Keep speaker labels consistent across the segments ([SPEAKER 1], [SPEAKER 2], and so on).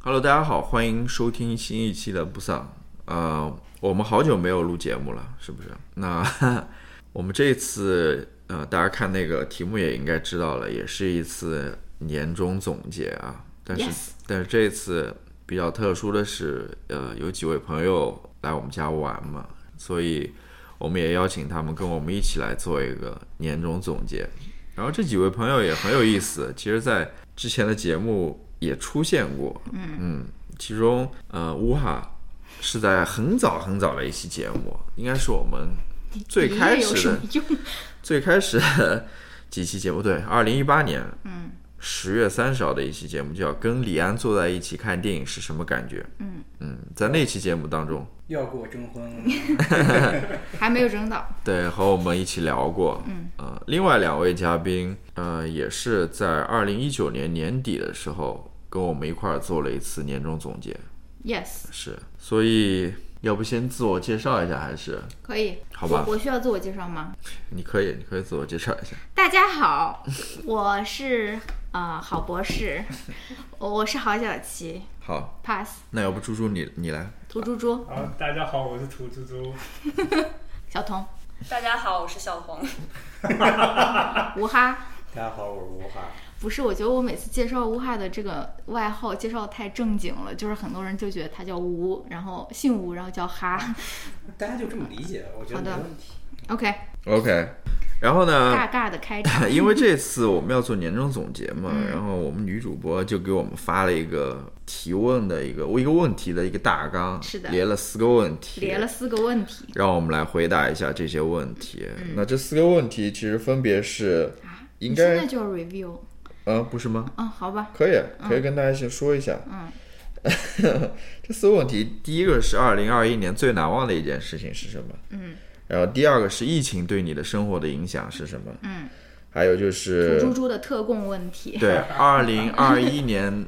[SPEAKER 1] Hello，大家好，欢迎收听新一期的不丧。呃，我们好久没有录节目了，是不是？那 我们这一次，呃，大家看那个题目也应该知道了，也是一次年终总结啊。但是
[SPEAKER 2] Yes
[SPEAKER 1] 但是这一次比较特殊的是，呃，有几位朋友来我们家玩嘛，所以我们也邀请他们跟我们一起来做一个年终总结。然后这几位朋友也很有意思，其实，在之前的节目也出现过，嗯其中呃，乌哈是在很早很早的一期节目，应该是我们最
[SPEAKER 2] 一
[SPEAKER 1] 开
[SPEAKER 2] 个有
[SPEAKER 1] 始
[SPEAKER 2] 什
[SPEAKER 1] 的
[SPEAKER 2] 么用？
[SPEAKER 1] 最开始的几期节目，对，二零一八年，嗯，十月三十号的一期节目叫《跟李安坐在一起看电影是什么感觉》，嗯在那期节目当中，
[SPEAKER 3] 要给我征婚了，
[SPEAKER 2] 还没有整到，
[SPEAKER 1] 对，和我们一起聊过，嗯，呃，另外两位嘉宾，呃，也是在二零一九年年底的时候跟我们一块儿做了一次年终总结，
[SPEAKER 2] Yes，
[SPEAKER 1] 是，所以要不先自我介绍一下，还是
[SPEAKER 2] 可以。
[SPEAKER 1] 好吧
[SPEAKER 2] 我我需要自我介绍吗？
[SPEAKER 1] 你可以，你可以自我介绍一下，
[SPEAKER 2] 大家好，我是呃郝博士，我是郝小琪
[SPEAKER 1] 好，
[SPEAKER 2] ，pass，
[SPEAKER 1] 那要不猪猪你你来，
[SPEAKER 2] 涂猪猪，
[SPEAKER 4] 好，大家好，我是涂猪猪。
[SPEAKER 2] 小童，
[SPEAKER 5] 大家好，我是小红。
[SPEAKER 2] 吴哈。
[SPEAKER 3] 大家好，我是吴哈。
[SPEAKER 2] 不是，我觉得我每次介绍吴哈的这个外号介绍得太正经了，就是很多人就觉得他叫吴，然后姓吴，然后叫哈。
[SPEAKER 3] 大家就这么理解，我觉得
[SPEAKER 2] 好
[SPEAKER 3] 没
[SPEAKER 2] 的
[SPEAKER 3] 问题。
[SPEAKER 2] OK，
[SPEAKER 1] OK，然后呢？。
[SPEAKER 2] 尬尬的开 场
[SPEAKER 1] 因为这次我们要做年终总结嘛，然后我们女主播就给我们发了一个提问的一个一个问题的一个大纲，
[SPEAKER 2] 是的
[SPEAKER 1] 列了四个问题，
[SPEAKER 2] 列了四个问题，
[SPEAKER 1] 让我们来回答一下这些问题。
[SPEAKER 2] 嗯
[SPEAKER 1] 那这四个问题其实分别是，应
[SPEAKER 2] 啊你现在
[SPEAKER 1] 该
[SPEAKER 2] 就要 review。
[SPEAKER 1] 呃不是吗？
[SPEAKER 2] 嗯，好吧，
[SPEAKER 1] 可以，可以跟大家先说一下。嗯， 这四个问题，第一个是二零二一年最难忘的一件事情是什么？嗯，然后第二个是疫情对你的生活的影响是什么？嗯，还有就是
[SPEAKER 2] 涂猪猪的特供问题。
[SPEAKER 1] 对，二零二一年，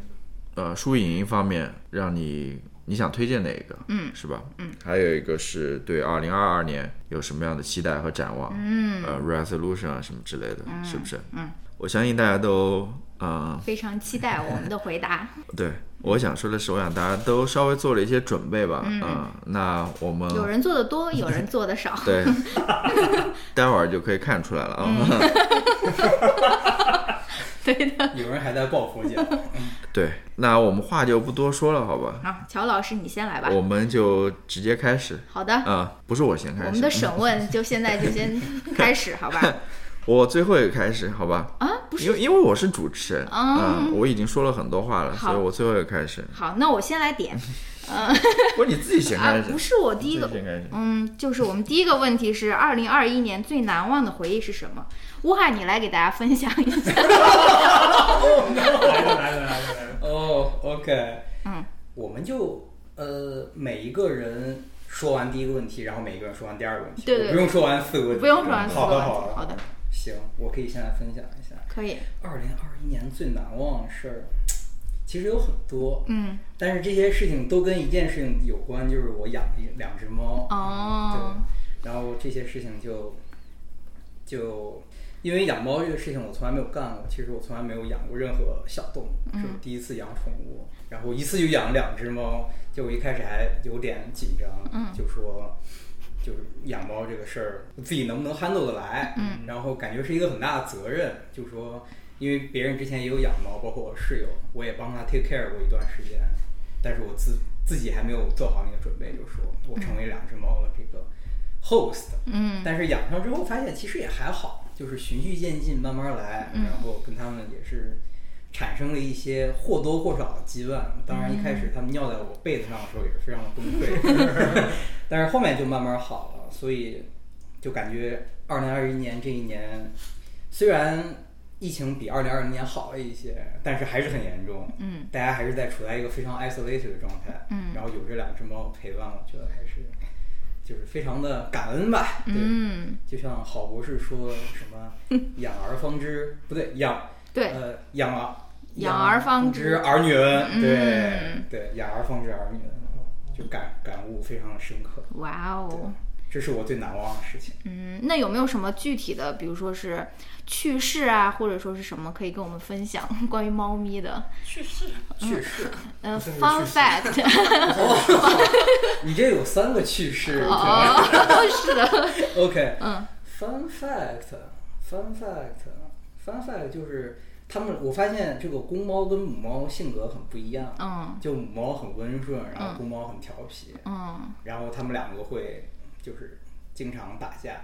[SPEAKER 1] 呃，书影音方面，让你你想推荐哪一个？嗯，是吧？嗯，还有一个是对二零二二年有什么样的期待和展望？嗯，呃，resolution 啊什么之类的，是不是？嗯，我相信大家都，嗯、
[SPEAKER 2] 非常期待我们的 回答。
[SPEAKER 1] 对，我想说的是，我想大家都稍微做了一些准备吧。嗯，那我们
[SPEAKER 2] 有人做的多，有人做的少。
[SPEAKER 1] 对， 待会儿就可以看出来了啊。
[SPEAKER 2] 嗯对的。
[SPEAKER 3] 有人还在抱 佛脚，
[SPEAKER 1] 对，那我们话就不多说了，好吧？
[SPEAKER 2] 好，啊乔老师，你先来吧。
[SPEAKER 1] 我们就直接开始。
[SPEAKER 2] 好的，
[SPEAKER 1] 啊、不是我先开始，
[SPEAKER 2] 我们的审问就现在 就先开始，好吧？
[SPEAKER 1] 我最后一个开始，好吧？
[SPEAKER 2] 啊，不
[SPEAKER 1] 因
[SPEAKER 2] 是。
[SPEAKER 1] 为因为我是主持人，
[SPEAKER 2] 啊
[SPEAKER 1] 嗯，我已经说了很多话了，
[SPEAKER 2] 好
[SPEAKER 1] 所以我最后一个开 始。
[SPEAKER 2] 好，那我先来点
[SPEAKER 1] 不是你自己先
[SPEAKER 2] 啊
[SPEAKER 1] 开，始，
[SPEAKER 2] 不是我第一
[SPEAKER 1] 你
[SPEAKER 2] 个
[SPEAKER 1] 自己，先开始。
[SPEAKER 2] 嗯，就是我们第一个问题是，二零二一年最难忘的回忆是什么？乌汉，你来给大家分享一下。
[SPEAKER 4] 来了来了来了来了，
[SPEAKER 3] 哦、o k
[SPEAKER 2] 嗯，
[SPEAKER 3] 我们就呃每一个人说完第一个问题，然后每一个人说完第二个问题，
[SPEAKER 2] 对对
[SPEAKER 3] 我不用说完四个问题，
[SPEAKER 2] 不用说完四个
[SPEAKER 3] 好
[SPEAKER 2] 问
[SPEAKER 3] 的
[SPEAKER 2] 题好
[SPEAKER 3] 好的
[SPEAKER 2] 的
[SPEAKER 3] 行，我可以先来分享一下
[SPEAKER 2] 可以，
[SPEAKER 3] 二零二一年最难忘的事儿，其实有很多，
[SPEAKER 2] 嗯，
[SPEAKER 3] 但是这些事情都跟一件事情有关，就是我养了一两只猫，
[SPEAKER 2] 哦，
[SPEAKER 3] 对，然后这些事情就就因为养猫这个事情我从来没有干过，其实我从来没有养过任何小动物，这是我第一次养宠物，然后一次就养了两只猫，就我一开始还有点紧张，就说。就是养猫这个事儿，我自己能不能 handle 得来？嗯，然后感觉是一个很大的责任，就说，因为别人之前也有养猫，包括我室友，我也帮他 take care 过一段时间，但是我自自己还没有做好那个准备，就说我成为两只猫的这个 host，嗯，但是养上之后发现其实也还好，就是循序渐进，慢慢来，然后跟他们也是产生了一些或多或少的羁绊。当然一开始他们尿在我被子上的时候也是非常的崩溃， 但是后面就慢慢好了，所以就感觉二零二一年这一年虽然。疫情比二零二零年好了一些，但是还是很严重。嗯，大家还是在处在一个非常 isolated 的状态。嗯，然后有这两只猫陪伴，我觉得还是就是非常的感恩吧。对，
[SPEAKER 2] 嗯，
[SPEAKER 3] 就像郝博士说什么 “养儿方知”，不对，养
[SPEAKER 2] 对，
[SPEAKER 3] 呃养啊
[SPEAKER 2] 养
[SPEAKER 3] 养
[SPEAKER 2] 儿方知
[SPEAKER 3] 知儿女恩，对
[SPEAKER 2] 嗯
[SPEAKER 3] 对，养儿方知儿女恩，就感感悟非常的深刻。
[SPEAKER 2] 哇哦，
[SPEAKER 3] 这是我最难忘的事情。
[SPEAKER 2] 嗯，那有没有什么具体的，比如说是趣事啊，或者说是什么可以跟我们分享 关于猫咪的？
[SPEAKER 5] 去世，
[SPEAKER 3] 去世，
[SPEAKER 2] 嗯
[SPEAKER 4] 真的
[SPEAKER 2] ，fun
[SPEAKER 4] 趣事
[SPEAKER 2] fact，
[SPEAKER 3] 你这有三个去世。
[SPEAKER 2] 哦， 是的，
[SPEAKER 3] OK，
[SPEAKER 2] 嗯
[SPEAKER 3] ，Fun fact，Fun fact，Fun fact 就是它们，我发现这个公猫跟母猫性格很不一样。
[SPEAKER 2] 嗯
[SPEAKER 3] 就母猫很温顺，然后公猫很调皮，
[SPEAKER 2] 嗯
[SPEAKER 3] 然后它们两个会就是经常打架，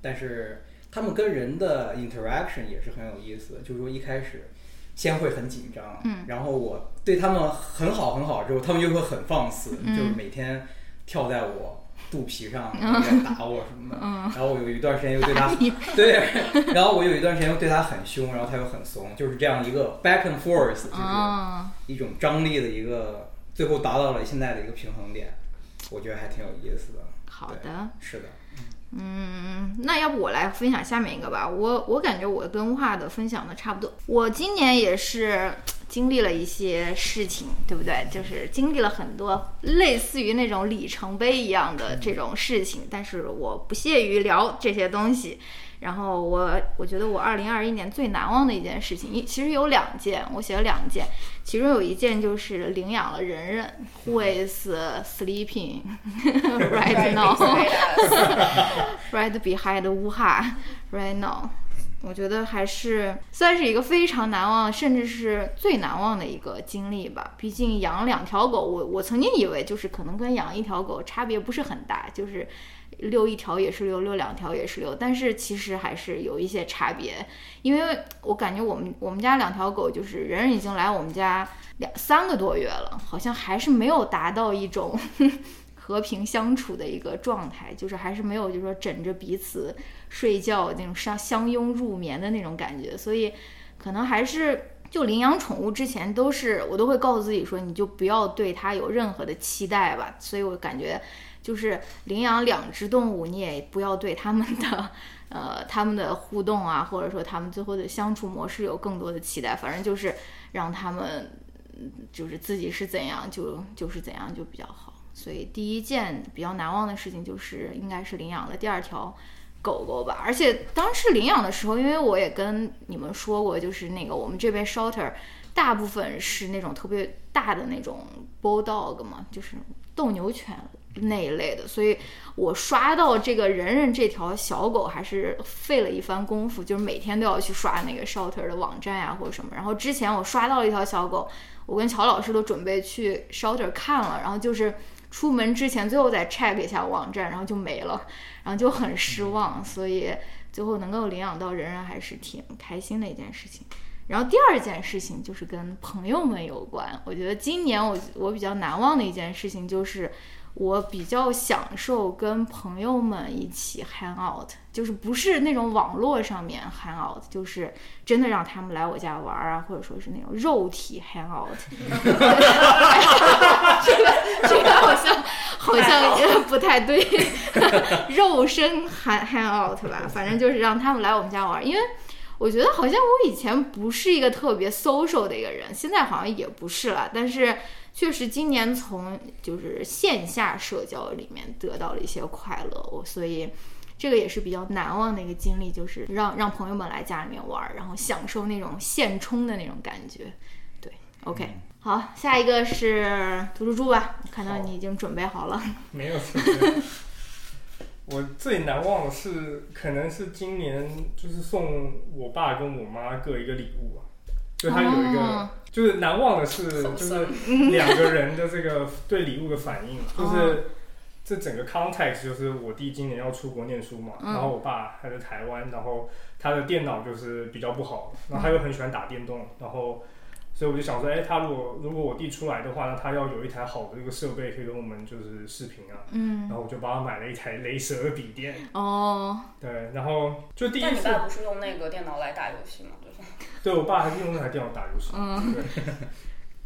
[SPEAKER 3] 但是它们跟人的 interaction 也是很有意思的。就是说一开始先会很紧张，
[SPEAKER 2] 嗯
[SPEAKER 3] 然后我对它们很好很好之后，它们就会很放肆，
[SPEAKER 2] 嗯
[SPEAKER 3] 就是每天跳在我肚 皮上，然后在打我什么的。然后我有一段时间又对它
[SPEAKER 2] 嗯你
[SPEAKER 3] 对，然后我有一段时间又对它很凶，然后它又很怂，就是这样一个 back and forth，就是。
[SPEAKER 2] 啊，
[SPEAKER 3] 一种张力的一个，最后达到了现在的一个平衡点，我觉得还挺有意思的。
[SPEAKER 2] 好
[SPEAKER 3] 对
[SPEAKER 2] 的。
[SPEAKER 3] 是的，
[SPEAKER 2] 嗯，那要不我来分享下面一个吧。我我感觉我跟乌哈的分享的差不多。我今年也是经历了一些事情，对不对？就是经历了很多类似于那种里程碑一样的这种事情，但是我不屑于聊这些东西。然后我我觉得我二零二一年最难忘的一件事情，一其实有两件，我写了两件，其中有一件就是领养了人人，Who is sleeping right now？right behind 乌哈 right now，我觉得还是算是一个非常难忘，甚至是最难忘的一个经历吧。毕竟养两条狗，我我曾经以为就是可能跟养一条狗差别不是很大，就是遛一条也是遛，遛两条也是遛，但是其实还是有一些差别。因为我感觉我们我们家两条狗就是人人已经来我们家两三个多月了，好像还是没有达到一种和平相处的一个状态，就是还是没有就是说枕着彼此睡觉那种相相拥入眠的那种感觉，所以可能还是。就领养宠物之前，都是我都会告诉自己说，你就不要对它有任何的期待吧。所以我感觉，就是领养两只动物，你也不要对它们的呃他们的互动啊，或者说他们最后的相处模式有更多的期待，反正就是让他们嗯就是自己是怎样就就是怎样就比较好。所以第一件比较难忘的事情就是应该是领养了第二条狗狗吧，而且当时领养的时候，因为我也跟你们说过，就是那个我们这边 shelter 大部分是那种特别大的那种 bulldog 嘛，就是斗牛犬那一类的，所以我刷到这个人人这条小狗还是费了一番功夫，就是每天都要去刷那个 shelter 的网站啊呀、或者什么。然后之前我刷到了一条小狗，我跟乔老师都准备去 shelter 看了，然后就是出门之前最后再 check 一下网站，然后就没了，然后就很失望。所以最后能够领养到人人还是挺开心的一件事情。然后第二件事情就是跟朋友们有关，我觉得今年我我比较难忘的一件事情就是。我比较享受跟朋友们一起 hang out，就是不是那种网络上面 hang out，就是真的让他们来我家玩儿啊，或者说是那种肉体 hang out。这个这个好像好像也不太对， 肉身 hang hang out 吧，反正就是让他们来我们家玩儿，因为。我觉得好像我以前不是一个特别 social 的一个人，现在好像也不是了。但是确实今年从就是线下社交里面得到了一些快乐，我所以这个也是比较难忘的一个经历，就是让让朋友们来家里面玩儿，然后享受那种现充的那种感觉。对，OK，、好，
[SPEAKER 4] 嗯
[SPEAKER 2] 下一个是读书猪吧，我看到你已经准备好了。
[SPEAKER 4] 没有什么。我呃最难忘的是，可能是今年就是送我爸跟我妈各一个礼物吧。就他有一个，
[SPEAKER 2] 哦
[SPEAKER 4] 就是难忘 的是，
[SPEAKER 5] 好
[SPEAKER 4] 就是两个人的这个对礼物的反应，就是这整个 context 就是我弟今年要出国念书嘛，
[SPEAKER 2] 嗯
[SPEAKER 4] 然后我爸还在台湾，然后他的电脑就是比较不好，
[SPEAKER 2] 嗯
[SPEAKER 4] 然后他又很喜欢打电动，然后所以我就想说，哎，他如果如果我弟出来的话，那他要有一台好的这个设备可以跟我们就是视频啊，
[SPEAKER 2] 嗯，
[SPEAKER 4] 然后我就帮他买了一台雷蛇的笔电，
[SPEAKER 2] 哦，
[SPEAKER 4] 对，然后就第一
[SPEAKER 5] 但你
[SPEAKER 4] 次
[SPEAKER 5] 爸不是用那个电脑来打游戏吗？对吧？
[SPEAKER 4] 对我爸还是用那台电脑打游戏，
[SPEAKER 2] 嗯
[SPEAKER 4] 对，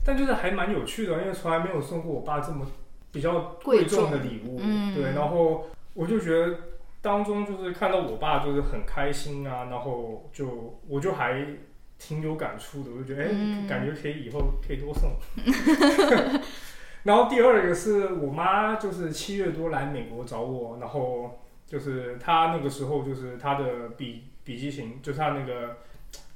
[SPEAKER 4] 但就是还蛮有趣的，因为从来没有送过我爸这么比较
[SPEAKER 2] 贵
[SPEAKER 4] 贵
[SPEAKER 2] 重
[SPEAKER 4] 重的礼物，
[SPEAKER 2] 嗯
[SPEAKER 4] 对，然后我就觉得当中就是看到我爸就是很开心啊，然后就我就还挺有感触的，我就觉得哎、
[SPEAKER 2] 嗯
[SPEAKER 4] 感觉可以以后可以多送，然后第二个是我妈，就是七月多来美国找我，然后就是她那个时候就是她的笔笔记型，就是她那个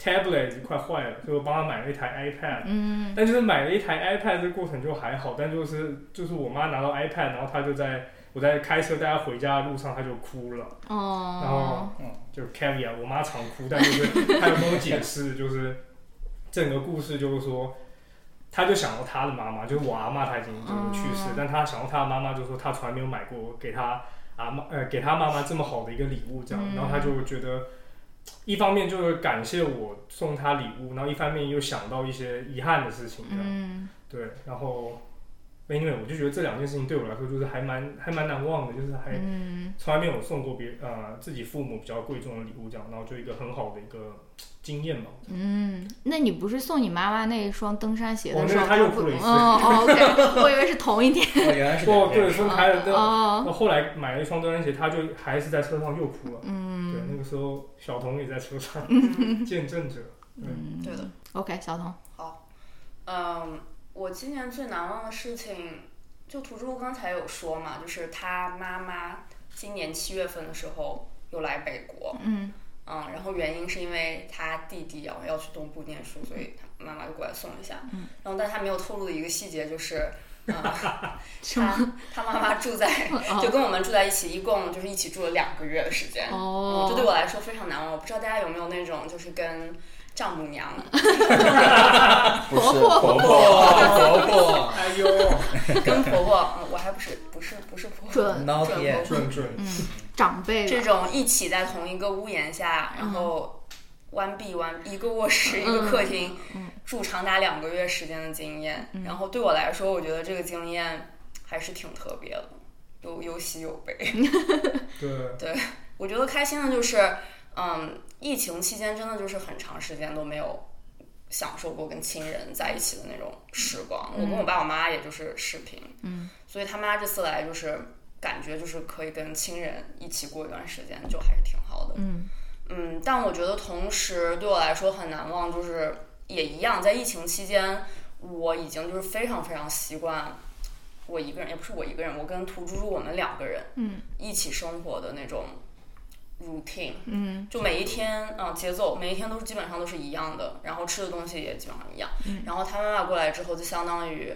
[SPEAKER 4] tablet 已经快坏了，所以我帮她买了一台 iPad。
[SPEAKER 2] 嗯，
[SPEAKER 4] 但就是买了一台 iPad 这个过程就还好，但就是就是我妈拿到 iPad，然后她就在我在开车带她回家的路上，她就哭了。然
[SPEAKER 2] 哦
[SPEAKER 4] 后，
[SPEAKER 3] 嗯，
[SPEAKER 4] 就是 caviar，我妈常哭，但就是她有跟我解释， 就是整个故事就是说，她就想要她的妈妈，就是我阿妈，她已经就是去世，
[SPEAKER 3] 嗯
[SPEAKER 2] 哦
[SPEAKER 4] 但她想要她的妈妈，就说她从来没有买过给她阿妈呃给她妈妈这么好的一个礼物，这样，
[SPEAKER 2] 嗯
[SPEAKER 4] 然后她就觉得。一方面就是感谢我送她礼物，然后一方面又想到一些遗憾的事情，这样。
[SPEAKER 2] 嗯，
[SPEAKER 4] 对，然后 anyway，我就觉得这两件事情对我来说就是还蛮还蛮难忘的，就是还
[SPEAKER 2] 嗯，
[SPEAKER 4] 从来没有送过别呃自己父母比较贵重的礼物，这样，然后就一个很好的一个经验吧。
[SPEAKER 2] 嗯，那你不是送你妈妈那一双登山鞋
[SPEAKER 4] 哦
[SPEAKER 2] 的
[SPEAKER 4] 那
[SPEAKER 2] 时候，
[SPEAKER 4] 是她又
[SPEAKER 2] 不
[SPEAKER 4] 哭了一次
[SPEAKER 2] 哦哦，OK，我以为 是同一天。
[SPEAKER 3] 哦，原来是
[SPEAKER 4] 哦，
[SPEAKER 3] 两件
[SPEAKER 4] 对，
[SPEAKER 3] 事
[SPEAKER 4] 分开了，但
[SPEAKER 2] 哦，
[SPEAKER 4] 那后来买了一双登山鞋，他就还是在车上又哭了。对，那
[SPEAKER 2] 嗯
[SPEAKER 4] 个时候小童也在车上，见证者。
[SPEAKER 2] 嗯，
[SPEAKER 5] 对的。
[SPEAKER 2] OK，小童，
[SPEAKER 5] 好，嗯，我今年最难忘的事情，就图猪刚才有说嘛，就是他妈妈今年七月份的时候又来美国，
[SPEAKER 2] 嗯
[SPEAKER 5] 嗯，然后原因是因为他弟弟要要去东部念书，所以他妈妈就过来送一下。
[SPEAKER 2] 嗯，
[SPEAKER 5] 然后但他没有透露的一个细节就是， 嗯，他他妈妈住在就
[SPEAKER 2] 哦
[SPEAKER 5] 跟我们住在一起，一共就是一起住了两个月的时间。嗯，这对
[SPEAKER 2] 哦，
[SPEAKER 5] 我来说非常难忘。我不知道大家有没有那种就是跟丈母
[SPEAKER 2] 嗯
[SPEAKER 5] 娘
[SPEAKER 3] 不是
[SPEAKER 2] 婆
[SPEAKER 3] 婆婆 婆 婆
[SPEAKER 4] 哎呦，
[SPEAKER 5] 跟婆婆，嗯，我还不是不是不是婆婆，
[SPEAKER 2] 准
[SPEAKER 3] ，not
[SPEAKER 5] 准
[SPEAKER 3] yet，
[SPEAKER 4] 准准，
[SPEAKER 2] 嗯，长辈
[SPEAKER 5] 这
[SPEAKER 2] 了，
[SPEAKER 5] 种一起在同一个屋檐下，然后弯臂弯一个卧室一个客厅
[SPEAKER 2] 嗯，
[SPEAKER 5] 住长达两个月时间的经验，然后对我来说，我觉得这个经验还是挺特别的，有有喜有悲。
[SPEAKER 4] 对，
[SPEAKER 5] 我觉得开心的就是，嗯，疫情期间真的就是很长时间都没有享受过跟亲人在一起的那种时光。我跟我爸我妈也就是视频，
[SPEAKER 2] 嗯，
[SPEAKER 5] 所以他妈这次来就是感觉就是可以跟亲人一起过一段时间，就还是挺好的。
[SPEAKER 2] 嗯
[SPEAKER 5] 嗯，但我觉得同时对我来说很难忘，就是也一样，在疫情期间，我已经就是非常非常习惯我一个人，也不是我一个人，我跟涂猪猪我们两个人
[SPEAKER 2] 嗯
[SPEAKER 5] 一起生活的那种 routine。
[SPEAKER 2] 嗯
[SPEAKER 5] 就每一天，嗯、节奏每一天都是基本上都是一样的，然后吃的东西也基本上一样。
[SPEAKER 2] 嗯
[SPEAKER 5] 然后他妈妈过来之后，就相当于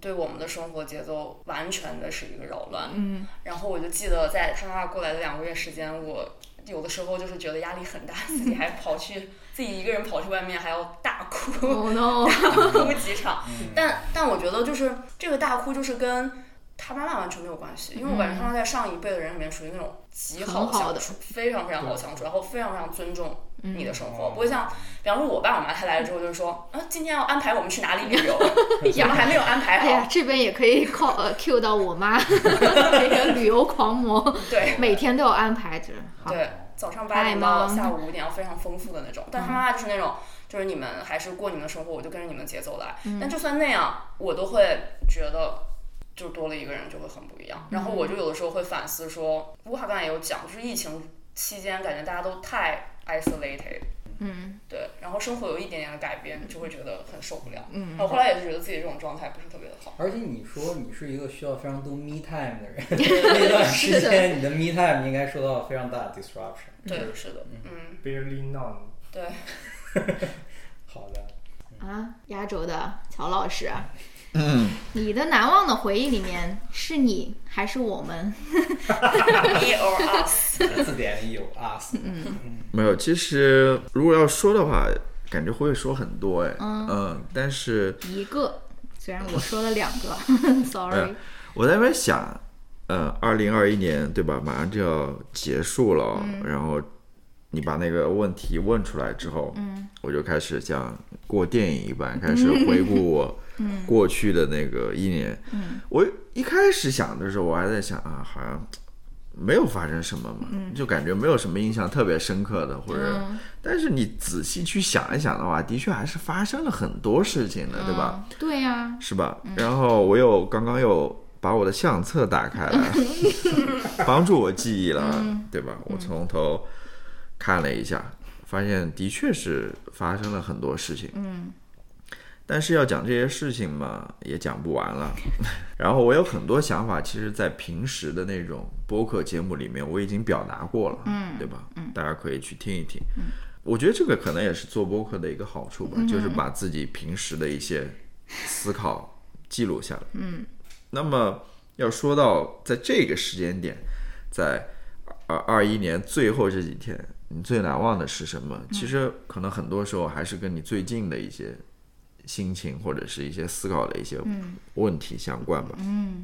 [SPEAKER 5] 对我们的生活节奏完全的是一个扰乱。
[SPEAKER 2] 嗯，
[SPEAKER 5] 然后我就记得在他妈妈过来的两个月时间，我有的时候就是觉得压力很大，自己还跑去自己一个人跑去外面还要大 哭
[SPEAKER 2] 哦 no，
[SPEAKER 5] 哭几场。
[SPEAKER 3] 嗯
[SPEAKER 5] 但但我觉得就是这个大哭就是跟他妈妈完全没有关系，因为我感觉他妈在上一辈的人里面属于那种极
[SPEAKER 2] 嗯
[SPEAKER 5] 好
[SPEAKER 2] 很好
[SPEAKER 5] 相
[SPEAKER 2] 的
[SPEAKER 5] 处，非常非常好
[SPEAKER 4] 对
[SPEAKER 5] 相处，然后非常非常尊重
[SPEAKER 2] 嗯
[SPEAKER 5] 你的生活，不会像比方说我爸我妈他来了之后就是说，啊今天要安排我们去哪里旅 游，我们还没有安排
[SPEAKER 2] 哎呀，
[SPEAKER 5] 好，
[SPEAKER 2] 这边也可以 call 呃 Q 到我 妈这个旅游狂魔，
[SPEAKER 5] 对
[SPEAKER 2] 每天都有安排，就是好，
[SPEAKER 5] 对，早上八
[SPEAKER 2] 哎
[SPEAKER 5] 点到
[SPEAKER 2] 妈嗯
[SPEAKER 5] 下午五点要非常丰富的那种，但他妈妈就是那种。就是你们还是过你们的生活，我就跟着你们节奏来。
[SPEAKER 2] 嗯
[SPEAKER 5] 但就算那样，我都会觉得就多了一个人就会很不一样。然后我
[SPEAKER 2] 嗯
[SPEAKER 5] 就有的时候会反思说，我好像也有讲，就是疫情期间感觉大家都太 isolated，
[SPEAKER 2] 嗯
[SPEAKER 5] 对，然后生活有一点点的改变，就会觉得很受不了。
[SPEAKER 2] 嗯
[SPEAKER 5] 我后来也是觉得自己这种状态不是特别的好。
[SPEAKER 3] 而且你说你是一个需要非常多 me time 的人，那段时间你的 me time 应该受到非常大的 disruption。
[SPEAKER 5] 对，是的，嗯，
[SPEAKER 4] barely none。
[SPEAKER 5] 对，
[SPEAKER 3] 好的，
[SPEAKER 2] 啊，压轴的乔老师，
[SPEAKER 1] 嗯
[SPEAKER 2] 你的难忘的回忆里面是你还是我们？
[SPEAKER 5] me E or us，
[SPEAKER 3] 字典里有 us，
[SPEAKER 1] 没有，其实如果要说的话，感觉会说很多哎，
[SPEAKER 2] 嗯
[SPEAKER 1] 但是
[SPEAKER 2] 一个，虽然我说了两个 ，sorry，
[SPEAKER 1] 我在那边想，呃，二零二一年对吧，马上就要结束了哦，然后你把那个问题问出来之后，嗯，我就开始像过电影一般，开始回顾我过去的那个一年。嗯，我一开始想的时候，我还在想啊，好像。没有发生什么嘛，就感觉没有什么印象特别深刻的，或者，
[SPEAKER 2] 嗯
[SPEAKER 1] 但是你仔细去想一想的话，的确还是发生了很多事情的，对吧？
[SPEAKER 2] 嗯？对呀，
[SPEAKER 1] 是吧？然后我又刚刚又把我的相册打开了，帮助我记忆了，对吧？我从头看了一下，发现的确是发生了很多事情。嗯，但是要讲这些事情嘛，也讲不完了。 然后我有很多想法，其实，在平时的那种播客节目里面，我已经表达过了，
[SPEAKER 2] 嗯
[SPEAKER 1] 对吧？嗯，大嗯家可以去听一听。我觉得这个可能也是做播客的一个好处吧，就是把自己平时的一些思考记录下来。嗯，那么要说到在这个时间点，在二二一年最后这几天，你最难忘的是什么？其实可能很多时候还是跟你最近的一些心情或者是一些思考的一些问题相关吧。嗯，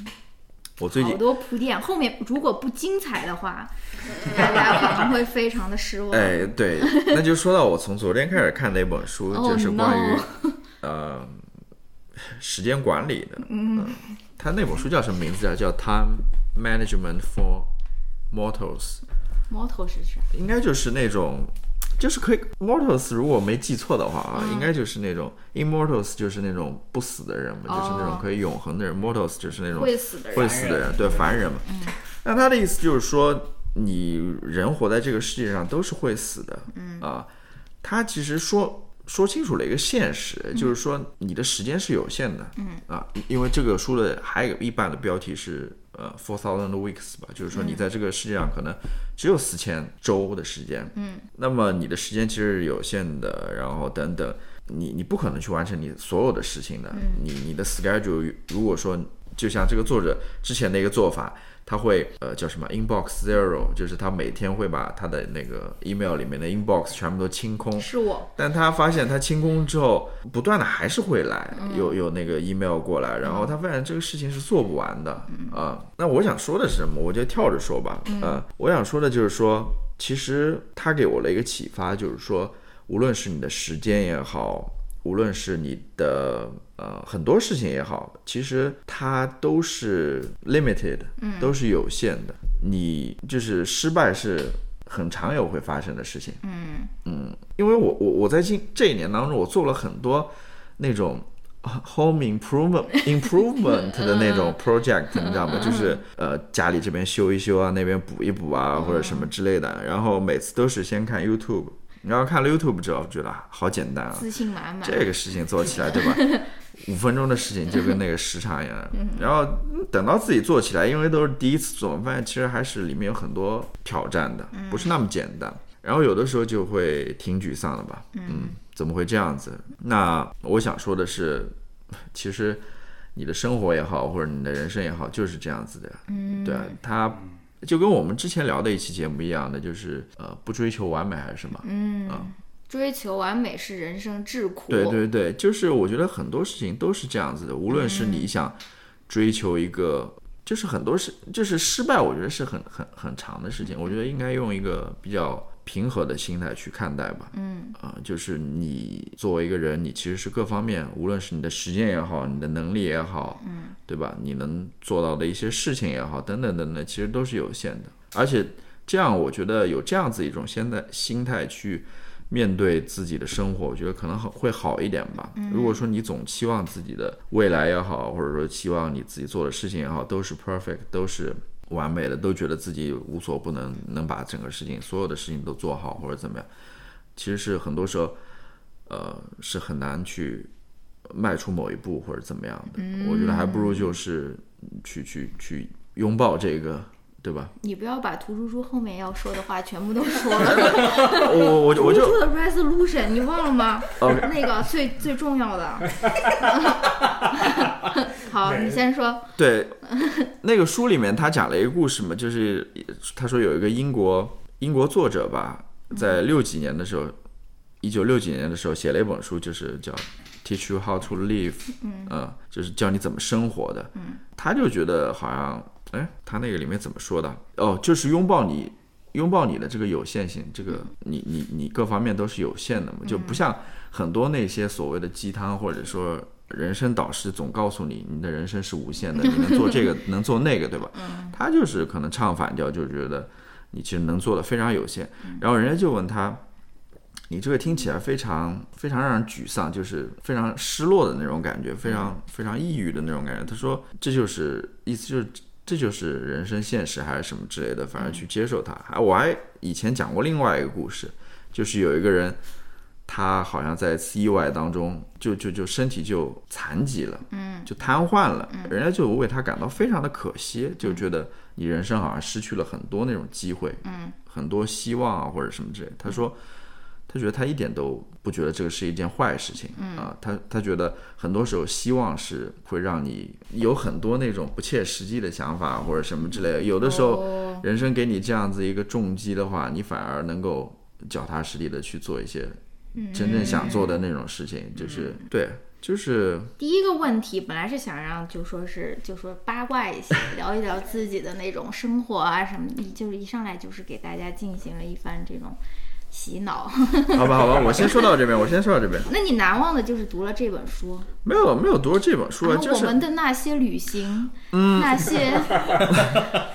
[SPEAKER 1] 我最近
[SPEAKER 2] 好多铺垫，后面如果不精彩 的话，大家可能会非常的失望。
[SPEAKER 1] 哎，对，那就说到我从昨天开始看的一本 书，
[SPEAKER 2] Oh,
[SPEAKER 1] 就是关于、呃时间管理的。嗯、他那本书叫什么名字啊？叫《Time Management for Mortals》，
[SPEAKER 2] 猫头是啥？
[SPEAKER 1] 应该就是那种，就是可以 Mortals，如果我没记错的话
[SPEAKER 2] 嗯
[SPEAKER 1] 啊，应该就是那种 Immortals，就是那种不死的人嘛，就是那种
[SPEAKER 2] 哦
[SPEAKER 1] 可以永恒的人。Mortals 就是那种
[SPEAKER 2] 会死的人。嗯
[SPEAKER 1] 会死的人，对凡人嘛。那他的意思就是说，你人活在这个世界上都是会死的，嗯啊，他其实说说清楚了一个现实，
[SPEAKER 2] 嗯
[SPEAKER 1] 就是说你的时间是有限的，嗯啊，因为这个书的还有一半的标题是呃 four thousand weeks 吧，就是
[SPEAKER 2] 嗯
[SPEAKER 1] 说你在这个世界上可能只有四千周的时间，嗯，那么你的时间其实是有限的，然后等等。你你不可能去完成你所有的事情的，你你的 schedule 如果说就像这个作者之前的一个做法，他会呃叫什么 inbox zero，就是他每天会把他的那个 email 里面的 inbox 全部都清空。
[SPEAKER 2] 是我，
[SPEAKER 1] 但他发现他清空之后，不断的还是会来有有那个 email 过来，然后他发现这个事情是做不完的啊、那我想说的是什么？我就跳着说吧。嗯、我想说的就是说，其实他给我了一个启发，就是说，无论是你的时间也好，无论是你的呃很多事情也好，其实它都是 limited，、都是有限的。你就是失败是很常有会发生的事情。嗯因为我我我在今这一年当中，我做了很多那种。啊 home improvement improvement 的那种 project，你知道吗？就是呃，家里这边修一修啊，那边补一补啊，或者什么之类的。然后每次都是先看 YouTube，然后看了 YouTube 之后，觉得啊好简单啊，
[SPEAKER 2] 自信满满。
[SPEAKER 1] 这个事情做起来，对 吧？五分钟的事情就跟那个时长一样，然后嗯等到自己做起来，因为都是第一次做，发现其实还是里面有很多挑战的，不是那么简单。然后有的时候就会挺沮丧的吧，嗯，怎么会这样子？那我想说的是，其实你的生活也好，或者你的人生也好，就是这样子的，嗯，对啊，它就跟我们之前聊的一期节目一样的，就是呃，不追求完美还是什么，
[SPEAKER 2] 追求完美是人生之苦。
[SPEAKER 1] 对对对，就是我觉得很多事情都是这样子的，无论是你想追求一个，就是很多事，就是失败，我觉得是很很很长的事情。我觉得应该用一个比较平和的心态去看待吧。嗯，啊、就是你作为一个人，你其实是各方面，无论是你的时间也好，你的能力也好，嗯，对吧？你能做到的一些事情也好，等等等等，其实都是有限的。而且这样，我觉得有这样子一种现在心态去。面对自己的生活，我觉得可能好会好一点吧。如果说你总期望自己的未来也好，或者说期望你自己做的事情也好，都是 perfect，都是完美的，都觉得自己无所不能，能把整个事情所有的事情都做好或者怎么样，其实是很多时候，呃，是很难去迈出某一步或者怎么样的。我觉得还不如就是去去去拥抱这个，对吧？
[SPEAKER 2] 你不要把图叔叔后面要说的话全部都 说了。
[SPEAKER 1] 我我我就
[SPEAKER 2] 图
[SPEAKER 1] 我
[SPEAKER 2] 叔
[SPEAKER 1] 就哦
[SPEAKER 2] 叔的 resolution 你忘了吗？
[SPEAKER 1] OK
[SPEAKER 2] 那个最最重要的。 好，你先说。
[SPEAKER 1] 对，那个书里面他讲了一个故事嘛，就是他说有一个英国英国作者吧，在六几年的时候，一九六几年的时候写了一本书，就是叫《Teach You How to Live》，嗯、就是教你怎么生活的。嗯，他就觉得好像，哎，他那个里面怎么说的？哦，就是拥抱你。拥抱你的这个有限性，这个你你你各方面都是有限的嘛，就不像很多那些所谓的鸡汤或者说人生导师总告诉你，你的人生是无限的，你能做这个，能做那个，对吧？他就是可能唱反调，就觉得你其实能做的非常有限。然后人家就问他，你这个听起来非常非常让人沮丧，就是非常失落的那种感觉，非常非常抑郁的那种感觉。他说，这就是意思就是。这就是人生现实还是什么之类的，啊反正去接受它。还我还以前讲过另外一个故事，就是有一个人，他好像在 CY 当中就就就身体就残疾了，
[SPEAKER 2] 嗯，
[SPEAKER 1] 就瘫痪了，人家就为他感到非常的可惜，就觉得你人生好像失去了很多那种机会，
[SPEAKER 2] 嗯，
[SPEAKER 1] 很多希望啊或者什么之类的。他说，他觉得他一点都不觉得这个是一件坏事情，
[SPEAKER 2] 嗯
[SPEAKER 1] 啊，他他觉得很多时候希望是会让你有很多那种不切实际的想法或者什么之类的，有的时候。
[SPEAKER 2] 嗯哦
[SPEAKER 1] 人生给你这样子一个重击的话，你反而能够脚踏实地的去做一些
[SPEAKER 2] 嗯
[SPEAKER 1] 真正想做的那种事情，就是对，就是
[SPEAKER 2] 第一个问题本来是想让就说是就说八卦一些，聊一聊自己的那种生活啊什么的，一就是一上来就是给大家进行了一番这种洗脑。
[SPEAKER 1] 好吧，好吧，我先说到这边，我先说到这边，
[SPEAKER 2] 那你难忘的就是读了这本书，
[SPEAKER 1] 没有没有读这本书，啊，
[SPEAKER 2] 然
[SPEAKER 1] 就
[SPEAKER 2] 后我
[SPEAKER 1] 是嗯
[SPEAKER 2] 们的那些旅行，那些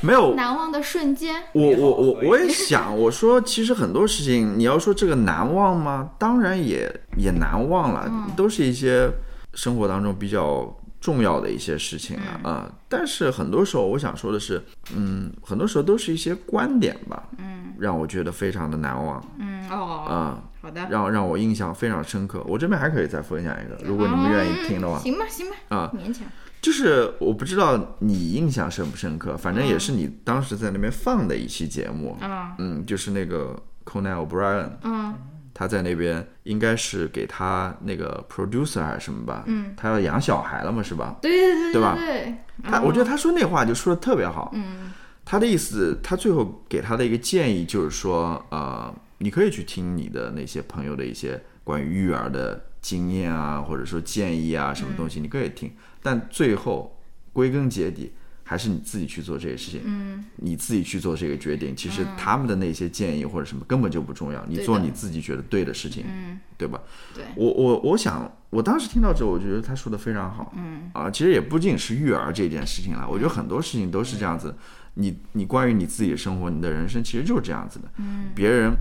[SPEAKER 1] 没有。
[SPEAKER 2] 难忘的瞬间，
[SPEAKER 1] 我我我
[SPEAKER 3] 美好
[SPEAKER 1] 我也想，我说其实很多事情，你要说这个难忘吗？当然也也难忘了，都是一些生活当中比较重要的一些事情了啊、呃但是很多时候，我想说的是，嗯，很多时候都是一些观点吧，嗯，让我觉得非常的难忘
[SPEAKER 2] 嗯哦，
[SPEAKER 1] 啊、
[SPEAKER 2] 好的，
[SPEAKER 1] 让让我印象非常深刻。我这边还可以再分享一个，如果你们愿意听的话
[SPEAKER 2] 嗯，行吧行吧，
[SPEAKER 1] 啊
[SPEAKER 2] 勉强，
[SPEAKER 1] 就是我不知道你印象深不深刻，反正也是你当时在那边放的一期节目，
[SPEAKER 2] 嗯
[SPEAKER 1] 嗯，就是那个 Conan O'Brien，
[SPEAKER 2] 嗯
[SPEAKER 1] 他在那边应该是给他那个 producer 还是什么吧，
[SPEAKER 2] 嗯，
[SPEAKER 1] 他要养小孩了嘛，是吧？
[SPEAKER 2] 对对对
[SPEAKER 1] 对吧
[SPEAKER 2] 对，
[SPEAKER 1] 他我觉得他说那话就说的特别好，
[SPEAKER 2] 嗯
[SPEAKER 1] 他的意思，他最后给他的一个建议就是说，呃，你可以去听你的那些朋友的一些关于育儿的经验啊，或者说建议啊，什么东西你可以
[SPEAKER 2] 嗯
[SPEAKER 1] 听，但最后归根结底还是你自己去做这些事情，
[SPEAKER 2] 嗯
[SPEAKER 1] 你自己去做这个决定。其实他们的那些建议或者什么根本就不重要，你
[SPEAKER 2] 对的
[SPEAKER 1] 做你自己觉得对的事情，
[SPEAKER 2] 嗯
[SPEAKER 1] 对吧？
[SPEAKER 2] 对
[SPEAKER 1] 我我我想，我当时听到之后，我觉得他说的非常好。
[SPEAKER 2] 嗯
[SPEAKER 1] 啊，其实也不仅是育儿这件事情了，我觉得很多事情都是这样子。你你关于你自己的生活，你的人生其实就是这样子的。
[SPEAKER 2] 嗯，
[SPEAKER 1] 别人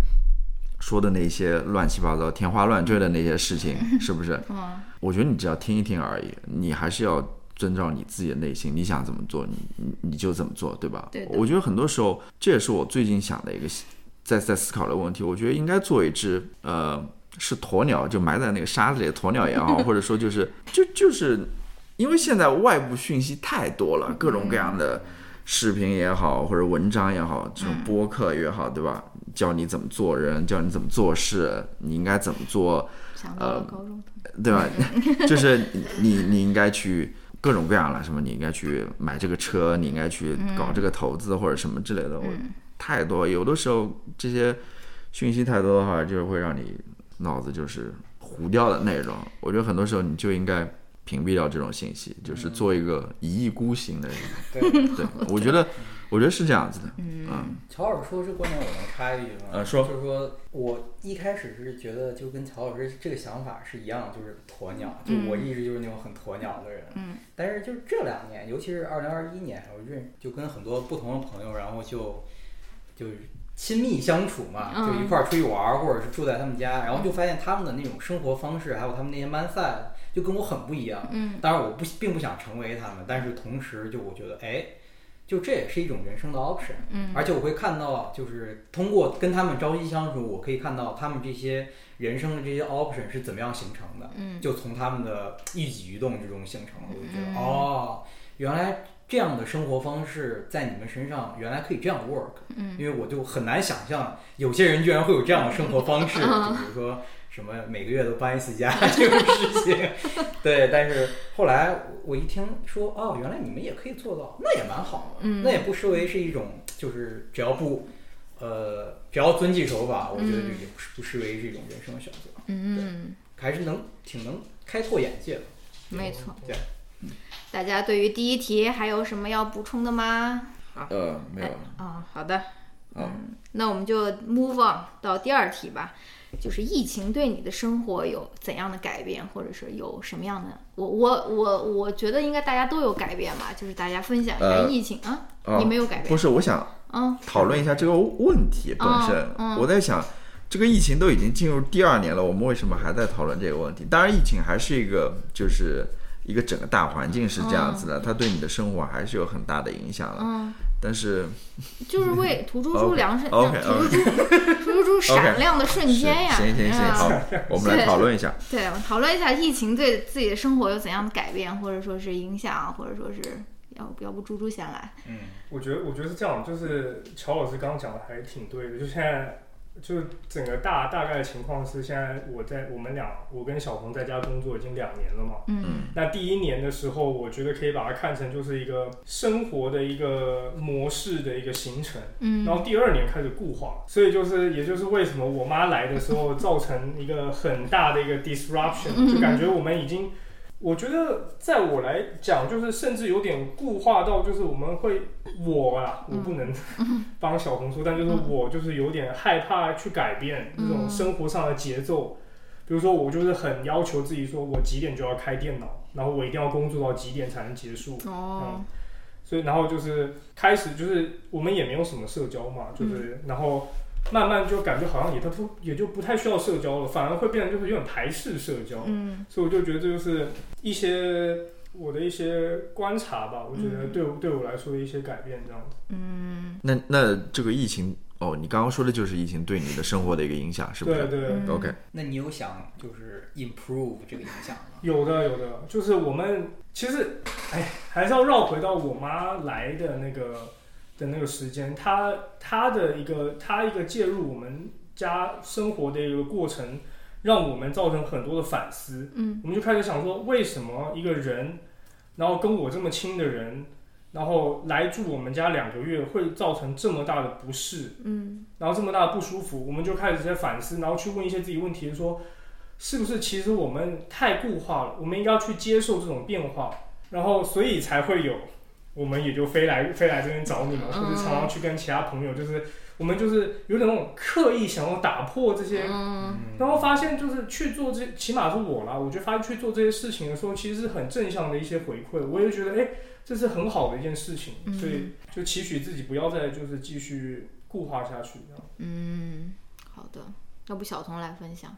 [SPEAKER 1] 说的那些乱七八糟、天花乱坠的那些事 情，是不是？
[SPEAKER 2] 嗯
[SPEAKER 1] 我觉得你只要听一听而已，你还是要遵照你自己的内心，你想怎么做，你你你就怎么做，对吧？
[SPEAKER 2] 对的
[SPEAKER 1] 我觉得很多时候这也是我最近想的一个在在思考的问题。我觉得应该做一只呃，是鸵鸟，就埋在那个沙子里的鸵鸟也好，或者说就是就就是因为现在外部讯息太多了，各种各样的视频也好，或者文章也好，这
[SPEAKER 2] 嗯
[SPEAKER 1] 种播客也好，对吧？教你怎么做人，教你怎么做事，你应该怎么做。
[SPEAKER 2] 想到
[SPEAKER 1] 呃
[SPEAKER 2] 了高中同学，
[SPEAKER 1] 对吧？ 就是你你应该去各种各样了，什么你应该去买这个车，你应该去搞这个投资或者什么之类的，我太多，有的时候这些讯息太多的话，就是会让你脑子就是糊掉的那种。我觉得很多时候你就应该屏蔽掉这种信息，就是做一个一意孤行的人。
[SPEAKER 3] 对，
[SPEAKER 1] 对，我觉得我觉得是这样子的。嗯
[SPEAKER 3] 乔老师说这观点，我能插一句吗？
[SPEAKER 1] 呃说
[SPEAKER 3] 就是说我一开始是觉得就跟乔老师这个想法是一样，就是鸵鸟，就我一直就是那种很鸵鸟的人。
[SPEAKER 2] 嗯。
[SPEAKER 3] 但是就是这两年，尤其是二零二一年，我认就跟很多不同的朋友，然后就就是亲密相处嘛，
[SPEAKER 2] 嗯
[SPEAKER 3] 就一块儿出去玩儿，或者是住在他们家，然后就发现他们的那种生活方式，还有他们那些 mindset，就跟我很不一样。
[SPEAKER 2] 嗯
[SPEAKER 3] 当然，我不并不想成为他们，但是同时就我觉得，哎，就这也是一种人生的 option。
[SPEAKER 2] 嗯
[SPEAKER 3] 而且我会看到，就是通过跟他们朝夕相处，我可以看到他们这些人生的这些 option 是怎么样形成的，
[SPEAKER 2] 嗯
[SPEAKER 3] 就从他们的一举一动之中形成的。我就觉得，哦，原来这样的生活方式在你们身上原来可以这样 work，
[SPEAKER 2] 嗯
[SPEAKER 3] 因为我就很难想象有些人居然会有这样的生活方式，
[SPEAKER 2] 嗯
[SPEAKER 3] 就比如说什么每个月都搬一次家这种事情。对，但是后来我一听说，哦，原来你们也可以做到，那也蛮好的，
[SPEAKER 2] 嗯
[SPEAKER 3] 那也不失为是一种，就是只要不，呃，只要遵纪守法，我觉得这也不是不失为是一种人生的选择，
[SPEAKER 2] 嗯，
[SPEAKER 3] 还是能挺能开拓眼界的。
[SPEAKER 2] 没错。
[SPEAKER 3] 对，
[SPEAKER 2] 大家对于第一题还有什么要补充的吗？
[SPEAKER 1] 呃，没有了
[SPEAKER 2] 啊、好的，
[SPEAKER 1] 啊。
[SPEAKER 2] 那我们就 move on 到第二题吧，就是疫情对你的生活有怎样的改变，或者是有什么样的？我我我我觉得应该大家都有改变吧，就是大家分享一下
[SPEAKER 1] 呃
[SPEAKER 2] 疫情啊，
[SPEAKER 1] 啊
[SPEAKER 2] 你没有改
[SPEAKER 1] 不
[SPEAKER 2] 变，
[SPEAKER 1] 是，我想
[SPEAKER 2] 嗯
[SPEAKER 1] 讨论一下这个问题本身。
[SPEAKER 2] 嗯嗯
[SPEAKER 1] 我在想，这个疫情都已经进入第二年了，我们为什么还在讨论这个问题？当然，疫情还是一个
[SPEAKER 2] 哦
[SPEAKER 1] 就是一个整个大环境是这样子的，它对你的生活还是有很大的影响了。
[SPEAKER 2] 嗯
[SPEAKER 1] 但是
[SPEAKER 2] 就是为土猪猪量身，
[SPEAKER 1] OK，OK
[SPEAKER 2] 土猪猪土猪猪闪亮的瞬
[SPEAKER 1] 是
[SPEAKER 2] 间呀！
[SPEAKER 1] 行行行，
[SPEAKER 2] 啊
[SPEAKER 1] 好， 我们来讨论一下。
[SPEAKER 2] 对，我讨论一下疫情对自己的生活有怎样的改变，或者说是影响，或者说是要不要不猪猪先来？
[SPEAKER 3] 嗯，
[SPEAKER 4] 我觉得，我觉得是这样，就是乔老师刚刚讲的还挺对的。就现在，就是整个大大概的情况是，现在我在我们俩，我跟小红在家工作已经两年了嘛。
[SPEAKER 2] 嗯
[SPEAKER 4] 那第一年的时候，我觉得可以把它看成就是一个生活的一个模式的一个形成。
[SPEAKER 2] 嗯
[SPEAKER 4] 然后第二年开始固化，所以就是也就是为什么我妈来的时候造成一个很大的一个 disruption，就感觉我们已经，我觉得在我来讲就是甚至有点固化到就是我们会我啊，我不能帮小红书，但就是我就是有点害怕去改变
[SPEAKER 2] 嗯
[SPEAKER 4] 这种生活上的节奏。比如说，我就是很要求自己，说我几点就要开电脑，然后我一定要工作到几点才能结束。
[SPEAKER 2] 哦，
[SPEAKER 4] 所以然后就是开始就是我们也没有什么社交嘛，
[SPEAKER 2] 嗯
[SPEAKER 4] 就是、然后慢慢就感觉好像也都不也就不太需要社交了，反而会变得就是有点排斥社交，
[SPEAKER 2] 嗯
[SPEAKER 4] 所以我就觉得这就是一些我的一些观察吧，我觉得
[SPEAKER 2] 嗯
[SPEAKER 4] 对我、对我来说的一些改变这样子。
[SPEAKER 2] 嗯
[SPEAKER 1] 那那这个疫情，哦，你刚刚说的就是疫情对你的生活的一个影响，是不
[SPEAKER 4] 对
[SPEAKER 1] 是
[SPEAKER 4] 对，
[SPEAKER 2] 嗯
[SPEAKER 1] ？OK，
[SPEAKER 3] 那你有想就是 improve 这个影响吗？
[SPEAKER 4] 有的有的，就是我们其实哎还是要绕回到我妈来的那个的那个时间，她她的一个她一个介入我们家生活的一个过程，让我们造成很多的反思。
[SPEAKER 2] 嗯
[SPEAKER 4] 我们就开始想说，为什么一个人，然后跟我这么亲的人，然后来住我们家两个月，会造成这么大的不适？
[SPEAKER 2] 嗯
[SPEAKER 4] 然后这么大的不舒服，我们就开始在反思，然后去问一些自己问题，说是不是其实我们太固化了，我们应该要去接受这种变化，然后所以才会有，我们也就飞来飞来这边找你们，或者常常去跟其他朋友，就是我们就是有点那种刻意想要打破这些，
[SPEAKER 2] 嗯
[SPEAKER 4] 然后发现就是去做这，起码是我啦，我就发现去做这些事情的时候，其实是很正向的一些回馈，我也觉得哎，这是很好的一件事情，
[SPEAKER 2] 嗯
[SPEAKER 4] 所以就期许自己不要再就是继续固化下去这样。
[SPEAKER 2] 嗯，好的，要不小童来分享？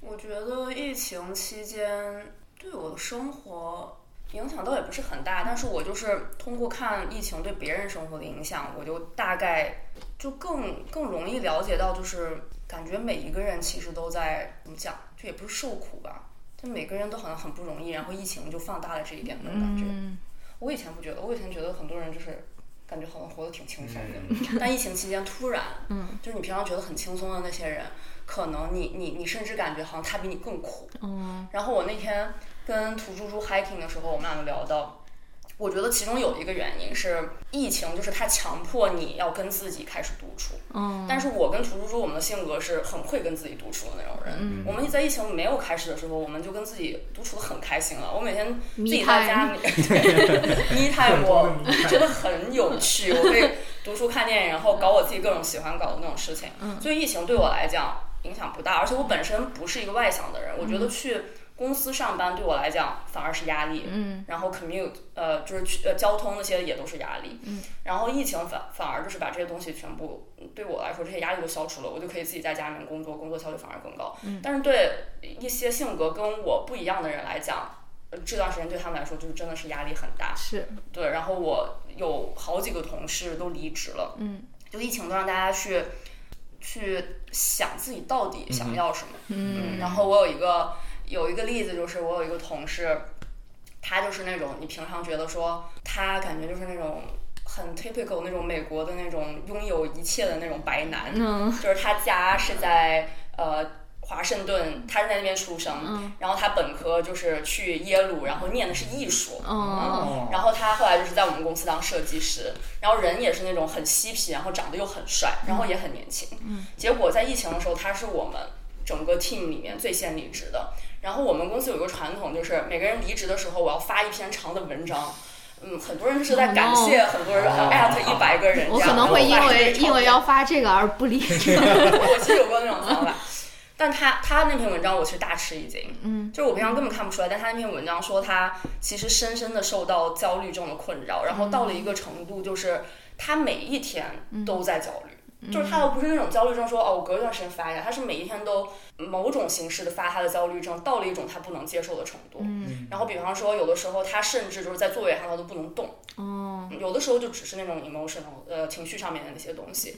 [SPEAKER 5] 我觉得疫情期间对我的生活影响倒也不是很大，但是我就是通过看疫情对别人生活的影响，我就大概就更更容易了解到，就是感觉每一个人其实都在怎么讲，就也不是受苦吧，就每个人都好像很不容易，然后疫情就放大了这一点那种感觉。
[SPEAKER 2] 嗯
[SPEAKER 5] 我以前不觉得，我以前觉得很多人就是感觉好像活得挺轻松 的，但疫情期间突然，
[SPEAKER 2] 嗯，
[SPEAKER 5] 就是你平常觉得很轻松的那些人，可能你你你甚至感觉好像他比你更苦。
[SPEAKER 2] 嗯
[SPEAKER 5] 然后我那天跟土猪猪 hiking 的时候，我们俩就聊到，我觉得其中有一个原因是疫情，就是它强迫你要跟自己开始独处。
[SPEAKER 2] 嗯，
[SPEAKER 5] 但是我跟图猪猪，我们的性格是很会跟自己独处的那种人。
[SPEAKER 2] 嗯
[SPEAKER 5] 我们在疫情没有开始的时候，我们就跟自己独处的很开心了。我每天自
[SPEAKER 2] Me
[SPEAKER 5] 己在家里 咪太我
[SPEAKER 4] 很多的 me time
[SPEAKER 5] 觉得很有趣。我可以读书、看电影，然后搞我自己各种喜欢搞的那种事情。所以疫情对我来讲影响不大，而且我本身不是一个外向的人，我觉得去公司上班对我来讲反而是压力。
[SPEAKER 2] 嗯
[SPEAKER 5] 然后 commute 呃就是去呃交通那些也都是压力，
[SPEAKER 2] 嗯，
[SPEAKER 5] 然后疫情反反而就是把这些东西全部对我来说这些压力都消除了，我就可以自己在家里面工作，工作效率反而更高，嗯，但是对一些性格跟我不一样的人来讲。呃这段时间对他们来说就是真的是压力很大，
[SPEAKER 2] 是
[SPEAKER 5] 对。然后我有好几个同事都离职了，
[SPEAKER 2] 嗯
[SPEAKER 5] 就疫情都让大家去去想自己到底想要什么。
[SPEAKER 2] 嗯
[SPEAKER 5] 嗯，然后我有一个有一个例子，就是我有一个同事，他就是那种你平常觉得说他感觉就是那种很 typical 那种美国的那种拥有一切的那种白男，
[SPEAKER 2] 嗯
[SPEAKER 5] 就是他家是在呃。华盛顿，他是在那边出生，
[SPEAKER 2] 嗯
[SPEAKER 5] 然后他本科就是去耶鲁，然后念的是艺术，
[SPEAKER 2] 哦
[SPEAKER 3] 哦
[SPEAKER 5] 然后他后来就是在我们公司当设计师，然后人也是那种很嬉皮，然后长得又很帅，然后也很年轻。嗯，结果在疫情的时候，他是我们整个 team 里面最先离职的。然后我们公司有一个传统，就是每个人离职的时候，我要发一篇长的文章。嗯，很多人就是在感谢很多人，呃艾特一百个人
[SPEAKER 2] 哦
[SPEAKER 5] 这样。
[SPEAKER 2] 我可能会因
[SPEAKER 5] 然后把这
[SPEAKER 2] 为
[SPEAKER 5] 个
[SPEAKER 2] 因为
[SPEAKER 5] 长
[SPEAKER 2] 要发这个而不理 解。
[SPEAKER 5] 我其实有过那种想法，但他他那篇文章我是大吃一惊，
[SPEAKER 2] 嗯，
[SPEAKER 5] 就是我平常根本看不出来，但他那篇文章说他其实深深的受到焦虑症的困扰，然后到了一个程度，就是他每一天都在焦虑。就是他又不是那种焦虑症说哦，我隔一段时间发一下，他是每一天都某种形式的发他的焦虑症，到了一种他不能接受的程度。
[SPEAKER 2] 嗯
[SPEAKER 5] 然后比方说，有的时候他甚至就是在座位上他都不能动，
[SPEAKER 2] 哦，
[SPEAKER 5] 有的时候就只是那种 emotional 呃情绪上面的那些东西。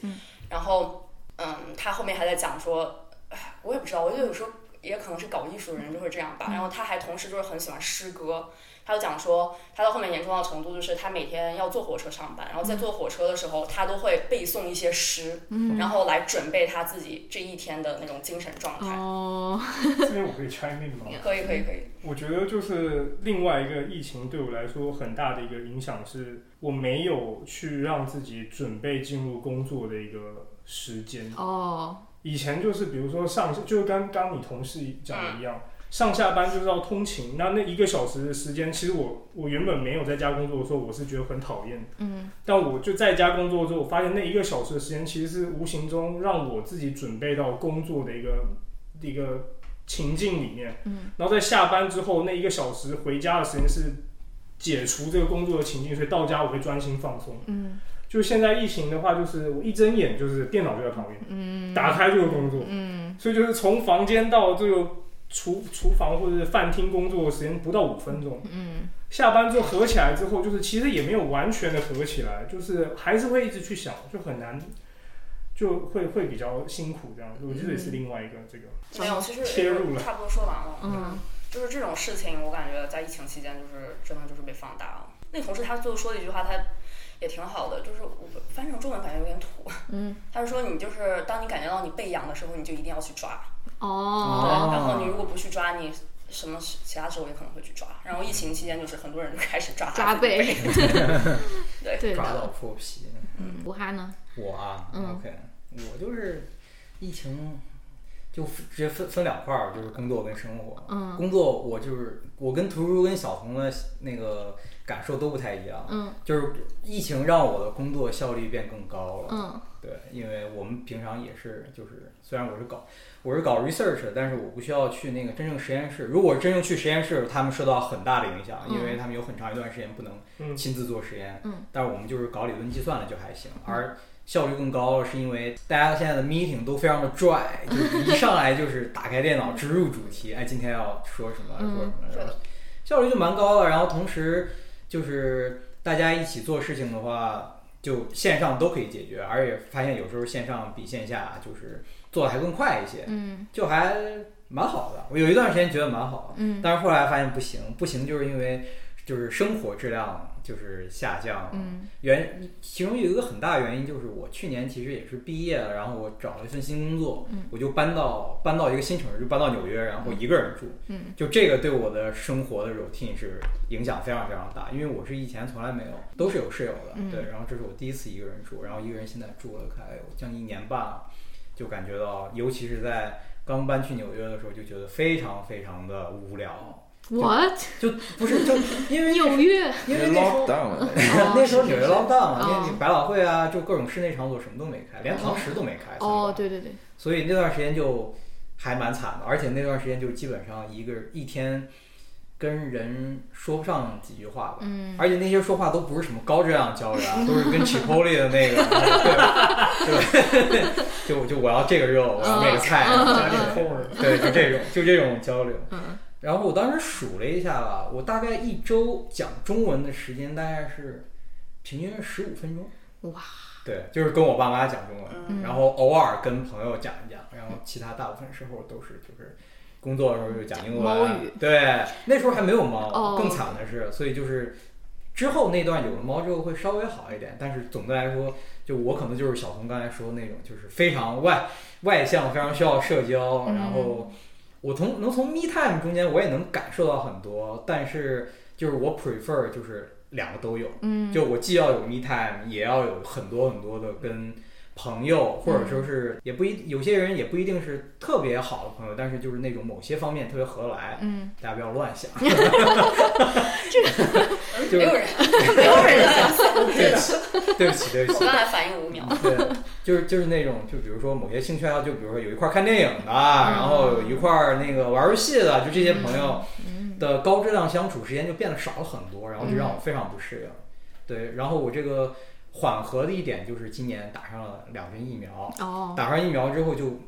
[SPEAKER 5] 然后嗯，他后面还在讲说，哎，我也不知道，我觉得有时候也可能是搞艺术的人就会这样吧。然后他还同时就是很喜欢诗歌，他就讲说，他到后面严重到程度就是他每天要坐火车上班，然后在坐火车的时候，他都会背诵一些诗，然后来准备他自己这一天的那种精神状态。
[SPEAKER 2] 哦，
[SPEAKER 4] 这边我可以 chime in 吗？
[SPEAKER 5] 可以可以可以，
[SPEAKER 4] 我觉得就是另外一个疫情对我来说很大的一个影响是，我没有去让自己准备进入工作的一个时间。
[SPEAKER 2] 哦，
[SPEAKER 4] 以前就是比如说上，就跟刚刚你同事讲的一样，上下班就是要通勤，那那一个小时的时间，其实我我原本没有在家工作的时候，我是觉得很讨厌的。
[SPEAKER 2] 嗯，
[SPEAKER 4] 但我就在家工作之后，我发现那一个小时的时间，其实是无形中让我自己准备到工作的一个一个情境里面。
[SPEAKER 2] 嗯，
[SPEAKER 4] 然后在下班之后那一个小时回家的时间是解除这个工作的情境，所以到家我会专心放松。
[SPEAKER 2] 嗯
[SPEAKER 4] 就现在疫情的话，就是我一睁眼就是电脑就在旁边，
[SPEAKER 2] 嗯，
[SPEAKER 4] 打开就是工作，
[SPEAKER 2] 嗯，
[SPEAKER 4] 所以就是从房间到这个厨厨房或者是饭厅工作的时间不到五分钟。
[SPEAKER 2] 嗯，
[SPEAKER 4] 下班之后合起来之后，就是其实也没有完全的合起来，就是还是会一直去想，就很难，就会会比较辛苦这样子。我觉得也是另外一个这个，
[SPEAKER 5] 没有，其实
[SPEAKER 4] 嗯切入了
[SPEAKER 5] 差不多说完了。
[SPEAKER 2] 嗯，
[SPEAKER 5] 就是这种事情，我感觉在疫情期间就是真的就是被放大了。那同事他最后说了一句话，他也挺好的，就是我翻译成中文感觉有点土。
[SPEAKER 2] 嗯，
[SPEAKER 5] 他是说你就是当你感觉到你被痒的时候，你就一定要去抓。对，
[SPEAKER 2] 哦，
[SPEAKER 5] 然后你如果不去抓你。什么时其他时候也可能会去抓，然后疫情期间就是很多人就开始抓
[SPEAKER 2] 抓
[SPEAKER 5] 背，
[SPEAKER 2] 背，对
[SPEAKER 3] 抓到
[SPEAKER 2] 的，嗯
[SPEAKER 3] 破皮。
[SPEAKER 2] 武汉呢？
[SPEAKER 3] 我啊、
[SPEAKER 2] 嗯
[SPEAKER 3] o k 我就是疫情就分直接分分两块儿，就是工作跟生活。
[SPEAKER 2] 嗯
[SPEAKER 3] 工作我就是我跟图书跟小童的那个感受都不太一样，
[SPEAKER 2] 嗯
[SPEAKER 3] 就是疫情让我的工作效率变更高了。
[SPEAKER 2] 嗯
[SPEAKER 3] 对，因为我们平常也是，就是虽然我是搞我是搞 research 的，但是我不需要去那个真正实验室。如果真正去实验室，他们受到很大的影响，因
[SPEAKER 5] 嗯
[SPEAKER 3] 为他们有很长一段时间不能
[SPEAKER 4] 嗯
[SPEAKER 3] 亲自做实验。
[SPEAKER 2] 嗯，
[SPEAKER 3] 但是我们就是搞理论计算了就还行，
[SPEAKER 5] 嗯
[SPEAKER 3] 而效率更高了，是因为大家现在的 meeting 都非常的拽，就是一上来就是打开电脑植入主题，哎，今天要说什么说什么，
[SPEAKER 5] 嗯是
[SPEAKER 3] 然后
[SPEAKER 5] 的
[SPEAKER 3] 效率就蛮高的。然后同时就是大家一起做事情的话，就线上都可以解决，而且发现有时候线上比线下就是做的还更快一些，
[SPEAKER 2] 嗯
[SPEAKER 3] 就还蛮好的。我有一段时间觉得蛮好，
[SPEAKER 2] 嗯
[SPEAKER 3] 但是后来发现不行，不行就是因为就是生活质量就是下降。
[SPEAKER 2] 嗯
[SPEAKER 3] 原其中有一个很大的原因就是我去年其实也是毕业了，然后我找了一份新工作，
[SPEAKER 2] 嗯
[SPEAKER 3] 我就搬到搬到一个新城市，就搬到纽约，然后一个人住。
[SPEAKER 2] 嗯
[SPEAKER 3] 就这个对我的生活的 routine 是影响非常非常大，因为我是以前从来没有，都是有室友的，
[SPEAKER 2] 嗯
[SPEAKER 3] 对，然后这是我第一次一个人住，然后一个人现在住了快有将近一年半了，就感觉到，尤其是在刚搬去纽约的时候，就觉得非常非常的无聊，
[SPEAKER 2] ，what？
[SPEAKER 3] 就不是就 因为
[SPEAKER 2] 纽约，
[SPEAKER 3] 因为那时候
[SPEAKER 1] down 了，
[SPEAKER 3] 那时候纽约 lockdown 嘛，
[SPEAKER 2] 哦
[SPEAKER 3] 因为你百老汇啊，就各种室内场所什么都没开，连堂食都没开，
[SPEAKER 2] 哦，
[SPEAKER 3] 所以
[SPEAKER 2] 对对对，
[SPEAKER 3] 所以那段时间就还蛮惨的，而且那段时间就基本上一个一天跟人说不上几句话吧，
[SPEAKER 2] 嗯
[SPEAKER 3] 而且那些说话都不是什么高质量交流啊，都是跟 Chipotle 的那个，对对， 就就我要这个肉，
[SPEAKER 2] 哦
[SPEAKER 3] 我要那个菜，
[SPEAKER 4] 加点
[SPEAKER 3] 对
[SPEAKER 4] 空儿，
[SPEAKER 3] 对，就这种就这种交流。
[SPEAKER 2] 嗯
[SPEAKER 3] 然后我当时数了一下吧，我大概一周讲中文的时间大概是平均十五分钟。
[SPEAKER 2] 哇！
[SPEAKER 3] 对，就是跟我爸妈讲中文，
[SPEAKER 2] 嗯
[SPEAKER 3] 然后偶尔跟朋友讲一讲，然后其他大部分时候都是就是工作的时候就讲英文。啊
[SPEAKER 2] 猫语
[SPEAKER 3] 对，那时候还没有猫，
[SPEAKER 2] 哦
[SPEAKER 3] 更惨的是，所以就是之后那段有了猫之后会稍微好一点，但是总的来说，就我可能就是小童刚才说的那种，就是非常外外向，非常需要社交，
[SPEAKER 2] 嗯
[SPEAKER 3] 然后我从能从 me time 中间我也能感受到很多，但是就是我 prefer 就是两个都有。
[SPEAKER 2] 嗯，
[SPEAKER 3] 就我既要有 me time，也要有很多很多的跟朋友，或者
[SPEAKER 2] 嗯
[SPEAKER 3] 说是也不一，有些人也不一定是特别好的朋友，但是就是那种某些方面特别合得来，
[SPEAKER 2] 嗯，
[SPEAKER 3] 大家不要乱想。就
[SPEAKER 5] 没有
[SPEAKER 3] 是
[SPEAKER 5] 人，
[SPEAKER 2] 没有人想
[SPEAKER 3] 对不起，对不起，对不
[SPEAKER 5] 我
[SPEAKER 3] 起。
[SPEAKER 5] 刚才反应五秒，
[SPEAKER 3] 对，就是就是那种，就比如说某些兴趣爱好，就比如说有一块儿看电影的，然后有一块儿那个玩儿游戏的，就这些朋友
[SPEAKER 2] 嗯
[SPEAKER 3] 的高质量相处时间就变得少了很多，然后就让我非常不适应。对，然后我这个缓和的一点就是今年打上了两针疫苗，
[SPEAKER 2] 哦，
[SPEAKER 3] 打上疫苗之后，就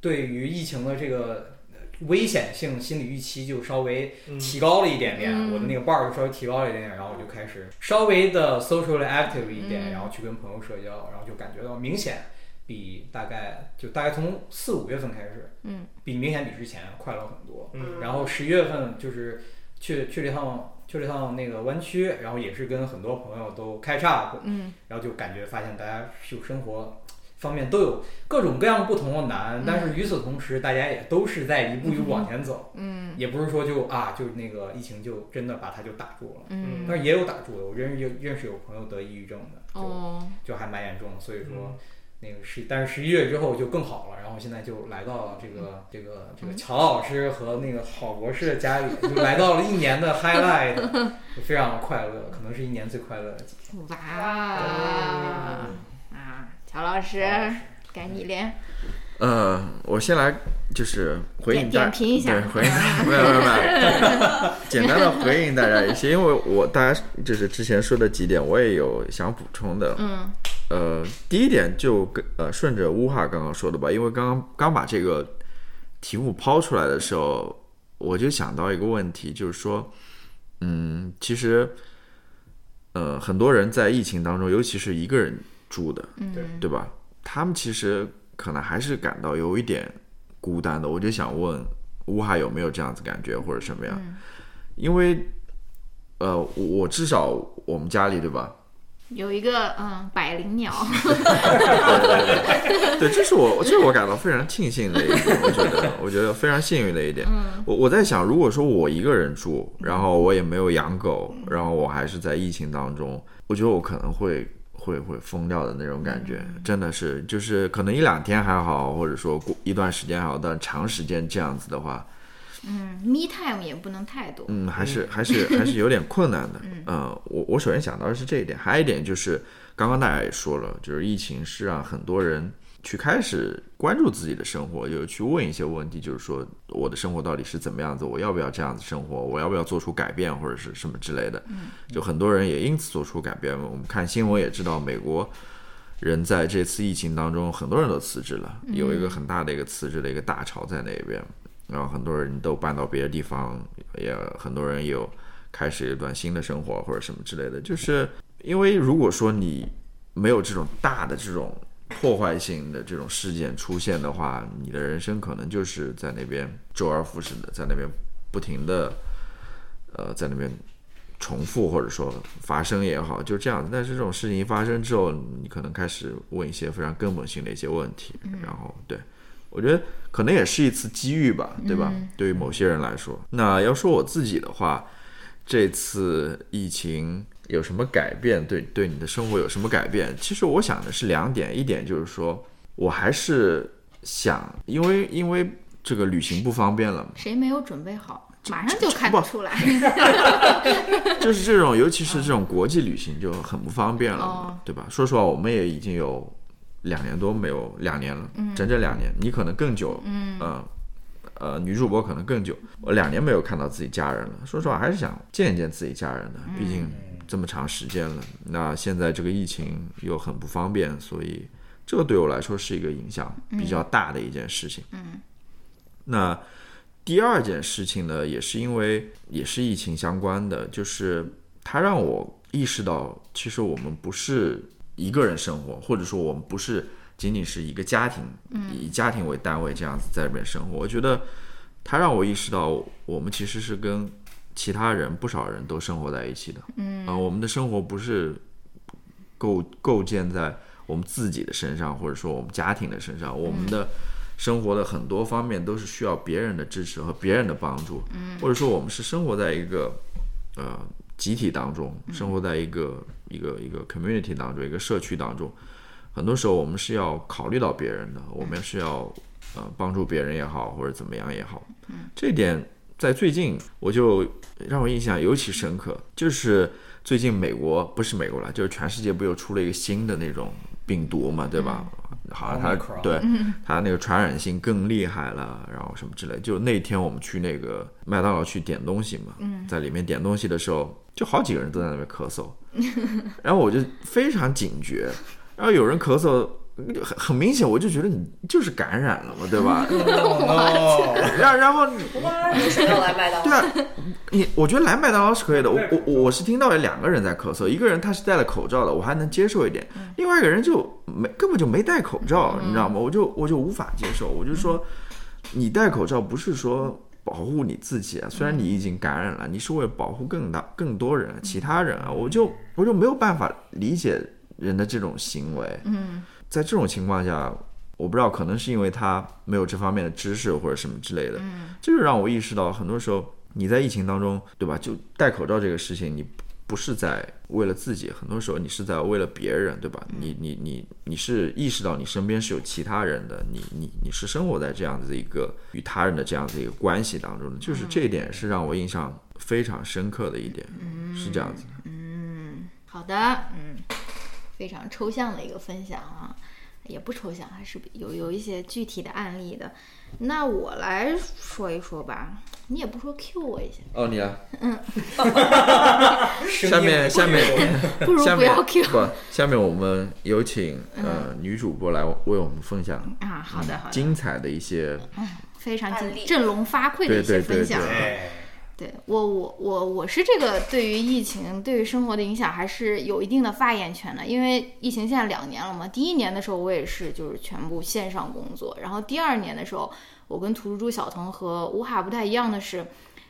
[SPEAKER 3] 对于疫情的这个呃危险性心理预期就稍微
[SPEAKER 4] 嗯
[SPEAKER 3] 提高了一点点，
[SPEAKER 2] 嗯
[SPEAKER 3] 我的那个 bar 就稍微提高了一点点，然后我就开始稍微的 socially active 一
[SPEAKER 2] 嗯
[SPEAKER 3] 点，然后去跟朋友社交，然后就感觉到明显比大概就大概从四五月份开始，
[SPEAKER 2] 嗯，
[SPEAKER 3] 比明显比之前快乐很多。
[SPEAKER 4] 嗯
[SPEAKER 3] 然 后十一月份就是去去了一趟去了一趟那个湾区，然后也是跟很多朋友都开叉过，
[SPEAKER 2] 嗯
[SPEAKER 3] 然后就感觉发现大家就生活方面都有各种各样不同的难，但是与此同时，大家也都是在一步一步往前走，
[SPEAKER 2] 嗯
[SPEAKER 3] 也不是说就啊，就那个疫情就真的把它就打住了，
[SPEAKER 2] 嗯，
[SPEAKER 3] 但是也有打住的，我认识有认识有朋友得抑郁症的，就
[SPEAKER 2] 哦，
[SPEAKER 3] 就还蛮严重的，所以说
[SPEAKER 4] 嗯。
[SPEAKER 3] 那个十，但是十一月之后就更好了，然后现在就来到了这
[SPEAKER 2] 嗯
[SPEAKER 3] 个这个这个乔老师和那个郝博士的家里，就来到了一年的 highlight，就非常快乐，可能是一年最快乐的几
[SPEAKER 2] 哇
[SPEAKER 5] 哇
[SPEAKER 2] 啊，乔老师，该你了。
[SPEAKER 1] 呃，我先来就是回应
[SPEAKER 2] 点
[SPEAKER 1] 大
[SPEAKER 2] 点评一下
[SPEAKER 1] 对，回应没有没有没有， 简单的回应大家一些，因为我大家就是之前说的几点，我也有想补充的。
[SPEAKER 2] 嗯
[SPEAKER 1] 呃，第一点就跟呃顺着乌哈刚刚说的吧，因为刚刚刚把这个题目抛出来的时候，我就想到一个问题，就是说，嗯，其实，呃，很多人在疫情当中，尤其是一个人住的，
[SPEAKER 2] 嗯
[SPEAKER 1] 对吧？他们其实可能还是感到有一点孤单的。我就想问乌海有没有这样子感觉或者什么样？
[SPEAKER 2] 嗯
[SPEAKER 1] 因为呃，我我至少我们家里对吧？
[SPEAKER 2] 有一个嗯百灵鸟，
[SPEAKER 1] 对，这是我这是我感到非常庆幸的一点，我觉得我觉得非常幸运的一点。我我在想，如果说我一个人住，然后我也没有养狗，然后我还是在疫情当中，我觉得我可能会。会会疯掉的那种感觉，真的是，就是可能一两天还好，或者说过一段时间还好，但长时间这样子的话，
[SPEAKER 2] 嗯，me time 也不能太多。
[SPEAKER 1] 嗯，还是还是还是有点困难的。嗯，我我首先想到的是这一点，还有一点就是刚刚大家也说了，就是疫情是让很多人去开始关注自己的生活，就是去问一些问题，就是说我的生活到底是怎么样子，我要不要这样子生活，我要不要做出改变或者是什么之类的。嗯，就很多人也因此做出改变。我们看新闻也知道，美国。人在这次疫情当中，很多人都辞职了，有一个很大的一个辞职的一个大潮在那边。然后很多人都搬到别的地方，也很多人有开始一段新的生活或者什么之类的。就是因为如果说你没有这种大的这种破坏性的这种事件出现的话，你的人生可能就是在那边周而复始的，在那边不停的，呃，在那边重复或者说发生也好，就这样。但是这种事情一发生之后，你可能开始问一些非常根本性的一些问题，然后对。我觉得可能也是一次机遇吧，对吧？对于某些人来说，那要说我自己的话，这次疫情有什么改变？对对你的生活有什么改变？其实我想的是两点，一点就是说我还是想，因为因为这个旅行不方便了嘛，
[SPEAKER 2] 谁没有准备好，马上就看
[SPEAKER 1] 不
[SPEAKER 2] 得出来。
[SPEAKER 1] 就是这种，尤其是这种国际旅行就很不方便了嘛，
[SPEAKER 2] 哦
[SPEAKER 1] 对吧？说实话，我们也已经有两年多没有两年了，整整两年，你可能更久，嗯，呃，呃女主播可能更久，我两年没有看到自己家人了。说实话，还是想见一见自己家人的，毕竟
[SPEAKER 3] 嗯
[SPEAKER 1] 这么长时间了。那现在这个疫情又很不方便，所以这个对我来说是一个影响比较大的一件事情。嗯，那。第二件事情呢，也是因为也是疫情相关的，就是它让我意识到，其实我们不是一个人生活，或者说我们不是仅仅是一个家庭，以家庭为单位这样子在里面生活。我觉得它让我意识到，我们其实是跟其他人不少人都生活在一起的。嗯，啊、我们的生活不是构构建在我们自己的身上，或者说我们家庭的身上，我们的、生活的很多方面都是需要别人的支持和别人的帮助，或者说我们是生活在一个呃集体当中，生活在一个、一个一个 community 当中，一个社区当中，很多时候我们是要考虑到别人的，我们是要呃帮助别人也好，或者怎么样也好，这一点在最近我就让我印象尤其深刻，就是最近美国不是美国了，就是全世界不又出了一个新的那种病毒嘛，对吧？好像它
[SPEAKER 3] Omicron
[SPEAKER 1] 对
[SPEAKER 2] 嗯
[SPEAKER 1] 它那个传染性更厉害了，然后什么之类。就那天我们去那个麦当劳去点东西嘛，在里面点东西的时候，就好几个人都在那边咳嗽，然后我就非常警觉，然后有人咳嗽，很很明显，我就觉得你就是感染了嘛，对吧？
[SPEAKER 3] 哦，
[SPEAKER 1] 然然后你
[SPEAKER 5] 为什么要来麦当
[SPEAKER 1] 对
[SPEAKER 5] 劳？
[SPEAKER 1] 啊， 你我觉得来麦当劳是可以的。我
[SPEAKER 4] 戴口
[SPEAKER 1] 我
[SPEAKER 4] 罩
[SPEAKER 1] 我是听到有两个人在咳嗽，一个人他是戴了口罩的，我还能接受一点；另外一个人就没根本就没戴口罩，你知道吗？我就我就无法接受。我就说，你戴口罩不是说保护你自己啊，虽然你已经感染了，你是为了保护更大更多人、其他人啊。我就我就没有办法理解人的这种行为。
[SPEAKER 2] 嗯
[SPEAKER 1] 在这种情况下，我不知道，可能是因为他没有这方面的知识或者什么之类的，这就让我意识到，很多时候你在疫情当中，对吧？就戴口罩这个事情，你不是在为了自己，很多时候你是在为了别人，对吧？你你你你是意识到你身边是有其他人的，你你你是生活在这样子一个与他人的这样子一个关系当中的，就是这一点是让我印象非常深刻的一点，是这样子。
[SPEAKER 2] 嗯，好的，嗯，非常抽象的一个分享啊，也不抽象，还是有有一些具体的案例的。那我来说一说吧，你也不说 Q 我一下，
[SPEAKER 1] 哦，你啊，
[SPEAKER 3] 下
[SPEAKER 1] 下面下面。
[SPEAKER 2] 不如
[SPEAKER 1] 下
[SPEAKER 2] 不
[SPEAKER 1] 面
[SPEAKER 2] 要 Q 嗯
[SPEAKER 1] 不，下面我们有请呃女主播来为我们分享
[SPEAKER 2] 啊。好的，好的，
[SPEAKER 1] 精彩的一些
[SPEAKER 2] 非常
[SPEAKER 5] 案
[SPEAKER 2] 振
[SPEAKER 5] 例
[SPEAKER 2] 振聋发聩的
[SPEAKER 1] 对
[SPEAKER 2] 一些
[SPEAKER 1] 对对
[SPEAKER 2] 分享
[SPEAKER 1] 对
[SPEAKER 2] 啊。
[SPEAKER 3] 哎，
[SPEAKER 2] 对我，我我我是这个对于疫情对于生活的影响还是有一定的发言权的，因为疫情现在两年了嘛。第一年的时候我也是就是全部线上工作，然后第二年的时候，我跟土猪猪、小腾和乌哈不太一样的是，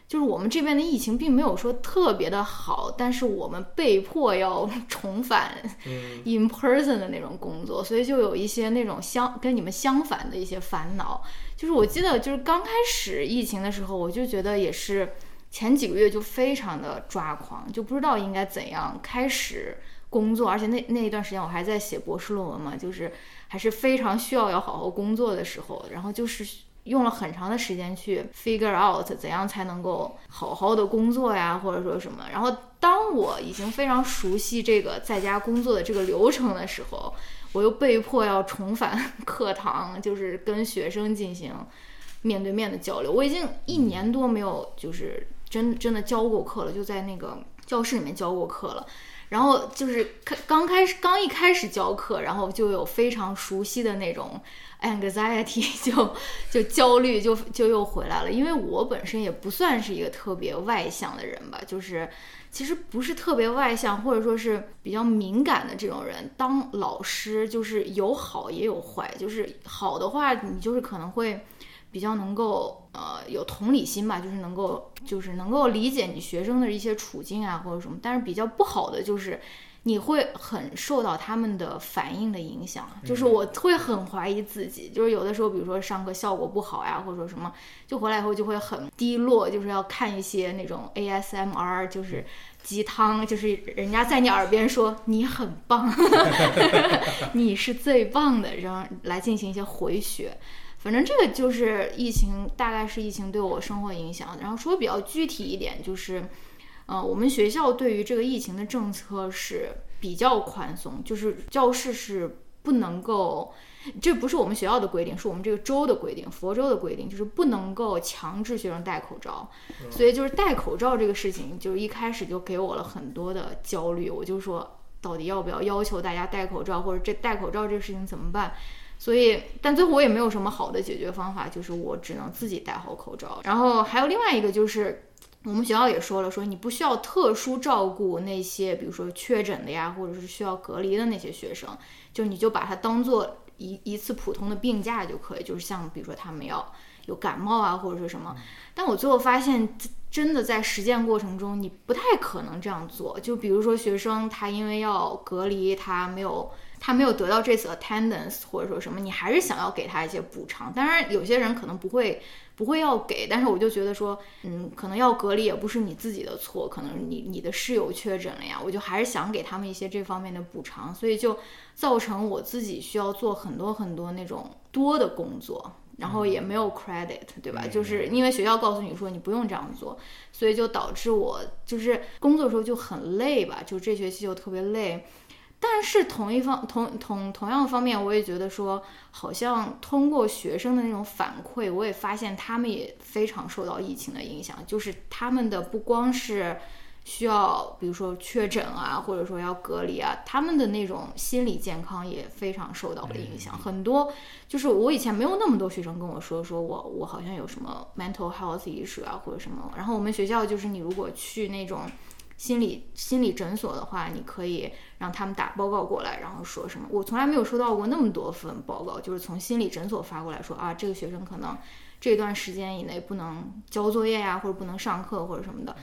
[SPEAKER 2] 就是我们这边的疫情并没有说特别的好，但是我们被迫要 重返
[SPEAKER 3] 嗯
[SPEAKER 2] in person 的那种工作，所以就有一些那种相跟你们相反的一些烦恼。就是我记得就是刚开始疫情的时候，我就觉得也是。前几个月就非常的抓狂，就不知道应该怎样开始工作，而且那那一段时间我还在写博士论文嘛，就是还是非常需要要好好工作的时候，然后就是用了很长的时间去 figure out 怎样才能够好好的工作呀，或者说什么。然后当我已经非常熟悉这个在家工作的这个流程的时候，我又被迫要重返课堂，就是跟学生进行面对面的交流。我已经一年多没有就是真真的教过课了，就在那个教室里面教过课了。然后就是开刚开始刚一开始教课，然后就有非常熟悉的那种 anxiety，就 就焦虑就就又回来了。因为我本身也不算是一个特别外向的人吧，就是其实不是特别外向，或者说是比较敏感的这种人。当老师就是有好也有坏，就是好的话，你就是可能会比较能够呃有同理心吧，就是能够就是能够理解你学生的一些处境啊或者什么，但是比较不好的就是。你会很受到他们的反应的影响，就是我会很怀疑自己，就是有的时候，比如说上课效果不好呀，或者说什么，就回来以后就会很低落，就是要看一些那种 ASMR，就是鸡汤，就是人家在你耳边说你很棒， 你是最棒的，然后来进行一些回血。反正这个就是疫情，大概是疫情对我生活的影响。然后说比较具体一点，就是，呃，我们学校对于这个疫情的政策是比较宽松，就是教室是不能够，这不是我们学校的规定，是我们这个州的规定，佛州的规定，就是不能够强制学生戴口罩。所以就是戴口罩这个事情，就是一开始就给我了很多的焦虑，我就说到底要不要要求大家戴口罩，或者这戴口罩这个事情怎么办？所以，但最后我也没有什么好的解决方法，就是我只能自己戴好口罩。然后还有另外一个就是。我们学校也说了，说你不需要特殊照顾那些，比如说确诊的呀，或者是需要隔离的那些学生，就你就把它当做一一次普通的病假就可以，就是像比如说他们要有感冒啊，或者说什么。但我最后发现，真真的在实践过程中，你不太可能这样做。就比如说学生他因为要隔离，他没有他没有得到这次 attendance 或者说什么，你还是想要给他一些补偿。当然，有些人可能不会不会要给，但是我就觉得说，嗯，可能要隔离也不是你自己的错，可能你你的室友确诊了呀，我就还是想给他们一些这方面的补偿，所以就造成我自己需要做很多很多那种多的工作。然后也没有 credit，对吧？就是因为学校告诉你说你不用这样做，所以就导致我就是工作的时候就很累吧，就这学期就特别累。但是同一方同同同样方面，我也觉得说，好像通过学生的那种反馈，我也发现他们也非常受到疫情的影响，就是他们的不光是需要，比如说确诊啊，或者说要隔离啊，他们的那种心理健康也非常受到了影响。很多就是我以前没有那么多学生跟我说，说我我好像有什么 mental health issue 啊，或者什么。然后我们学校就是你如果去那种心理心理诊所的话，你可以让他们打报告过来，然后说什么。我从来没有收到过那么多份报告，就是从心理诊所发过来说啊，这个学生可能这段时间以内不能交作业呀、或者不能上课或者什么的。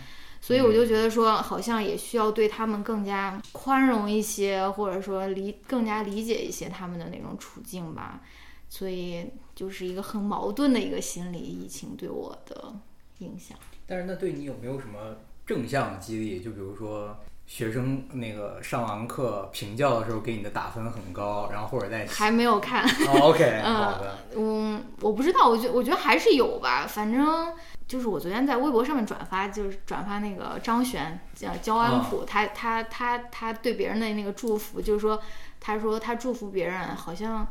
[SPEAKER 2] 所以我就觉得说，好像也需要对他们更加宽容一些，或者说理更加理解一些他们的那种处境吧。所以就是一个很矛盾的一个心理疫情对我的影响。
[SPEAKER 3] 但是那对你有没有什么正向激励？就比如说学生那个上完课评教的时候给你的打分很高，然后或者在
[SPEAKER 2] 还没有看，
[SPEAKER 3] 哦 OK
[SPEAKER 2] 嗯
[SPEAKER 3] 好的，
[SPEAKER 2] 嗯，我不知道，我觉我觉得还是有吧，反正。就是我昨天在微博上面转发，就是转发那个张悬叫焦安溥，他他他他对别人的那个祝福，就是说，他说他祝福别人，好像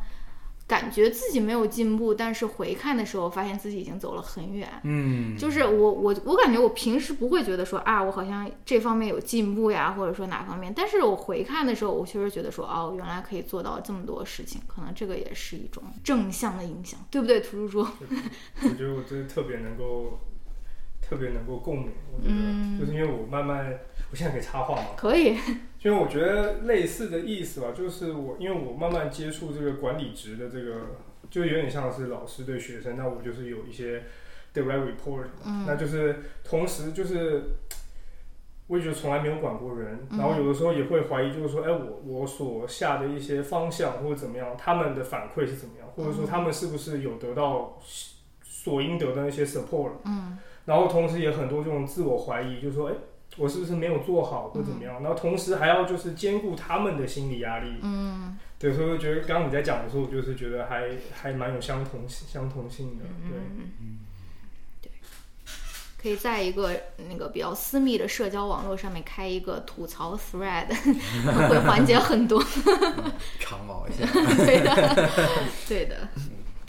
[SPEAKER 2] 感觉自己没有进步，但是回看的时候发现自己已经走了很远。
[SPEAKER 3] 嗯，
[SPEAKER 2] 就是我我我感觉我平时不会觉得说啊，我好像这方面有进步呀，或者说哪方面，但是我回看的时候，我确实觉得说哦，原来可以做到这么多事情，可能这个也是一种正向的影响，对不对，图书叔？
[SPEAKER 4] 我觉得我就是特别能够，特别能够共鸣。我觉得、
[SPEAKER 2] 嗯
[SPEAKER 4] 就是因为我慢慢，我现在可以插话嘛，
[SPEAKER 2] 可 以，
[SPEAKER 4] 因为我觉得类似的意思吧，就是我因为我慢慢接触这个管理职的这个，就有点像是老师对学生，那我就是有一些 direct report，、
[SPEAKER 2] 嗯
[SPEAKER 4] 那就是同时就是。我也觉得从来没有管过人，
[SPEAKER 2] 嗯
[SPEAKER 4] 然后有的时候也会怀疑，就是说，哎，我我所下的一些方向或者怎么样，他们的反馈是怎么样，或者说他们是不是有得到所应得的那些 support，
[SPEAKER 2] 嗯
[SPEAKER 4] 然后同时也很多这种自我怀疑，就说，哎，我是不是没有做好或怎么样？然后同时还要就是兼顾他们的心理压力。
[SPEAKER 2] 嗯
[SPEAKER 4] 对，所以我觉得刚刚你在讲的时候，我就是觉得还还蛮有相同性相同性的。对，
[SPEAKER 2] 嗯，对，可以在一个那个比较私密的社交网络上面开一个吐槽 thread，会 缓解很多，
[SPEAKER 3] 长毛一下，
[SPEAKER 2] 对的， 对 的，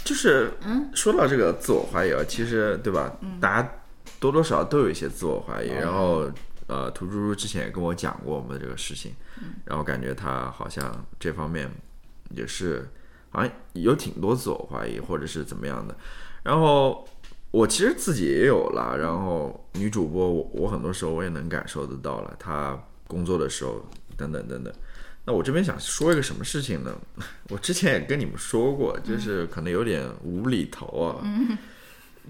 [SPEAKER 1] 就是
[SPEAKER 2] 嗯
[SPEAKER 1] 说到这个自我怀疑啊，其实对吧？大家多多少少都有一些自我怀疑。然后呃，图猪猪之前也跟我讲过我们这个事情，然后感觉他好像这方面也是好像有挺多自我怀疑或者是怎么样的。然后我其实自己也有啦。然后女主播我我很多时候我也能感受得到了，她工作的时候等等等等。那我这边想说一个什么事情呢？我之前也跟你们说过，就是可能有点无厘头啊。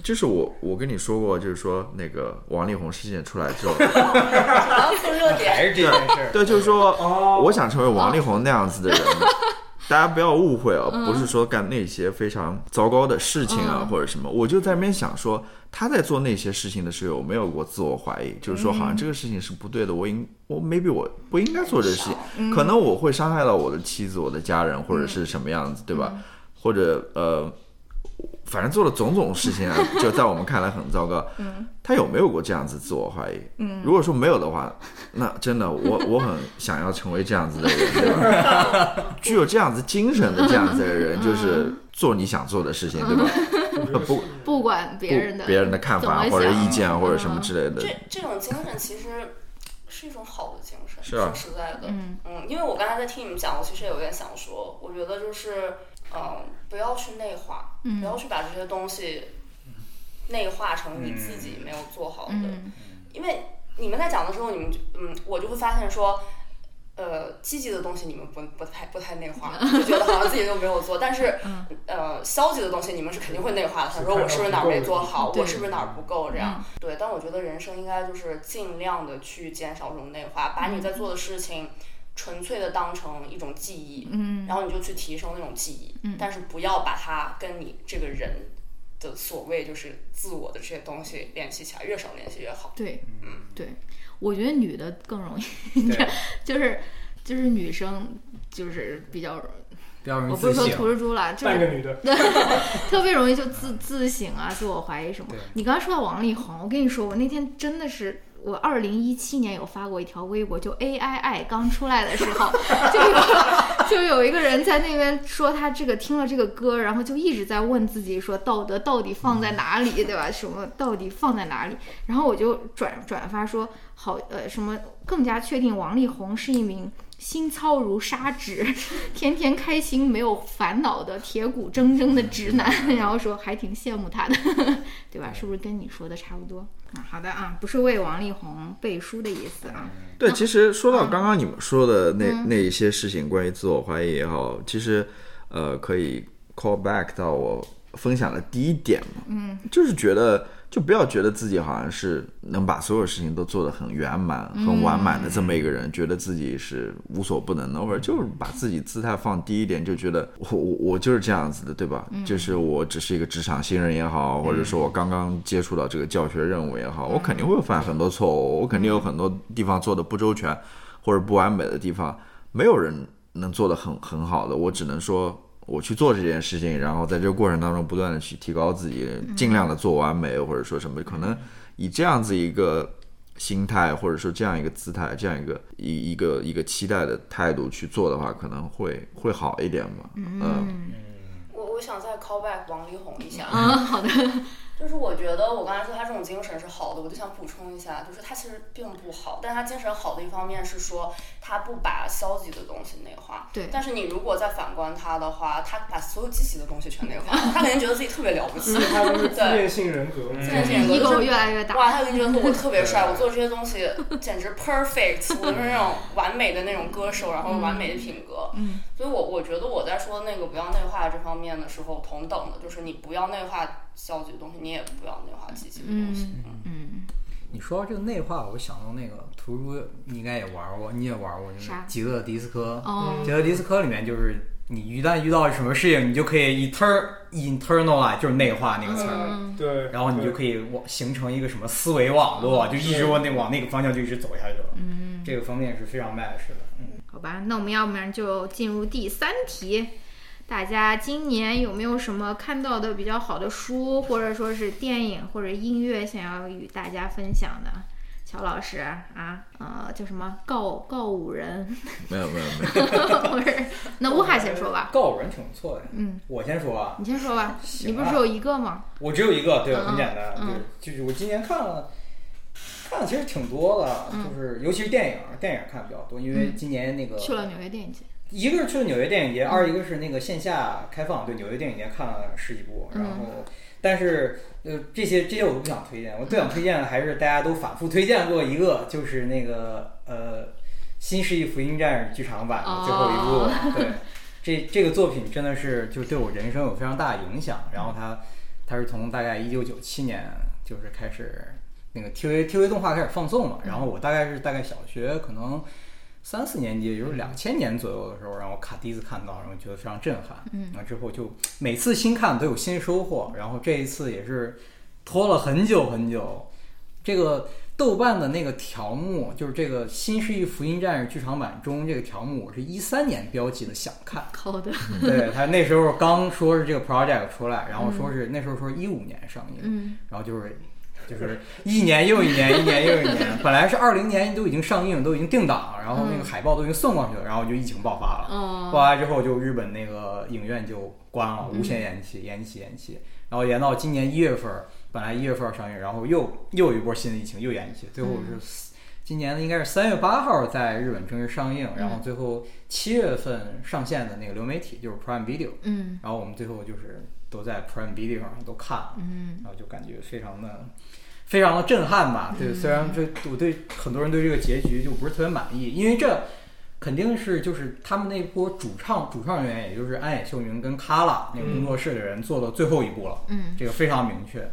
[SPEAKER 1] 就是我我跟你说过，就是说那个王力宏事件出来之后，
[SPEAKER 5] 然后蹭热 点，
[SPEAKER 3] 还是这件事儿，
[SPEAKER 1] 对，就是说
[SPEAKER 4] 哦，
[SPEAKER 1] 我想成为王力宏那样子的 人。大家不要误会啊，不是说干那些非常糟糕的事情啊，或者什么。我就在那边想说，他在做那些事情的时候有没有过自我怀疑？就是说，好像这个事情是不对的，我应我 maybe 我不嗯应该做这事情，可能我会伤害到我的妻子、我的家人或者是什么样子，对吧？或者呃，反正做了种种事情 啊，就在我们看来很糟糕。他有没有过这样子自我怀疑？嗯，如果说没有的话，那真的我我很想要成为这样子的人，对吧？ 具有这样子精神的这样子的人，就是做你想做的事情，对吧？
[SPEAKER 4] 我觉得是
[SPEAKER 1] 不
[SPEAKER 2] 不管嗯别人的
[SPEAKER 1] 不别人的看法
[SPEAKER 2] 怎么
[SPEAKER 1] 或者
[SPEAKER 2] 想嗯
[SPEAKER 1] 意见啊或者什么之类的
[SPEAKER 5] 这，这种精神其实是一种好的精神，
[SPEAKER 1] 是啊
[SPEAKER 5] 说实在的，
[SPEAKER 2] 嗯
[SPEAKER 5] 因为我刚才在听你们讲，我其实有点想说，我觉得就是，嗯，不要去内化，
[SPEAKER 2] 嗯
[SPEAKER 5] 不要去把这些东西内化成你自己没有做好的，
[SPEAKER 2] 嗯
[SPEAKER 5] 因为你们在讲的时候，你们就嗯，我就会发现说，呃，积极的东西你们不不太不太内 化，就觉得好像自己都没有做，但是、呃，消极的东西你们是肯定会内化的。他说我是不是哪儿没做好，
[SPEAKER 2] 对
[SPEAKER 5] 我是不是哪儿不够这样？对，但我觉得人生应该就是尽量的去减少这种内化，把你在做的事情。纯粹的当成一种记忆，嗯，然后你就去提升那种记忆，嗯，但是不要把它跟你这个人的所谓就是自我的这些东西联系起来，越少联系越好。
[SPEAKER 2] 对对，我觉得女的更容易，
[SPEAKER 3] 嗯对，
[SPEAKER 2] 就是就是女生就是比较，
[SPEAKER 3] 不要容
[SPEAKER 2] 我
[SPEAKER 3] 易
[SPEAKER 2] 不
[SPEAKER 3] 自
[SPEAKER 2] 是说
[SPEAKER 3] 省
[SPEAKER 2] 图，蜘蛛啦，就
[SPEAKER 4] 半
[SPEAKER 2] 是
[SPEAKER 4] 个女的，
[SPEAKER 2] 特别容易就自自省啊、自我怀疑什么
[SPEAKER 3] 对。
[SPEAKER 2] 你刚刚说到王力宏，我跟你说，我那天真的是。我二零一七年有发过一条微博，就 A I I 刚出来的时候，就有就有一个人在那边说他这个听了这个歌，然后就一直在问自己说道德到底放在哪里，对吧？什么到底放在哪里？然后我就转转发说好呃什么更加确定王力宏是一名心操如砂纸、天天开心没有烦恼的铁骨铮铮的直男， 然后说还挺羡慕他的， 对吧？是不是跟你说的差不多？啊，好的啊，不是为王力宏背书的意思啊。
[SPEAKER 1] 对，其实说到刚刚你们说的那、
[SPEAKER 2] 嗯
[SPEAKER 1] 那一些事情，关于自我怀疑也好，其实呃可以 call back 到我分享的第一点嘛，嗯，就是觉得就不要觉得自己好像是能把所有事情都做得很圆满、很完满的这么一个人，觉得自己是无所不能的，或者就是把自己姿态放低一点，就觉得我我我就是这样子的，对吧？就是我只是一个职场新人也好，或者说我刚刚接触到这个教学任务也好，我肯定会犯很多错误，我肯定有很多地方做的不周全或者不完美的地方，没有人能做得很很好的，我只能说我去做这件事情，然后在这个过程当中不断的去提高自己，尽量的做完美，或者说什么，可能以这样子一个心态，或者说这样一个姿态，这样一个一一个一个期待的态度去做的话，可能会会好一点嘛。嗯，
[SPEAKER 5] 我我想再 call back 王力宏一下，
[SPEAKER 2] 嗯，好的，
[SPEAKER 5] 就是我觉得我刚才说他这种精神是好的，我就想补充一下，就是他其实并不好，但他精神好的一方面是说他不把消极的东西内化。
[SPEAKER 2] 对
[SPEAKER 5] 但是你如果再反观他的话，他把所有积极的东西全内化，了，他肯定觉得自己特别了不起。
[SPEAKER 4] 因为他就是自
[SPEAKER 5] 对
[SPEAKER 4] 恋性人格，
[SPEAKER 5] 自恋性人格就是
[SPEAKER 2] ego 越来越大。
[SPEAKER 5] 哇，他有一觉得我 特别帅，我做这些东西简直 perfect，我就是那种完美的那种歌手，然后完美的品格。
[SPEAKER 2] 嗯，
[SPEAKER 5] 所以我我觉得我在说那个不要内化这方面的时候，同等的就是你不要内化消极的东西，你也不要内化积极的东西。嗯，
[SPEAKER 2] 嗯，
[SPEAKER 3] 你说到这个内化，我想到那个图书，你应该也玩过，你也玩过，就是
[SPEAKER 2] 啥
[SPEAKER 3] 极乐迪斯科。
[SPEAKER 2] 哦，
[SPEAKER 3] 极乐迪斯科里面就是你一旦遇到什么事情，你就可以 inter internalize，就是内化那个词儿。
[SPEAKER 2] 嗯，
[SPEAKER 4] 对，
[SPEAKER 3] 然后你就可以往形成一个什么思维网络，
[SPEAKER 2] 嗯
[SPEAKER 3] 就一直往那往那个方向就一直走下去了。嗯，这个方面是非常 match 的。嗯，
[SPEAKER 2] 好吧，那我们要不然就进入第三题。大家今年有没有什么看到的比较好的书，或者说是电影或者音乐，想要与大家分享的？乔老师啊，呃，叫什么告告五人，
[SPEAKER 1] 没有没有没有。
[SPEAKER 2] 不是？ 那乌哈先说吧，
[SPEAKER 3] 告五人挺不错的。
[SPEAKER 2] 嗯，
[SPEAKER 3] 我先说啊，
[SPEAKER 2] 你先说吧，
[SPEAKER 3] 行啊
[SPEAKER 2] 你不是只有一个吗？
[SPEAKER 3] 我只有一个，对，
[SPEAKER 2] 嗯
[SPEAKER 3] 很简单，
[SPEAKER 2] 嗯
[SPEAKER 3] 对，就是我今年看了，看了其实挺多的，
[SPEAKER 2] 嗯
[SPEAKER 3] 就是尤其是电影，电影看的比较多，因为今年那个
[SPEAKER 2] 去了纽嗯约电影节，
[SPEAKER 3] 一个是去了纽约电影节，二一个是那个线下开放，对，纽约电影节看了十几部，
[SPEAKER 2] 嗯
[SPEAKER 3] 然后。但是，呃，这些这些我都不想推荐，我最想推荐的还是大家都反复推荐过一个，就是那个呃《新世纪福音战士》剧场版的最后一部。对，这这个作品真的是就是对我人生有非常大的影响。然后它它是从大概一九九七年就是开始那个 TV TV 动画开始放送嘛，然后我大概是大概小学可能三四年级，也就是两千年左右的时候，然后看第一次看到，然后觉得非常震撼。嗯，然后之后就每次新看都有新收获，然后这一次也是拖了很久很久。这个豆瓣的那个条目，就是这个《新世纪福音战士》剧场版中这个条目，我是一三年标记的，想看。
[SPEAKER 2] 好的，
[SPEAKER 3] 对他那时候刚说是这个 project 出来，然后说是、那时候说一五年上映，
[SPEAKER 2] 嗯
[SPEAKER 3] 然后就是就是一年又一年，一年又一年，本来是二零年都已经上映，都已经定档，然后那个海报都已经送过去了，然后就疫情爆发了，爆
[SPEAKER 2] 哦，
[SPEAKER 3] 发之后就日本那个影院就关了，无限延期，延期，延期，然后延到今年一月份儿，本来一月份儿上映，然后又又一波新的疫情又延期，最后是四。今年应该是三月八号在日本正式上映，然后最后七月份上线的那个流媒体就是 Prime Video，
[SPEAKER 2] 嗯
[SPEAKER 3] 然后我们最后就是都在 Prime Video 上都看了，
[SPEAKER 2] 嗯
[SPEAKER 3] 然后就感觉非常的非常的震撼吧。对，虽然这我对很多人对这个结局就不是特别满意，因为这肯定是就是他们那波主唱主唱人员，也就是安野秀明跟卡拉那个工作室的人做到最后一步了，
[SPEAKER 2] 嗯
[SPEAKER 3] 这个非常明确。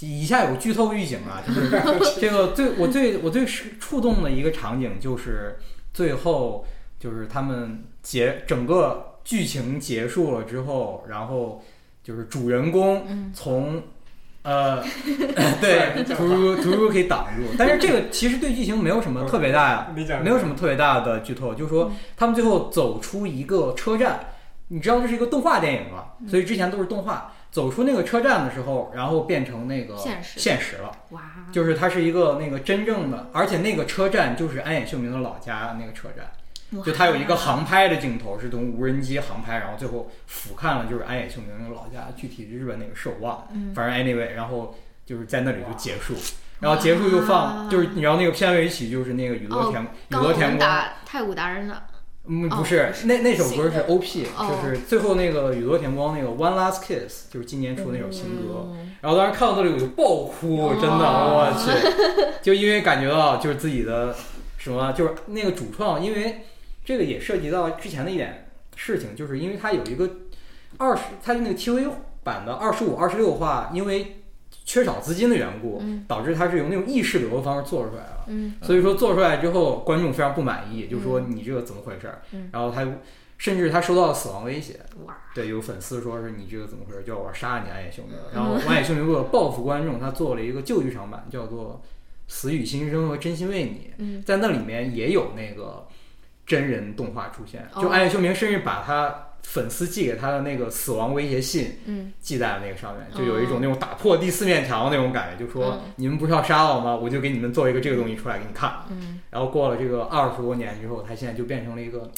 [SPEAKER 3] 以下有剧透预警啊，就是 这个最我最我最触动的一个场景就是最后就是他们结整个剧情结束了之后，然后就是主人公
[SPEAKER 2] 嗯
[SPEAKER 3] 从、 呃对图书图书可以挡住，但是 这个其实对剧情没有什么特别大呀，
[SPEAKER 4] 你讲
[SPEAKER 3] 没有什么特别大的剧透，就是
[SPEAKER 2] 嗯
[SPEAKER 3] 说他们最后走出一个车站，你知道这是一个动画电影吧？
[SPEAKER 2] 嗯
[SPEAKER 3] 所以之前都是动画。走出那个车站的时候，然后变成那个
[SPEAKER 2] 现实嗯
[SPEAKER 3] 现实了，
[SPEAKER 2] 哇，
[SPEAKER 3] 就是它是一个那个真正的，而且那个车站就是安野秀明的老家那个车站，
[SPEAKER 2] 哇
[SPEAKER 3] 就它有一个航拍的镜头，是从无人机航拍，然后最后俯瞰了就是安野秀明那个老家，具体日本哪个市我忘了，
[SPEAKER 2] 嗯
[SPEAKER 3] 反正 anyway，然后就是在那里就结束，然后结束就放，就是你知道那个片尾曲就是那个雨
[SPEAKER 2] 哦
[SPEAKER 3] 落天、雨
[SPEAKER 2] 刚
[SPEAKER 3] 落
[SPEAKER 2] 我
[SPEAKER 3] 天
[SPEAKER 2] 们
[SPEAKER 3] 光，
[SPEAKER 2] 打太鼓达人了，
[SPEAKER 3] 嗯，
[SPEAKER 2] 哦
[SPEAKER 3] 不是，那那首歌
[SPEAKER 5] 新
[SPEAKER 3] 是
[SPEAKER 5] 的
[SPEAKER 3] OP，、
[SPEAKER 2] 哦
[SPEAKER 3] 就是最后那个雨落天光那个 One Last Kiss，就是今年出的那首新歌。然后当时看到这里我就爆哭，真的，
[SPEAKER 2] 嗯哦
[SPEAKER 3] 我去，就因为感觉到就是自己的什么，就是那个主创，因为这个也涉及到之前的一点事情，就是因为它有一个二十，它那个 TV 版的二十五、二十六话，因为缺少资金的缘故，导致它是用那种意识流的方式做出来的。
[SPEAKER 2] 嗯
[SPEAKER 3] 所以说做出来之后，观众非常不满意，就说你这个怎么回事儿？
[SPEAKER 2] 嗯
[SPEAKER 3] 然后他甚至他收到了死亡威胁，
[SPEAKER 2] 哇，
[SPEAKER 3] 对，有粉丝说是你这个怎么回事儿？叫我杀你安野秀明。
[SPEAKER 2] 嗯
[SPEAKER 3] 然后安野秀明为了报复观众，他做了一个旧剧场版，叫做《死与新生》和《真心为你》。
[SPEAKER 2] 嗯
[SPEAKER 3] 在那里面也有那个真人动画出现，
[SPEAKER 2] 哦
[SPEAKER 3] 就安野秀明甚至把他粉丝寄给他的那个死亡威胁信
[SPEAKER 2] 嗯哦
[SPEAKER 3] 记在了那个上面，就有一种那种打破第四面墙的那种感觉，就说
[SPEAKER 2] 嗯
[SPEAKER 3] 你们不是要杀我吗？我就给你们做一个这个东西出来给你看。
[SPEAKER 2] 嗯，
[SPEAKER 3] 然后过了这个二十多年之后，他现在就变成了一个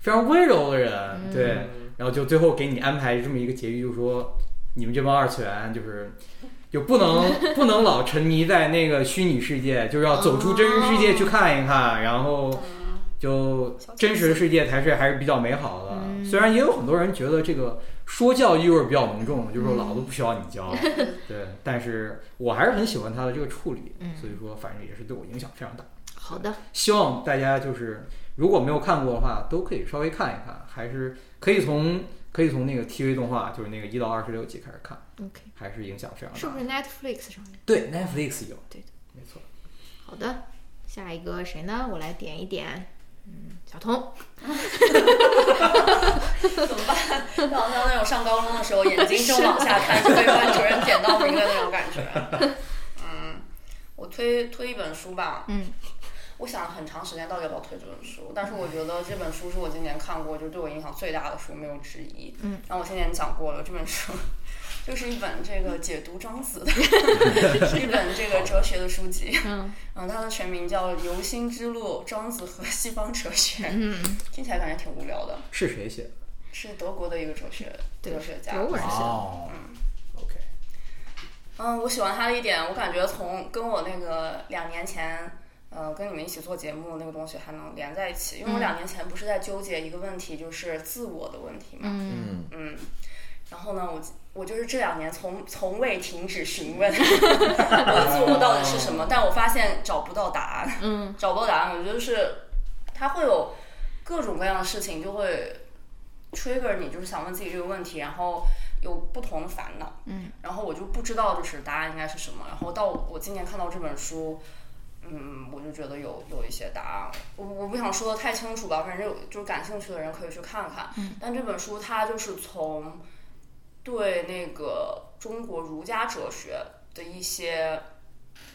[SPEAKER 3] 非常温柔的人，对，然后就最后给你安排这么一个结局，就说你们这帮二次元就是就不能不能老沉迷在那个虚拟世界，就是要走出真实世界去看一看，然后就真实的世界才是还是比较美好的。虽然也有很多人觉得这个说教意味比较浓重，就是说老子不需要你教，对，但是我还是很喜欢他的这个处理，所以说反正也是对我影响非常大。
[SPEAKER 2] 好的，
[SPEAKER 3] 希望大家就是如果没有看过的话，都可以稍微看一看，还是可以从可以从那个 TV 动画，就是那个一到二十六集开始看
[SPEAKER 2] OK
[SPEAKER 3] 还是影响非常大。
[SPEAKER 2] 是不是 Netflix 上面？
[SPEAKER 3] 对 Netflix 有，
[SPEAKER 2] 对的
[SPEAKER 3] 没错。
[SPEAKER 2] 好的，下一个谁呢？我来点一点，嗯，小童，
[SPEAKER 5] 怎么办？就好像那种上高中的时候，眼睛正往下看，就被班主任点到名的那种感觉。 嗯，我推推一本书吧。
[SPEAKER 2] 嗯，
[SPEAKER 5] 我想了很长时间到底要不要推这本书，但是我觉得这本书是我今年看过就对我影响最大的书，没有之一。
[SPEAKER 2] 嗯，
[SPEAKER 5] 然后我先前讲过了，这本书就是一本这个解读庄子的，是一本这个哲学的书 籍。
[SPEAKER 2] 嗯
[SPEAKER 5] 嗯，它的全名叫《游心之路：庄子和西方哲学》，
[SPEAKER 2] 嗯，
[SPEAKER 5] 听起来感觉挺无聊的。
[SPEAKER 3] 是谁写的？
[SPEAKER 5] 是德国的一个哲学
[SPEAKER 2] 对
[SPEAKER 5] 哲学家。
[SPEAKER 2] 德国人写的，
[SPEAKER 3] 哦，OK，
[SPEAKER 5] 嗯，我喜欢他的一点，我感觉从跟我那个两年前，呃，跟你们一起做节目那个东西还能连在一起，因为我两年前不是在纠结一个问题，就是自我的问题嘛。
[SPEAKER 2] 嗯
[SPEAKER 1] 嗯，
[SPEAKER 5] 嗯，然后呢，我我就是这两年从从未停止询问 我的自我到底是什么，但我发现找不到答案，
[SPEAKER 2] 嗯，
[SPEAKER 5] 找不到答案，我觉得是它会有各种各样的事情就会 trigger 你，就是想问自己这个问题，然后有不同的烦恼，
[SPEAKER 2] 嗯，
[SPEAKER 5] 然后我就不知道就是答案应该是什么，然后到我今年看到这本书。嗯，我就觉得有有一些答案，我我不想说的太清楚吧，反正有就是感兴趣的人可以去看看。但这本书它就是从对那个中国儒家哲学的一些，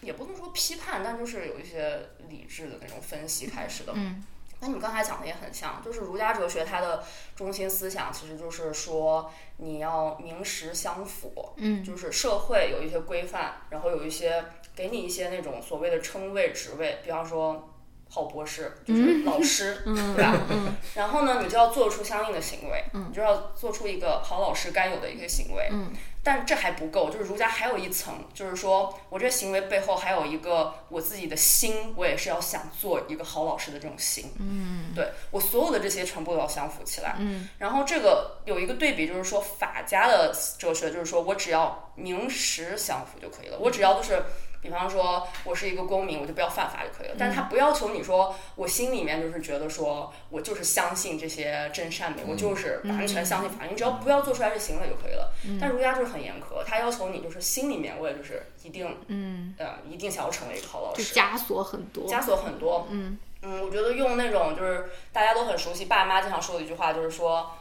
[SPEAKER 5] 也不能说批判，但就是有一些理智的那种分析开始的。
[SPEAKER 2] 嗯，
[SPEAKER 5] 那你们刚才讲的也很像，就是儒家哲学它的中心思想其实就是说你要名实相符，
[SPEAKER 2] 嗯
[SPEAKER 5] 就是社会有一些规范，然后有一些给你一些那种所谓的称谓职位，比方说好博士，
[SPEAKER 2] 嗯
[SPEAKER 5] 就是 老师，对吧？然后呢，你就要做出相应的行为，你就要做出一个好老师该有的一个行为。
[SPEAKER 2] 嗯
[SPEAKER 5] 但这还不够，就是儒家还有一层，就是说我这行为背后还有一个我自己的心，我也是要想做一个好老师的这种心。
[SPEAKER 2] 嗯
[SPEAKER 5] 对我所有的这些全部都要相符起来。
[SPEAKER 2] 嗯
[SPEAKER 5] 然后这个有一个对比，就是说法家的哲学，就是说我只要名实相符就可
[SPEAKER 2] 嗯
[SPEAKER 5] 以了，我只要就是。比方说，我是一个公民，我就不要犯法就可以了。
[SPEAKER 2] 嗯
[SPEAKER 5] 但他不要求你说，我心里面就是觉得说，我就是相信这些真善
[SPEAKER 2] 嗯
[SPEAKER 5] 美，我就是完全相信法律，你只要不要做出来这行为就可以了。
[SPEAKER 2] 嗯
[SPEAKER 5] 但儒家就是很严苛，他要求你就是心里面我也就是一定，
[SPEAKER 2] 嗯，
[SPEAKER 5] 呃，一定想要成为一个好老
[SPEAKER 2] 就
[SPEAKER 5] 师。
[SPEAKER 2] 枷锁很多，
[SPEAKER 5] 枷锁很多。
[SPEAKER 2] 嗯
[SPEAKER 5] 嗯，我觉得用那种就是大家都很熟悉，爸妈经常说的一句话就是说，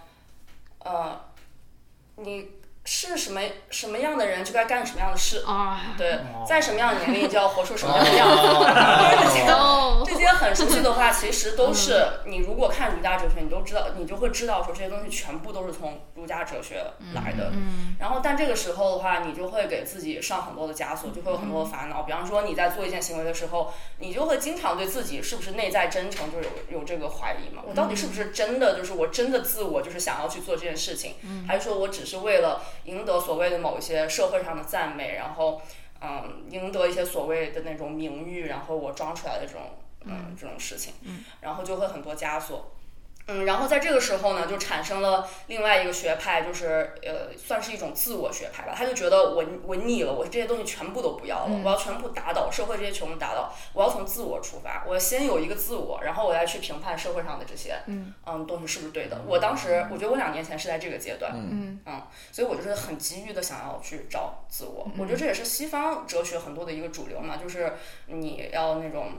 [SPEAKER 5] 呃，你是什么什么样的人就该干什么样的事，
[SPEAKER 2] 啊，
[SPEAKER 5] 对
[SPEAKER 4] 哦，
[SPEAKER 5] 在什么样的年龄就要活出什么样的样子。
[SPEAKER 3] 哦，
[SPEAKER 2] 哦，嗯
[SPEAKER 5] 这些很熟悉的 话，其实都是你如果看儒家哲学，你都知道，你就会知道说这些东西全部都是从儒家哲学来的。
[SPEAKER 2] 嗯
[SPEAKER 5] 然后，但这个时候的话，你就会给自己上很多的枷锁，就会有很多
[SPEAKER 2] 嗯
[SPEAKER 5] 的烦恼。比方说，你在做一件行为的时候，你就会经常对自己是不是内在真诚，就是有有这个怀疑嘛？我到底是不
[SPEAKER 2] 嗯
[SPEAKER 5] 是真的，就是我真的自我，就是想要去做这件事情，
[SPEAKER 2] 嗯
[SPEAKER 5] 还是说我只是为了赢得所谓的某一些社会上的赞美，然后嗯，赢得一些所谓的那种名誉，然后我装出来的这种嗯这种事情，然后就会很多枷锁。嗯，然后在这个时候呢，就产生了另外一个学派，就是呃，算是一种自我学派吧。他就觉得我我腻了，我这些东西全部都不要了，我要全部打倒社会这些全部打倒，我要从自我出发，我先有一个自我，然后我再去评判社会上的这些
[SPEAKER 2] 嗯
[SPEAKER 5] 嗯东西是不是对的。我当时我觉得我两年前是在这个阶段，
[SPEAKER 2] 嗯
[SPEAKER 5] 所以我就是很急于的想要去找自我。我觉得这也是西方哲学很多的一个主流嘛，就是你要那种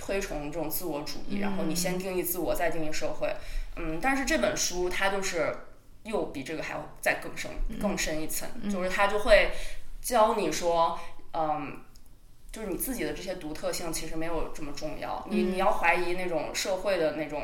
[SPEAKER 5] 推崇这种自我主义，然后你先定义自我，再定义社会。嗯，但是这本书它就是又比这个还要再更深、更深一层，就是它就会教你说，嗯。就是你自己的这些独特性其实没有这么重要，你你要怀疑那种社会的那种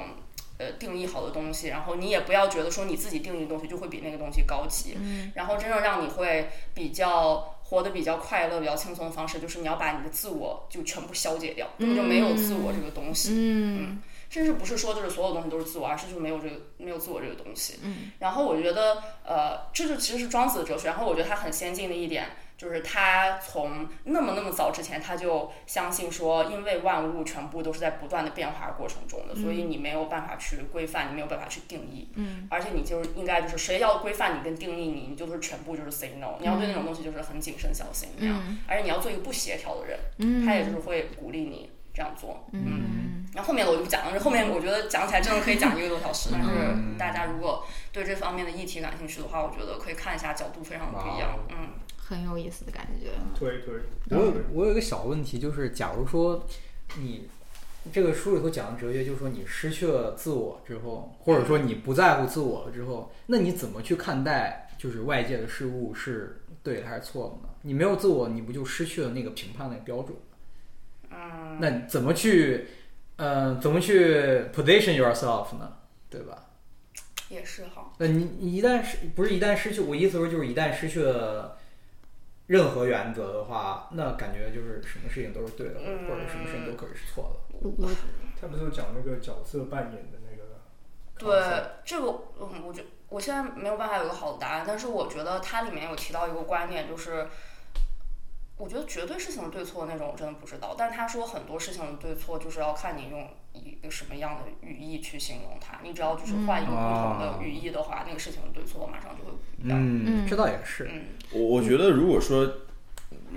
[SPEAKER 5] 呃定义好的东西，然后你也不要觉得说你自己定义的东西就会比那个东西高级，然后真正让你会比较活得比较快乐、比较轻松的方式，就是你要把你的自我就全部消解掉，根本就没有自我这个东西。
[SPEAKER 2] 嗯
[SPEAKER 5] 甚至不是说就是所有东西都是自我，而是就没有这个没有自我这个东西。嗯，然后我觉得呃，这就其实是庄子的哲学。然后我觉得他很先进的一点就是他从那么那么早之前他就相信说，因为万物全部都是在不断的变化过程中的，所以你没有办法去规范，你没有办法去定义。嗯，而且你就是应该就是谁要规范你跟定义你，你就是全部就是 say no，你要对那种东西就是很谨慎小心那样，
[SPEAKER 2] 嗯
[SPEAKER 5] 而且你要做一个不协调的人，嗯，他也就是会鼓励你这样做，嗯然后后面的我就不讲了，后面我觉得讲起来真的可以讲一个多小 时。但是
[SPEAKER 3] 嗯
[SPEAKER 5] 大家如果对这方面的议题感兴趣的话，我觉得可以看一下，角度非常不一样
[SPEAKER 3] 哇哦。
[SPEAKER 5] 嗯，
[SPEAKER 2] 很有意思的感觉。
[SPEAKER 4] 推推，
[SPEAKER 3] 我有我有一个小问题，就是假如说你这个书里头讲的哲学，就是说你失去了自我之后，或者说你不在乎自我了之后，那你怎么去看待就是外界的事物是对的还是错的呢？你没有自我，你不就失去了那个评判的标准？嗯，那你怎么去，呃，怎么去 position yourself 呢？对吧？
[SPEAKER 5] 也是哈。
[SPEAKER 3] 那你你一旦失不是一旦失去，我意思说就是一旦失去了任何原则的话，那感觉就是什么事情都是对的，
[SPEAKER 5] 嗯
[SPEAKER 3] 或者什么事情都可以是错的。
[SPEAKER 2] 我我
[SPEAKER 4] 他不是有讲那个角色扮演的那个？
[SPEAKER 5] 对，这个，嗯，我觉我现在没有办法有个好的答案，但是我觉得它里面有提到一个观念，就是我觉得绝对事情的对错那种我真的不知道，但是他说很多事情的对错就是要看你用一个什么样的语义去形容它，你只要就是换一个不同的语义的话，那个事情的对错马上就会不一样。
[SPEAKER 3] 嗯，这倒也是。
[SPEAKER 1] 我我觉得，如果说，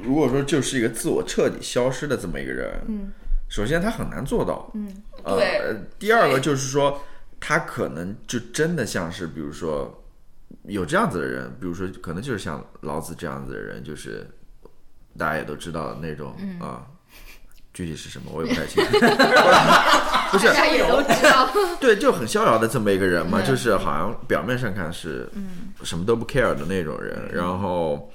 [SPEAKER 1] 如果说就是一个自我彻底消失的这么一个人，
[SPEAKER 2] 嗯，
[SPEAKER 1] 首先他很难做到，
[SPEAKER 2] 嗯，
[SPEAKER 5] 对
[SPEAKER 1] 呃，第二个就是说，他可能就真的像是，比如说有这样子的人，比如说可能就是像老子这样子的人，就是大家也都知道的那种啊、
[SPEAKER 2] 嗯
[SPEAKER 1] 具体是什么我也不太清 楚， 不是
[SPEAKER 2] 大，家也都知 道，
[SPEAKER 1] 对，就很逍遥的这么一个人嘛，就是好像表面上看是什么都不 care 的那种人，然后。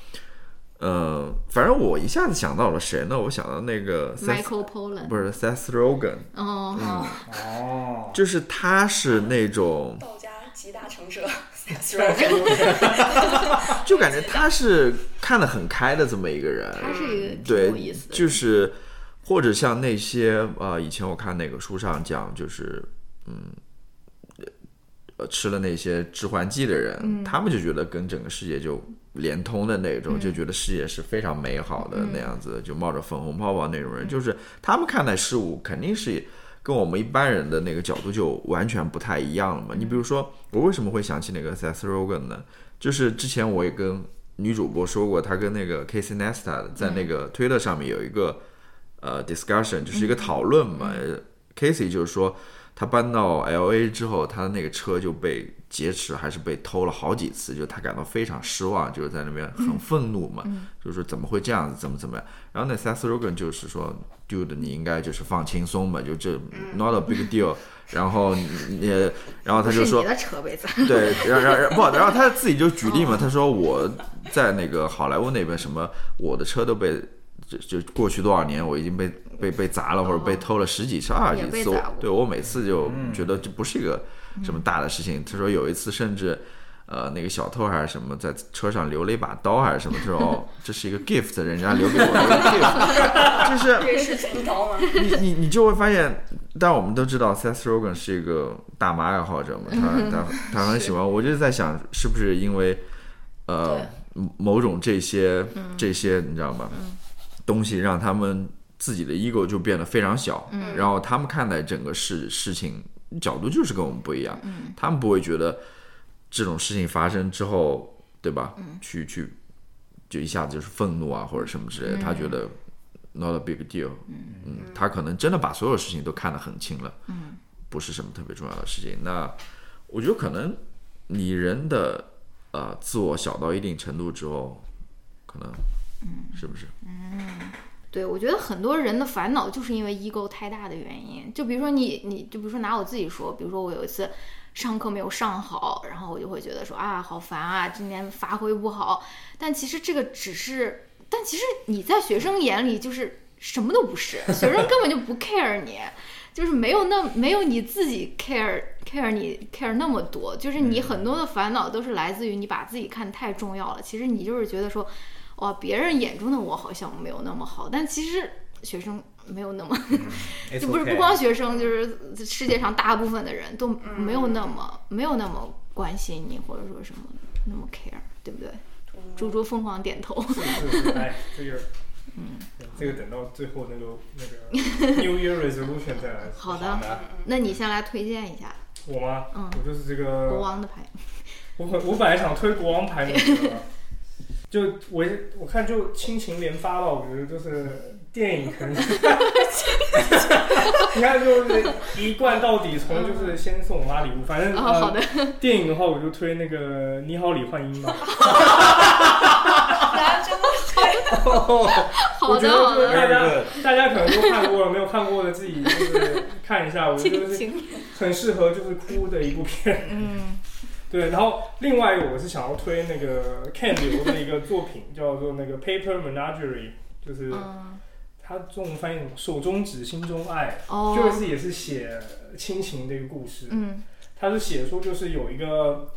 [SPEAKER 1] 嗯，反正我一下子想到了谁呢？我想到那个 Seth,
[SPEAKER 2] Michael Pollan，
[SPEAKER 1] 不是嗯 Seth Rogen，
[SPEAKER 2] 哦，好
[SPEAKER 4] 哦，
[SPEAKER 1] 就是他是那种，
[SPEAKER 5] 道家集大成 者，
[SPEAKER 1] 就感觉他是看得很开的这么一个人，
[SPEAKER 2] 他是一个挺有意
[SPEAKER 1] 对
[SPEAKER 2] 思，的，
[SPEAKER 1] 就是或者像那些呃，以前我看那个书上讲，就是嗯，呃，吃了那些致幻剂的人，
[SPEAKER 2] 嗯
[SPEAKER 1] 他们就觉得跟整个世界就连通的那种，就
[SPEAKER 2] 嗯
[SPEAKER 1] 觉得世界是非常美好的那样子，就冒着粉红泡泡那
[SPEAKER 2] 嗯
[SPEAKER 1] 种人，就是他们看待事物肯定是。跟我们一般人的那个角度就完全不太一样了嘛。你
[SPEAKER 2] 嗯
[SPEAKER 1] 比如说，我为什么会想起那个 Seth Rogen 呢？就是之前我也跟女主播说过，她跟那个 Casey Neistat 在那个推特上面有一个、呃 discussion，就是一个讨论嘛。呃 Casey 就是说，他搬到 L A 之后，他的那个车就被劫持，还是被偷了好几次，就他感到非常失望，就是在那边很愤怒嘛，就是说怎么会这样子，怎么怎么样。然后那 Seth Rogen 就是说，Dude，你应该就是放轻松嘛，就这 not a big deal。然后你，你然后他就
[SPEAKER 2] 不是
[SPEAKER 1] 说
[SPEAKER 2] 你，的扯被子，
[SPEAKER 1] 对，然然然不，然后他自己就举例嘛，他说我在那个好莱坞那边什么，我的车都被就就过去多少年我已经被被被砸了或者被偷了十几次二十
[SPEAKER 2] 也
[SPEAKER 1] 几
[SPEAKER 2] 被
[SPEAKER 1] 次，
[SPEAKER 2] 砸
[SPEAKER 1] 我
[SPEAKER 2] 过
[SPEAKER 1] 对我每次就觉得这不是一个什么大的事情。他说有一次甚至。呃，那个小偷还是什么，在车上留了一把刀还是什么，他说哦，这是一个 gift，人家留给我的一个 gift，就是
[SPEAKER 5] 这是屠刀吗？
[SPEAKER 1] 你你你就会发现，但我们都知道 Seth Rogen 是一个大麻爱好者嘛，他他他很喜欢。我就在想，是不是因为呃某种这些这些你知道吗？东西让他们自己的 ego 就变得非常小，然后他们看待整个事事情角度就是跟我们不一样，他们不会觉得这种事情发生之后，对吧？去去就一下子就是愤怒啊或者什么之类的，他觉得 not a big deal，嗯，他可能真的把所有事情都看得很清了，嗯，不是什么特别重要的事情。那我觉得可能你人的呃自我小到一定程度之后，可能，是不是？
[SPEAKER 2] 对，我觉得很多人的烦恼就是因为 ego 太大的原因。就比如说你，你就比如说拿我自己说，比如说我有一次上课没有上好，然后我就会觉得说啊，好烦啊，今年发挥不好。但其实这个只是，但其实你在学生眼里就是什么都不是，学生根本就不 care 你。就是没有那没有你自己 care care 你 care 那么多，就是你很多的烦恼都是来自于你把自己看太重要了。其实你就是觉得说，哇，别人眼中的我好像没有那么好，但其实学生没有那么，
[SPEAKER 3] It's
[SPEAKER 2] 就不是
[SPEAKER 3] okay
[SPEAKER 2] 不光学生，就是世界上大部分的人都没有那么、没有那么关心你，或者说什么那么 care，对不对？猪猪疯狂点头，
[SPEAKER 4] 是是是，哎，这个，嗯，这个等到最后那个那个 New Year Resolution 再来。
[SPEAKER 2] 好的
[SPEAKER 3] 好
[SPEAKER 5] 嗯
[SPEAKER 3] 的，
[SPEAKER 2] 那你先来推荐一下
[SPEAKER 4] 我吗？
[SPEAKER 2] 嗯
[SPEAKER 4] 我就是这
[SPEAKER 2] 国
[SPEAKER 4] 个，
[SPEAKER 2] 王的牌，
[SPEAKER 4] 我本我本来想推国王牌那个，就我我看就亲情连发吧，我觉得就是电影可能， 你看就是一贯到底，从就是先送我妈礼物，反正、
[SPEAKER 2] 啊、
[SPEAKER 4] 呃
[SPEAKER 2] 好的，
[SPEAKER 4] 电影的话，我就推那个《你好，李焕英》吧。
[SPEAKER 5] 大家真的
[SPEAKER 2] 好
[SPEAKER 4] 我觉
[SPEAKER 2] 的
[SPEAKER 4] 得
[SPEAKER 2] 好
[SPEAKER 4] 就是
[SPEAKER 2] 的，
[SPEAKER 4] 大家
[SPEAKER 3] Very
[SPEAKER 4] 大家可能都看过了，没有看过的自己就是看一下，我觉得
[SPEAKER 2] 亲
[SPEAKER 4] 是
[SPEAKER 2] 情，
[SPEAKER 4] 很适合就是哭的一部片。
[SPEAKER 2] 嗯
[SPEAKER 4] 对，然后另外我是想要推那个 Ken 刘的一个作品，叫做那个 Paper Menagerie，就是
[SPEAKER 2] 嗯，
[SPEAKER 4] 它中文翻译什么“手中指，心中爱”，
[SPEAKER 2] 哦，
[SPEAKER 4] 就是也是写亲情的一个故事。
[SPEAKER 2] 嗯
[SPEAKER 4] 他是写说就是有一个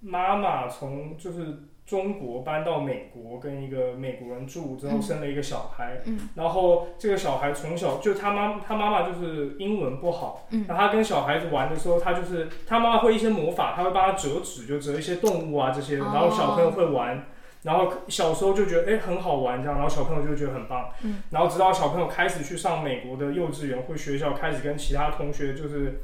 [SPEAKER 4] 妈妈从就是中国搬到美国，跟一个美国人住之后
[SPEAKER 2] 嗯
[SPEAKER 4] 生了一个小孩，
[SPEAKER 2] 嗯
[SPEAKER 4] 然后这个小孩从小就他妈他妈妈就是英文不好，
[SPEAKER 2] 嗯
[SPEAKER 4] 然后他跟小孩子玩的时候，他就是他妈妈会一些魔法，他会帮他折纸，就折一些动物啊这些，
[SPEAKER 2] 哦
[SPEAKER 4] 然后小朋友会玩。然后小时候就觉得哎很好玩这样，然后小朋友就觉得很棒，
[SPEAKER 2] 嗯
[SPEAKER 4] 然后直到小朋友开始去上美国的幼稚园或学校，开始跟其他同学就是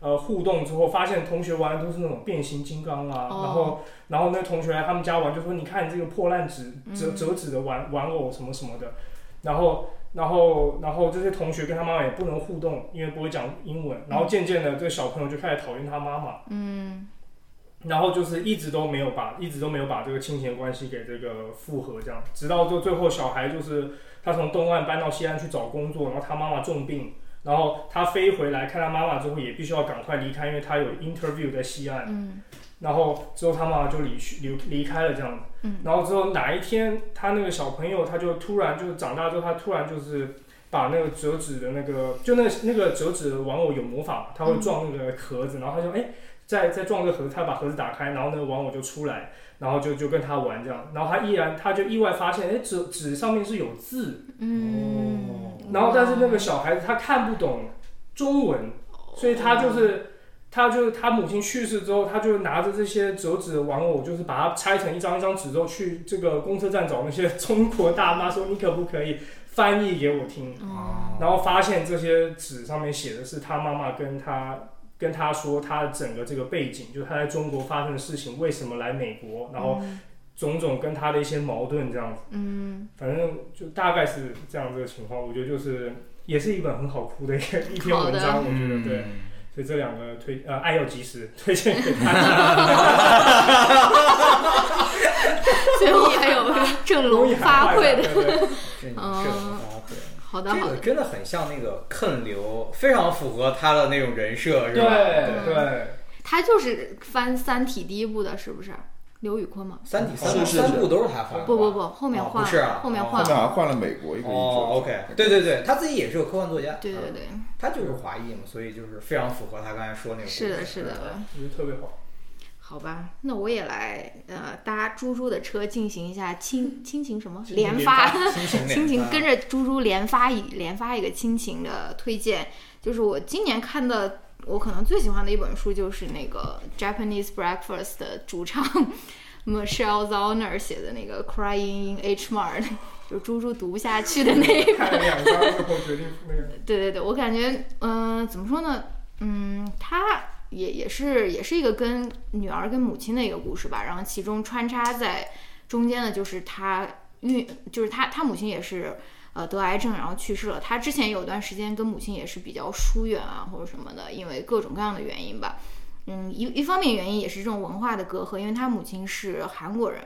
[SPEAKER 4] 呃互动之后，发现同学玩的都是那种变形金刚啊，
[SPEAKER 2] 哦
[SPEAKER 4] 然后然后那同学来他们家玩，就说你看你这个破烂纸折
[SPEAKER 2] 嗯
[SPEAKER 4] 折纸的玩玩偶什么什么的，然后然后然后这些同学跟他妈妈也不能互动，因为不会讲英文，然后渐渐的这个小朋友就开始讨厌他妈妈，
[SPEAKER 2] 嗯
[SPEAKER 4] 然后就是一直都没有把一直都没有把这个亲情关系给这个复合，这样直到就最后小孩就是他从东岸搬到西岸去找工作，然后他妈妈重病，然后他飞回来看他妈妈之后也必须要赶快离开，因为他有 interview 在西岸，
[SPEAKER 2] 嗯
[SPEAKER 4] 然后之后他妈妈就离去离离开了这样子，
[SPEAKER 2] 嗯
[SPEAKER 4] 然后之后哪一天他那个小朋友他就突然就是长大之后他突然就是把那个折纸的那个就那那个折纸的玩偶有魔法，他会撞那个壳子，然后他就哎再再撞这个盒子，他把盒子打开，然后那个玩偶就出来，然后就就跟他玩这样，然后他依然他就意外发现哎纸纸上面是有字，
[SPEAKER 2] 嗯，
[SPEAKER 4] 然后但是那个小孩子他看不懂中文，所以他就是，他就是他母亲去世之后，他就拿着这些折纸的玩偶，就是把它拆成一张一张纸之后，去这个公车站找那些中国大妈说：“你可不可以翻译给我听？”
[SPEAKER 3] 啊
[SPEAKER 1] 嗯
[SPEAKER 2] 哦
[SPEAKER 4] 然后发现这些纸上面写的是他妈妈跟他跟他说他的整个这个背景，就是他在中国发生的事情，为什么来美国，然后种种跟他的一些矛盾这样子。
[SPEAKER 2] 嗯
[SPEAKER 4] 反正就大概是这样这个情况，我觉得就是也是一本很好哭的一个一篇
[SPEAKER 2] 好的
[SPEAKER 4] 文章，我觉得
[SPEAKER 3] 嗯，
[SPEAKER 4] 对。所以这两个推呃爱要及时 推荐给大家。
[SPEAKER 2] 最后还有振
[SPEAKER 4] 容易
[SPEAKER 2] 聋发
[SPEAKER 4] 喊坏
[SPEAKER 2] 聩
[SPEAKER 4] 的，
[SPEAKER 2] 的。
[SPEAKER 4] 对对
[SPEAKER 3] 这你
[SPEAKER 2] 哦
[SPEAKER 3] 适合发挥。
[SPEAKER 2] 好的，好
[SPEAKER 3] 这个
[SPEAKER 2] 的，
[SPEAKER 3] 真的很像那个坑流，非常符合他的那种人设， 是吧？
[SPEAKER 4] 对对，
[SPEAKER 2] 他就是翻《三体》第一部的，是不是？刘宇昆嘛？
[SPEAKER 3] 三体三
[SPEAKER 1] 是是
[SPEAKER 3] 三
[SPEAKER 1] 是
[SPEAKER 3] 部都是他发的吧，
[SPEAKER 2] 不不不，后面
[SPEAKER 3] 哦
[SPEAKER 2] 换
[SPEAKER 3] 不是啊
[SPEAKER 2] 了，后面
[SPEAKER 3] 哦
[SPEAKER 2] 换了。
[SPEAKER 3] 后面
[SPEAKER 6] 好像换了美国一个译
[SPEAKER 3] 哦
[SPEAKER 6] 者
[SPEAKER 3] ，OK，对对对，他自己也是个科幻作家，
[SPEAKER 2] 对对
[SPEAKER 3] 嗯，
[SPEAKER 2] 对，
[SPEAKER 3] 他就是华裔嘛，所以就是非常符合他刚才说那个故事。
[SPEAKER 2] 是的，是的。
[SPEAKER 4] 我觉得特别好。
[SPEAKER 2] 好吧，那我也来呃搭猪猪的车进行一下亲亲情什么连发，
[SPEAKER 3] 亲情
[SPEAKER 2] 亲
[SPEAKER 3] 连
[SPEAKER 2] 情
[SPEAKER 3] 发
[SPEAKER 2] 跟着猪猪连发一连发一个亲情的推荐，就是我今年看的，我可能最喜欢的一本书就是那个 Japanese Breakfast 的主唱 Michelle Zauner 写的那个 Crying in H Mart，就猪猪读不下去的那一
[SPEAKER 4] 看了两张之后决定那个，
[SPEAKER 2] 对对对，我感觉，嗯、怎么说呢？嗯，他也也是也是一个跟女儿跟母亲的一个故事吧，然后其中穿插在中间的就是他孕，就是他他母亲也是呃得癌症然后去世了，他之前有段时间跟母亲也是比较疏远啊或者什么的，因为各种各样的原因吧。嗯，一一方面原因也是这种文化的隔阂，因为他母亲是韩国人，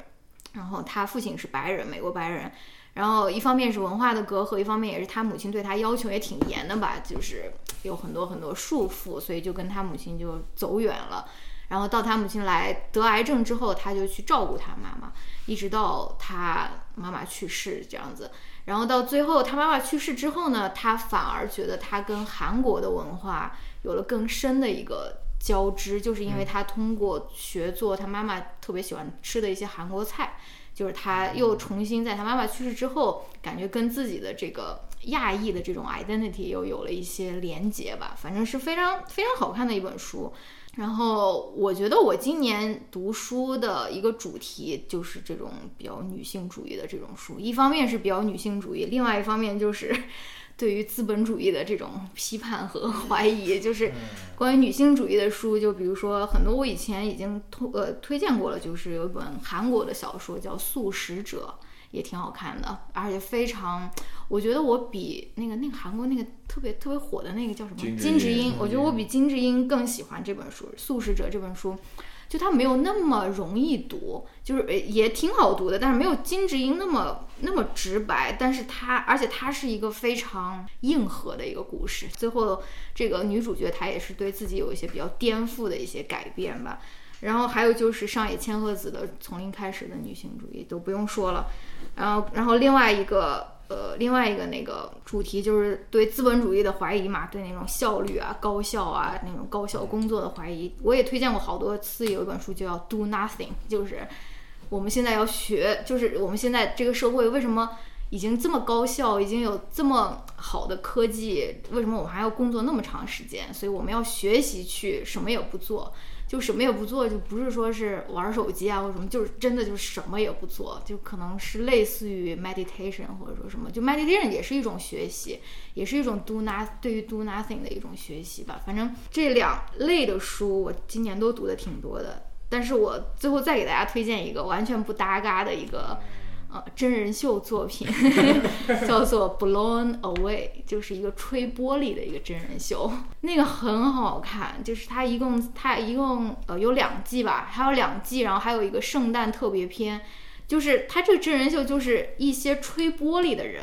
[SPEAKER 2] 然后他父亲是白人，美国白人，然后一方面是文化的隔阂，一方面也是他母亲对他要求也挺严的吧，就是有很多很多束缚，所以就跟他母亲就走远了。然后到他母亲来得癌症之后，他就去照顾他妈妈，一直到他妈妈去世这样子。然后到最后他妈妈去世之后呢，他反而觉得他跟韩国的文化有了更深的一个交织，就是因为他通过学做他妈妈特别喜欢吃的一些韩国菜，就是他又重新在他妈妈去世之后，感觉跟自己的这个亚裔的这种 identity 又有了一些连结吧。反正是非常非常好看的一本书。然后我觉得我今年读书的一个主题就是这种比较女性主义的这种书，一方面是比较女性主义，另外一方面就是 对于资本主义的这种批判和怀疑，就是关于女性主义的书，就比如说很多我以前已经推呃推荐过了，就是有一本韩国的小说叫《素食者》，也挺好看的，而且非常，我觉得我比那个那个韩国那个特别特别火的那个叫什么
[SPEAKER 6] 金智
[SPEAKER 2] 金智
[SPEAKER 6] 英
[SPEAKER 2] 英，我觉得我比金智英更喜欢这本书《素食者》这本书。就它没有那么容易读，就是呃也挺好读的，但是没有金智英那么那么直白。但是它，而且它是一个非常硬核的一个故事。最后，这个女主角她也是对自己有一些比较颠覆的一些改变吧。然后还有就是上野千鹤子的《从零开始的女性主义》都不用说了，然后然后另外一个呃另外一个那个主题就是对资本主义的怀疑嘛，对那种效率啊、高效啊那种高效工作的怀疑。我也推荐过好多次，有一本书就叫《Do Nothing》，就是我们现在要学，就是我们现在这个社会为什么已经这么高效，已经有这么好的科技，为什么我们还要工作那么长时间？所以我们要学习去什么也不做，就什么也不做，就不是说是玩手机啊或什么，就是真的就是什么也不做，就可能是类似于 meditation 或者说什么，就 meditation 也是一种学习，也是一种 do not 对于 do nothing 的一种学习吧。反正这两类的书我今年都读的挺多的，但是我最后再给大家推荐一个完全不搭嘎的一个呃真人秀作品， 叫做《Blown Away》，就是一个吹玻璃的一个真人秀，那个很好看。就是它一共它一共呃有两季吧，还有两季，然后还有一个圣诞特别篇。就是它这个真人秀就是一些吹玻璃的人，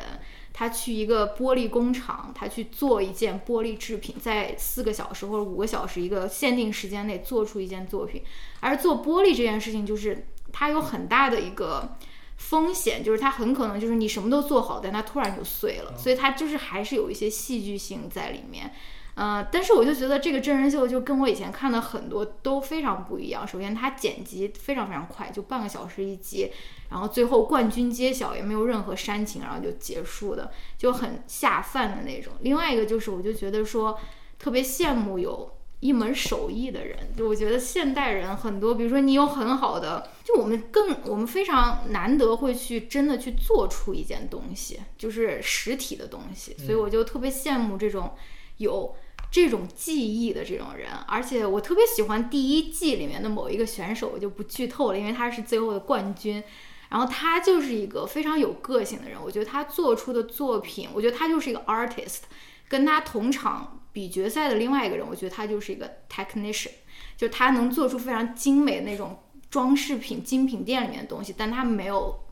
[SPEAKER 2] 他去一个玻璃工厂，他去做一件玻璃制品，在四个小时或者五个小时一个限定时间内做出一件作品。而做玻璃这件事情，就是它有很大的一个风险，就是它很可能就是你什么都做好，但它突然就碎了，所以它就是还是有一些戏剧性在里面。呃，但是我就觉得这个真人秀就跟我以前看的很多都非常不一样。首先，它剪辑非常非常快，就半个小时一集，然后最后冠军揭晓，也没有任何煽情，然后就结束的，就很下饭的那种。另外一个就是，我就觉得说特别羡慕有一门手艺的人，就我觉得现代人很多，比如说你有很好的，就我们更我们非常难得会去真的去做出一件东西，就是实体的东西，所以我就特别羡慕这种有。这种技艺的这种人，而且我特别喜欢第一季里面的某一个选手，我就不剧透了，因为他是最后的冠军。然后他就是一个非常有个性的人，我觉得他做出的作品，我觉得他就是一个 artist。跟他同场比决赛的另外一个人，我觉得他就是一个 technician，就他能做出非常精美那种装饰品精品店里面的东西，但他没有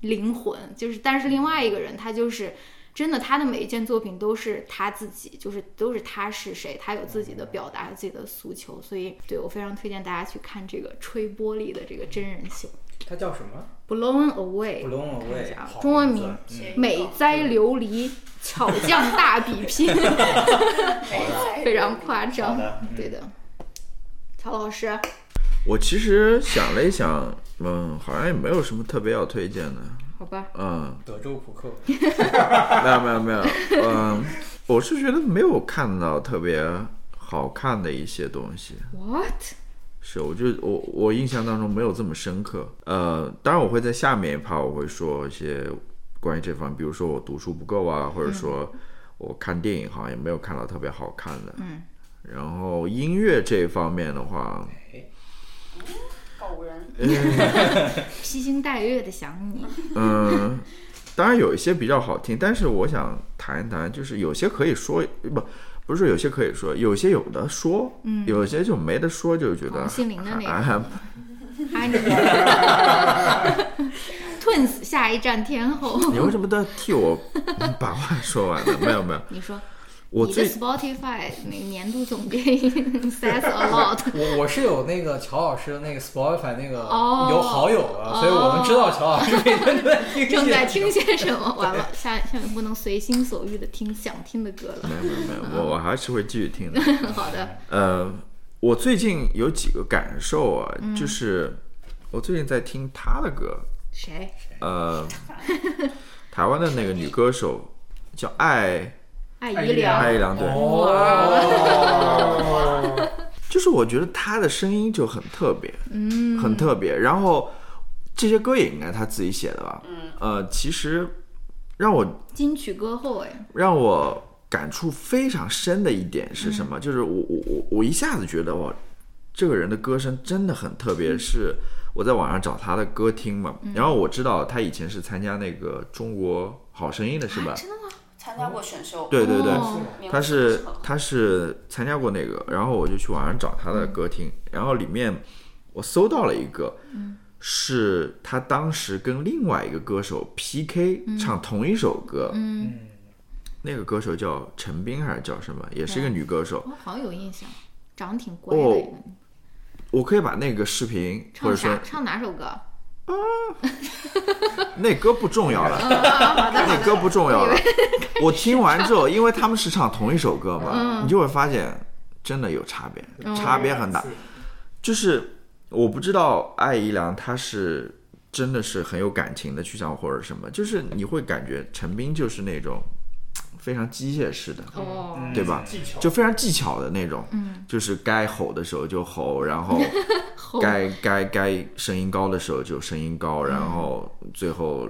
[SPEAKER 2] 灵魂。就是，但是另外一个人，他就是真的，他的每一件作品都是他自己，就是都是他是谁，他有自己的表达，自己的诉求。所以，对我非常推荐大家去看这个吹玻璃的这个真人秀
[SPEAKER 3] 它叫什么
[SPEAKER 2] 《Blown Away》。
[SPEAKER 3] ？Blown
[SPEAKER 2] 看一
[SPEAKER 3] Away，
[SPEAKER 2] 下啊
[SPEAKER 3] 好嗯
[SPEAKER 2] 中文
[SPEAKER 3] 名字
[SPEAKER 2] 名
[SPEAKER 5] 写一个
[SPEAKER 2] 美哉琉璃，巧匠大比拼，非常夸
[SPEAKER 3] 好
[SPEAKER 2] 张。
[SPEAKER 3] 的，嗯
[SPEAKER 2] 哎对的，曹老师，
[SPEAKER 1] 我其实想了一想，嗯，好像也没有什么特别要推荐的，
[SPEAKER 2] 好吧，
[SPEAKER 1] 嗯，
[SPEAKER 3] 德州扑克，
[SPEAKER 1] 没有没有没有，嗯，我是觉得没有看到特别好看的一些东西，
[SPEAKER 2] What？
[SPEAKER 1] 是，我就我我印象当中没有这么深刻。呃，当然我会在下面一趴我会说一些关于这方面，比如说我读书不够啊，或者说我看电影好像也没有看到特别好看的。
[SPEAKER 2] 嗯。
[SPEAKER 1] 然后音乐这一方面的话，
[SPEAKER 5] 告五人，
[SPEAKER 2] 披星戴月的想 你，
[SPEAKER 1] 嗯，当然有一些比较好听，但是我想谈一谈，就是有些可以说不。不是说有些可以说，有些有的说，
[SPEAKER 2] 嗯
[SPEAKER 1] 有些就没得说，就觉得啊
[SPEAKER 2] 王心凌的那个
[SPEAKER 1] 还还
[SPEAKER 2] 哈尼，Twins 下一站天后，
[SPEAKER 1] 你为什么都要替我把话说完呢？没有没有，
[SPEAKER 2] 你说
[SPEAKER 1] 我
[SPEAKER 2] 你的
[SPEAKER 1] 最
[SPEAKER 2] Spotify 那年度总结 says a lot。
[SPEAKER 3] 我我是有那个乔老师的那个 Spotify 那个
[SPEAKER 2] 哦
[SPEAKER 3] 有好友的，所以我们知道乔老师每天都在听这些
[SPEAKER 2] 正在听些什么？完了，下下面不能随心所欲的听想听的歌了。
[SPEAKER 1] 没有没有没有，我我还是会继续听的。
[SPEAKER 2] 好的，
[SPEAKER 1] 呃，我最近有几个感受啊，就是我最近在听她的歌，
[SPEAKER 2] 谁？
[SPEAKER 1] 呃，台湾的那个女歌手叫艾
[SPEAKER 2] 爱
[SPEAKER 4] 爱
[SPEAKER 2] 姨
[SPEAKER 4] 姨良
[SPEAKER 1] 艾
[SPEAKER 2] 良。
[SPEAKER 1] 怡良，对，
[SPEAKER 4] 哦，
[SPEAKER 1] 就是我觉得她的声音就很特别，嗯，很特别。然后这些歌也应该她自己写的吧？嗯，呃，其实让我
[SPEAKER 2] 金曲歌后哎，
[SPEAKER 1] 让我感触非常深的一点是什么？就是我我我我一下子觉得哇，这个人的歌声真的很特别，是我在网上找他的歌听嘛，然后我知道他以前是参加那个中国好声音的是吧？
[SPEAKER 2] 啊真的吗？
[SPEAKER 5] 参加过选秀，
[SPEAKER 1] 对对对，
[SPEAKER 2] 哦
[SPEAKER 5] 名字
[SPEAKER 1] 他是
[SPEAKER 5] 很好
[SPEAKER 1] 他是参加过那个，然后我就去网上找他的歌听，
[SPEAKER 2] 嗯
[SPEAKER 1] 然后里面我搜到了一个，是他当时跟另外一个歌手 PK
[SPEAKER 2] 嗯
[SPEAKER 1] 唱同一首歌，
[SPEAKER 3] 嗯
[SPEAKER 1] 那个歌手叫陈冰还是叫什么，也是一个女歌手。
[SPEAKER 2] 我好像有印象，长挺乖的
[SPEAKER 1] 哦
[SPEAKER 2] 一个女。
[SPEAKER 1] 我可以把那个视频或
[SPEAKER 2] 唱
[SPEAKER 1] 者说
[SPEAKER 2] 啥？唱哪首歌？
[SPEAKER 1] 那歌不重要 了，
[SPEAKER 2] 嗯好的，
[SPEAKER 1] 那歌不重要了。我听完之后，因为他们是唱同一首歌
[SPEAKER 2] 嗯
[SPEAKER 1] 嘛，你就会发现真的有差别，差别很大。就是我不知道艾怡良她是真的是很有感情的去唱或者什么，就是你会感觉陈斌就是那种嘖非常机械式的，
[SPEAKER 2] 哦，
[SPEAKER 4] 嗯
[SPEAKER 1] 对吧
[SPEAKER 4] 技巧
[SPEAKER 1] 就非常技巧的那种，
[SPEAKER 2] 嗯，
[SPEAKER 1] 就是该吼的时候就吼，然嗯后
[SPEAKER 2] 吼
[SPEAKER 1] 该该该声音高的时候就声音高，然后最后。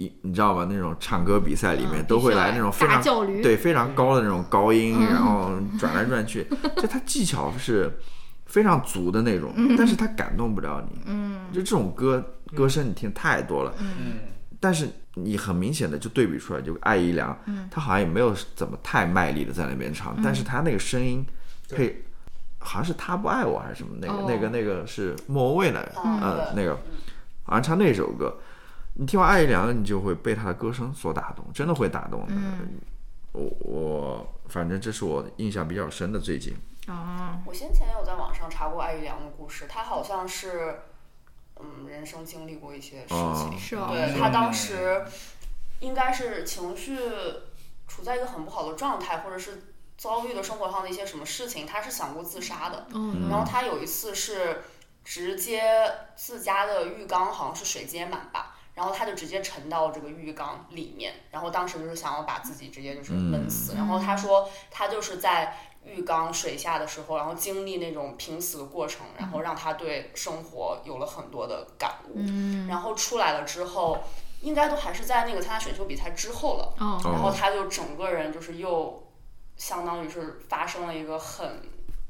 [SPEAKER 1] 你你知道吧？那种唱歌比赛里面
[SPEAKER 2] 嗯
[SPEAKER 1] 都会
[SPEAKER 2] 必须
[SPEAKER 1] 来
[SPEAKER 2] 来
[SPEAKER 1] 那种非
[SPEAKER 2] 大
[SPEAKER 1] 常
[SPEAKER 2] 叫驴
[SPEAKER 1] 对非常高的那种高音，然后转来转去，就他技巧是非常足的那种，但是他感动不了你。嗯，就这种歌歌声你听太多了，
[SPEAKER 3] 嗯，
[SPEAKER 1] 但是你很明显的就对比出来，就艾怡良，他好像也没有怎么太卖力的在那边唱，但是他那个声音配，好像是他不爱我还是什么那个、
[SPEAKER 2] 哦
[SPEAKER 1] 那个那个是莫文蔚的，
[SPEAKER 5] 嗯
[SPEAKER 1] 呃那
[SPEAKER 5] 对
[SPEAKER 1] 个好像唱那首歌，你听完艾怡良，你就会被他的歌声所打动，真的会打动的。我我反正这是我印象比较深的最近，
[SPEAKER 2] 哦，
[SPEAKER 5] 我先前有在网上查过艾怡良的故事，她好像是，嗯，人生经历过一些事
[SPEAKER 1] 哦
[SPEAKER 5] 情，
[SPEAKER 2] 是哦
[SPEAKER 5] 对她当时应该是情绪处在一个很不好的状态，或者是遭遇了生活上的一些什么事情，她是想过自杀的。
[SPEAKER 1] 嗯
[SPEAKER 2] 哦，
[SPEAKER 5] 然后她有一次是直接自家的浴缸好像是水接满吧，然后她就直接沉到这个浴缸里面，然后当时就是想要把自己直接就是闷死。然后她说她就是在浴缸水下的时候，然后经历那种濒死的过程，然后让她对生活有了很多的感悟。然后出来了之后，应该都还是在那个参加选秀比赛之后了。
[SPEAKER 2] 哦，
[SPEAKER 5] 然后
[SPEAKER 1] 哦，
[SPEAKER 5] 他就整个人就是又相当于是发生了一个很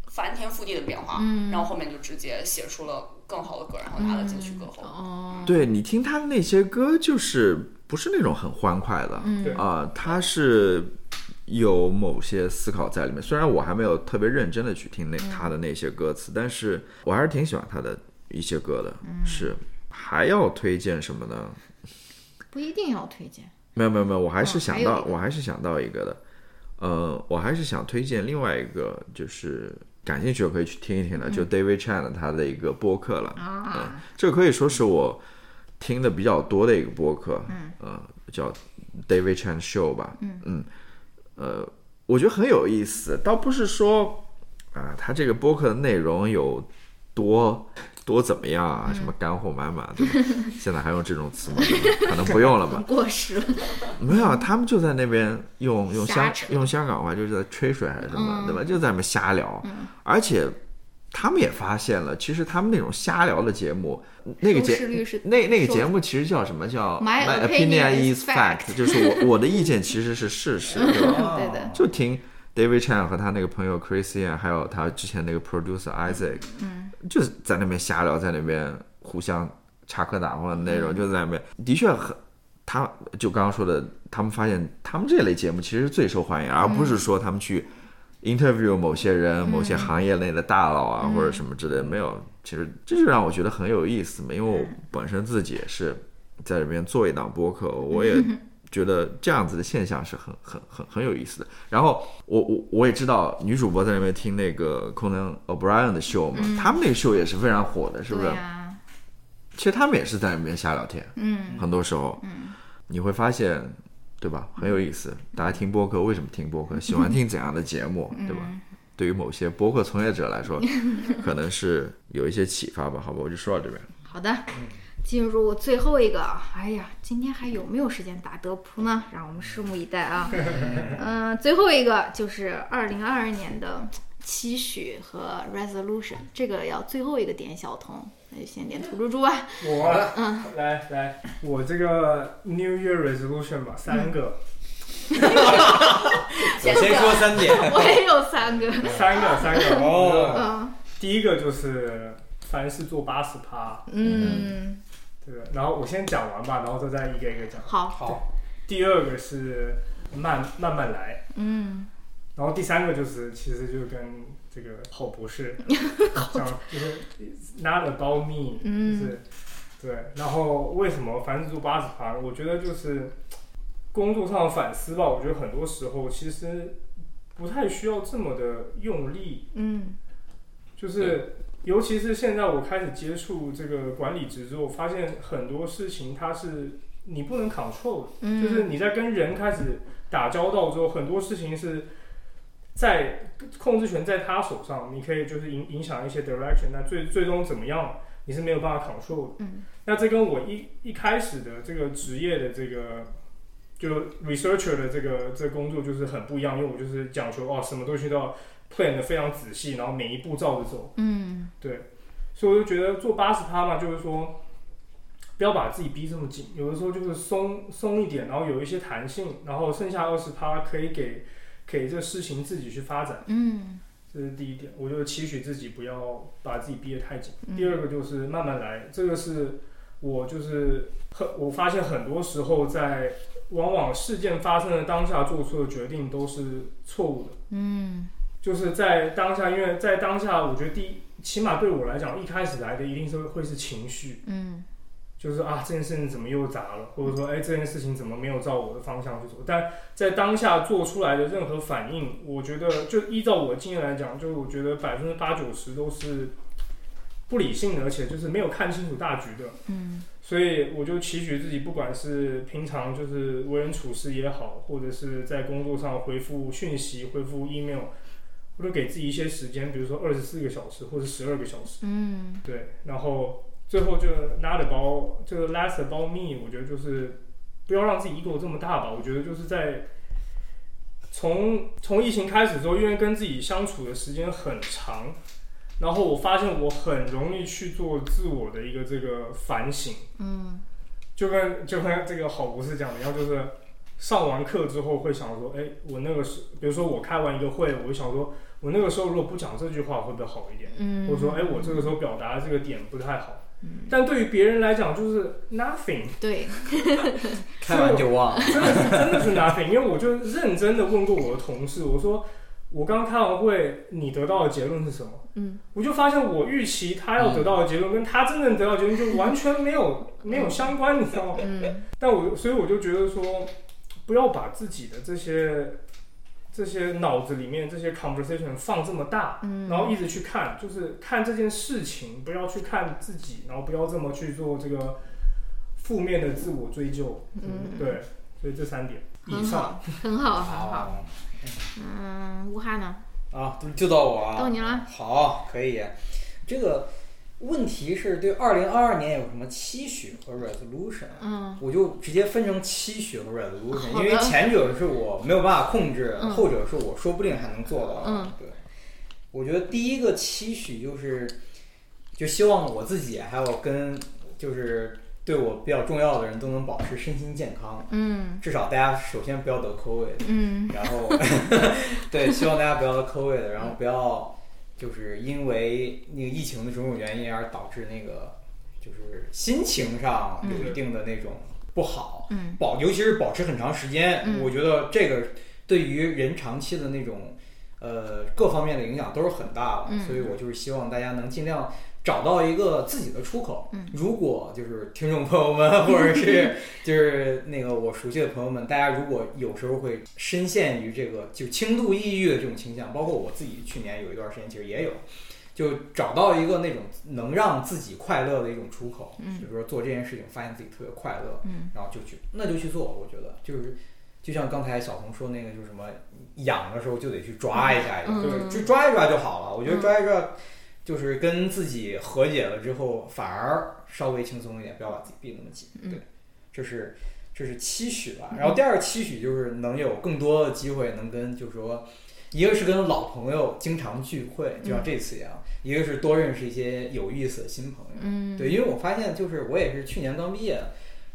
[SPEAKER 5] 翻天覆地的变化，
[SPEAKER 2] 嗯
[SPEAKER 5] 然后后面就直接写出了更好的歌，然后拿了金曲歌后。
[SPEAKER 2] 哦，
[SPEAKER 1] 对你听他的
[SPEAKER 2] 嗯
[SPEAKER 1] 那些歌，就是不是那种很欢快的，
[SPEAKER 4] 对
[SPEAKER 1] 啊、他是有某些思考在里面。虽然我还没有特别认真的去听
[SPEAKER 2] 嗯
[SPEAKER 1] 那他的那些歌词，但是我还是挺喜欢他的一些歌的。
[SPEAKER 2] 嗯
[SPEAKER 1] 是，还要推荐什么呢？
[SPEAKER 2] 不一定要推荐。
[SPEAKER 1] 没有没有没有，我还
[SPEAKER 2] 哦
[SPEAKER 1] 是想
[SPEAKER 2] 还有
[SPEAKER 1] 到，
[SPEAKER 2] 一个
[SPEAKER 1] 我还是想到一个的，呃，我还是想推荐另外一个，就是感兴趣的可以去听一听
[SPEAKER 2] 嗯
[SPEAKER 1] 的，就 David Chan 的他的一个播客了。
[SPEAKER 2] 啊，
[SPEAKER 1] 这可以说是我听的比较多的一个播客，嗯，呃，叫 David Chan Show 吧，嗯呃，我觉得很有意思，倒不是说啊、他这个播客的内容有多多怎么样啊，什么干货满满， 对吧？现在还用这种词吗？对吧可能不用了吧
[SPEAKER 2] 很？过时了。
[SPEAKER 1] 没有，他们就在那边用用
[SPEAKER 2] 瞎
[SPEAKER 1] 香
[SPEAKER 2] 扯
[SPEAKER 1] 用香港话就是在吹水还是什么，
[SPEAKER 2] 嗯
[SPEAKER 1] 对吧？就在那边瞎聊，而且他们也发现了，其实他们那种瞎聊的节目，那个
[SPEAKER 2] 收视
[SPEAKER 1] 节
[SPEAKER 2] 率是
[SPEAKER 1] 那那个
[SPEAKER 2] 收
[SPEAKER 1] 节目其实叫什么？叫
[SPEAKER 2] My opinion
[SPEAKER 1] opinion
[SPEAKER 2] is
[SPEAKER 1] is fact，就是我我的意见其实是事 实，对吧？
[SPEAKER 3] 哦
[SPEAKER 2] 对的
[SPEAKER 1] 就听 David Chan 和他那个朋友 Christian，还有他之前那个 producer Isaac，嗯，就是在那边瞎聊，在那边互相插科打诨的内
[SPEAKER 2] 嗯
[SPEAKER 1] 容，就在那边的确很，他就刚刚说的，他们发现他们这类节目其实是最受欢迎，而不是说他们去 interview 某些人、
[SPEAKER 2] 嗯
[SPEAKER 1] 某些行业内的大佬啊、或者什么之类的，没有。其实这就让我觉得很有意思嘛，因为
[SPEAKER 2] 嗯
[SPEAKER 1] 我本身自己也是在这边做一档播客，我也
[SPEAKER 2] 嗯
[SPEAKER 1] 觉得这样子的现象是很很很很有意思的。然后我我我也知道女主播在那边听那个 Conan O'Brien 的秀嘛，他们那个秀也是非常火的，是不是？
[SPEAKER 2] 嗯对呀，
[SPEAKER 1] 其实他们也是在那边瞎聊天，
[SPEAKER 2] 嗯，
[SPEAKER 1] 很多时候，你会发现，对吧？很有意思。大家听播客为什么听播客？喜欢听怎样的节目，对吧？对于某些播客从业者来说，可能是有一些启发吧。好吧，我就说到这边。
[SPEAKER 2] 好的，
[SPEAKER 1] 嗯
[SPEAKER 2] 进入最后一个。哎呀，今天还有没有时间打德扑呢？让我们拭目以待 啊。嗯，最后一个就是二零二二年的期许和 resolution，这个要最后一个点小童，那就先点土猪 猪吧。
[SPEAKER 4] 我啊来来，我这个 New Year Resolution 吧，三个，
[SPEAKER 3] 我先说三点，
[SPEAKER 2] 我也有三 个。
[SPEAKER 4] 三个，三个。
[SPEAKER 3] 哦
[SPEAKER 2] 嗯
[SPEAKER 4] 第一个就是凡事做八十趴，
[SPEAKER 2] 嗯，
[SPEAKER 4] 这个，然后我先讲完吧，然后再一个一个讲。
[SPEAKER 2] 好，
[SPEAKER 3] 好，
[SPEAKER 4] 第二个是慢慢慢来，
[SPEAKER 2] 嗯，
[SPEAKER 4] 然后第三个就是其实就跟这个郝博士讲，就是 it's not about me，
[SPEAKER 2] 嗯
[SPEAKER 4] 就是对。然后为什么凡事做八十趴？我觉得就是工作上的反思吧。我觉得很多时候其实不太需要这么的用力，
[SPEAKER 2] 嗯
[SPEAKER 4] 就是尤其是现在我开始接触这个管理职之后，发现很多事情它是你不能 control 的，
[SPEAKER 2] 嗯，
[SPEAKER 4] 就是你在跟人开始打交道之后，很多事情是在控制权在他手上，你可以就是影影响一些 direction，那最最终怎么样你是没有办法 control 的。
[SPEAKER 2] 嗯
[SPEAKER 4] 那这跟我一一开始的这个职业的这个就 researcher 的这个这个工作就是很不一样，因为我就是讲求哦什么东西都要 plan 的非常仔细，然后每一步照着走。
[SPEAKER 2] 嗯
[SPEAKER 4] 对，所以我就觉得做八十趴嘛，就是说不要把自己逼这么紧，有的时候就是松松一点，然后有一些弹性，然后剩下二十趴可以给给这事情自己去发展，
[SPEAKER 2] 嗯
[SPEAKER 4] 这是第一点。我就期许自己不要把自己逼得太紧。
[SPEAKER 2] 嗯
[SPEAKER 4] 第二个就是慢慢来，这个是我就是很我发现很多时候在往往事件发生的当下做出的决定都是错误的。
[SPEAKER 2] 嗯
[SPEAKER 4] 就是在当下，因为在当下，我觉得第一，起码对我来讲，一开始来的一定是会是情绪，
[SPEAKER 2] 嗯
[SPEAKER 4] 就是啊，这件事情怎么又砸了，或者说，哎，这件事情怎么没有照我的方向去走？但在当下做出来的任何反应，我觉得就依照我的经验来讲，就是我觉得百分之八九十都是不理性的，而且就是没有看清楚大局的。
[SPEAKER 2] 嗯
[SPEAKER 4] 所以我就期许自己，不管是平常就是为人处事也好，或者是在工作上回复讯息、回复 email，我就给自己一些时间，比如说二十四个小时或者十二个小时，
[SPEAKER 2] 嗯
[SPEAKER 4] 对。然后最后就 not about 就是 last about me，我觉得就是不要让自己 ego 这么大吧。我觉得就是在从从疫情开始之后，因为跟自己相处的时间很长，然后我发现我很容易去做自我的一个这个反省。
[SPEAKER 2] 嗯
[SPEAKER 4] 就跟就跟这个郝博士讲的一样，就是上完课之后会想说，哎，我那个时，比如说我开完一个会，我就想说，我那个时候如果不讲这句话会不会好一点？
[SPEAKER 2] 嗯，
[SPEAKER 4] 或者说，哎，我这个时候表达的这个点不太好，但对于别人来讲就是 nothing，
[SPEAKER 2] 对，
[SPEAKER 3] 看完就忘了。
[SPEAKER 4] 真的是真的是 nothing，因为我就认真的问过我的同事，我说我刚开完会，你得到的结论是什么？
[SPEAKER 2] 嗯，
[SPEAKER 4] 我就发现我预期他要得到的结论跟他真正得到的结论就完全没有没有相关，你知道吗？
[SPEAKER 2] 嗯，
[SPEAKER 4] 但我所以我就觉得说，不要把自己的这些这些脑子里面这些 conversation 放这么大，
[SPEAKER 2] 嗯
[SPEAKER 4] 然后一直去看，就是看这件事情，不要去看自己，然后不要这么去做这个负面的自我追究。
[SPEAKER 2] 嗯，
[SPEAKER 4] 对，所以这三点以
[SPEAKER 2] 很
[SPEAKER 4] 上，
[SPEAKER 2] 好，很好，很好。
[SPEAKER 3] 好
[SPEAKER 2] 嗯，吴汉呢？
[SPEAKER 3] 啊，就就到我啊，
[SPEAKER 2] 到你了。
[SPEAKER 3] 好，可以。这个问题是对二零二二年有什么期许和 resolution？啊
[SPEAKER 2] 嗯
[SPEAKER 3] 我就直接分成期许和 resolution，
[SPEAKER 2] 好
[SPEAKER 3] 因
[SPEAKER 2] 的
[SPEAKER 3] 为前者是我没有办法控制，
[SPEAKER 2] 嗯
[SPEAKER 3] 后者是我说不定还能做到的。
[SPEAKER 2] 嗯
[SPEAKER 3] 对，我觉得第一个期许就是，就希望我自己还有跟就是对我比较重要的人都能保持身心健康，
[SPEAKER 2] 嗯
[SPEAKER 3] 至少大家首先不要得 COVID，
[SPEAKER 2] 嗯
[SPEAKER 3] 然后， 对，希望大家不要 COVID，然后不要就是因为那个疫情的种种原因而导致那个就是心情上有一定的那种不好，
[SPEAKER 2] 嗯
[SPEAKER 3] 保尤其是保持很长时间，
[SPEAKER 2] 嗯
[SPEAKER 3] 我觉得这个对于人长期的那种呃各方面的影响都是很大的，
[SPEAKER 2] 嗯
[SPEAKER 3] 所以我就是希望大家能尽量。找到一个自己的出口。
[SPEAKER 2] 嗯
[SPEAKER 3] 如果就是听众朋友们， 或者是就是那个我熟悉的朋友们，大家如果有时候会深陷于这个就轻度抑郁的这种倾向，包括我自己去年有一段时间其实也有，就找到一个那种能让自己快乐的一种出口，
[SPEAKER 2] 嗯
[SPEAKER 3] 比如说做这件事情发现自己特别快乐，
[SPEAKER 2] 嗯
[SPEAKER 3] 然后就去那就去做，我觉得就是。就像刚才小童说那个，就是什么痒的时候就得去抓一下一样，
[SPEAKER 2] 嗯
[SPEAKER 3] 就是
[SPEAKER 2] 嗯
[SPEAKER 3] 就抓一抓就好了。我觉得
[SPEAKER 2] 嗯
[SPEAKER 3] 抓一抓，就是跟自己和解了之后，反而稍微轻松一点，不要把自己逼那么紧。
[SPEAKER 2] 嗯
[SPEAKER 3] 对，这是这是期许吧。然后第二个期许就是能有更多的机会能跟，就是说，一个是跟老朋友经常聚会，就像这次一样；一个是多认识一些有意思的新朋友。
[SPEAKER 2] 嗯，
[SPEAKER 3] 对，因为我发现就是我也是去年刚毕业，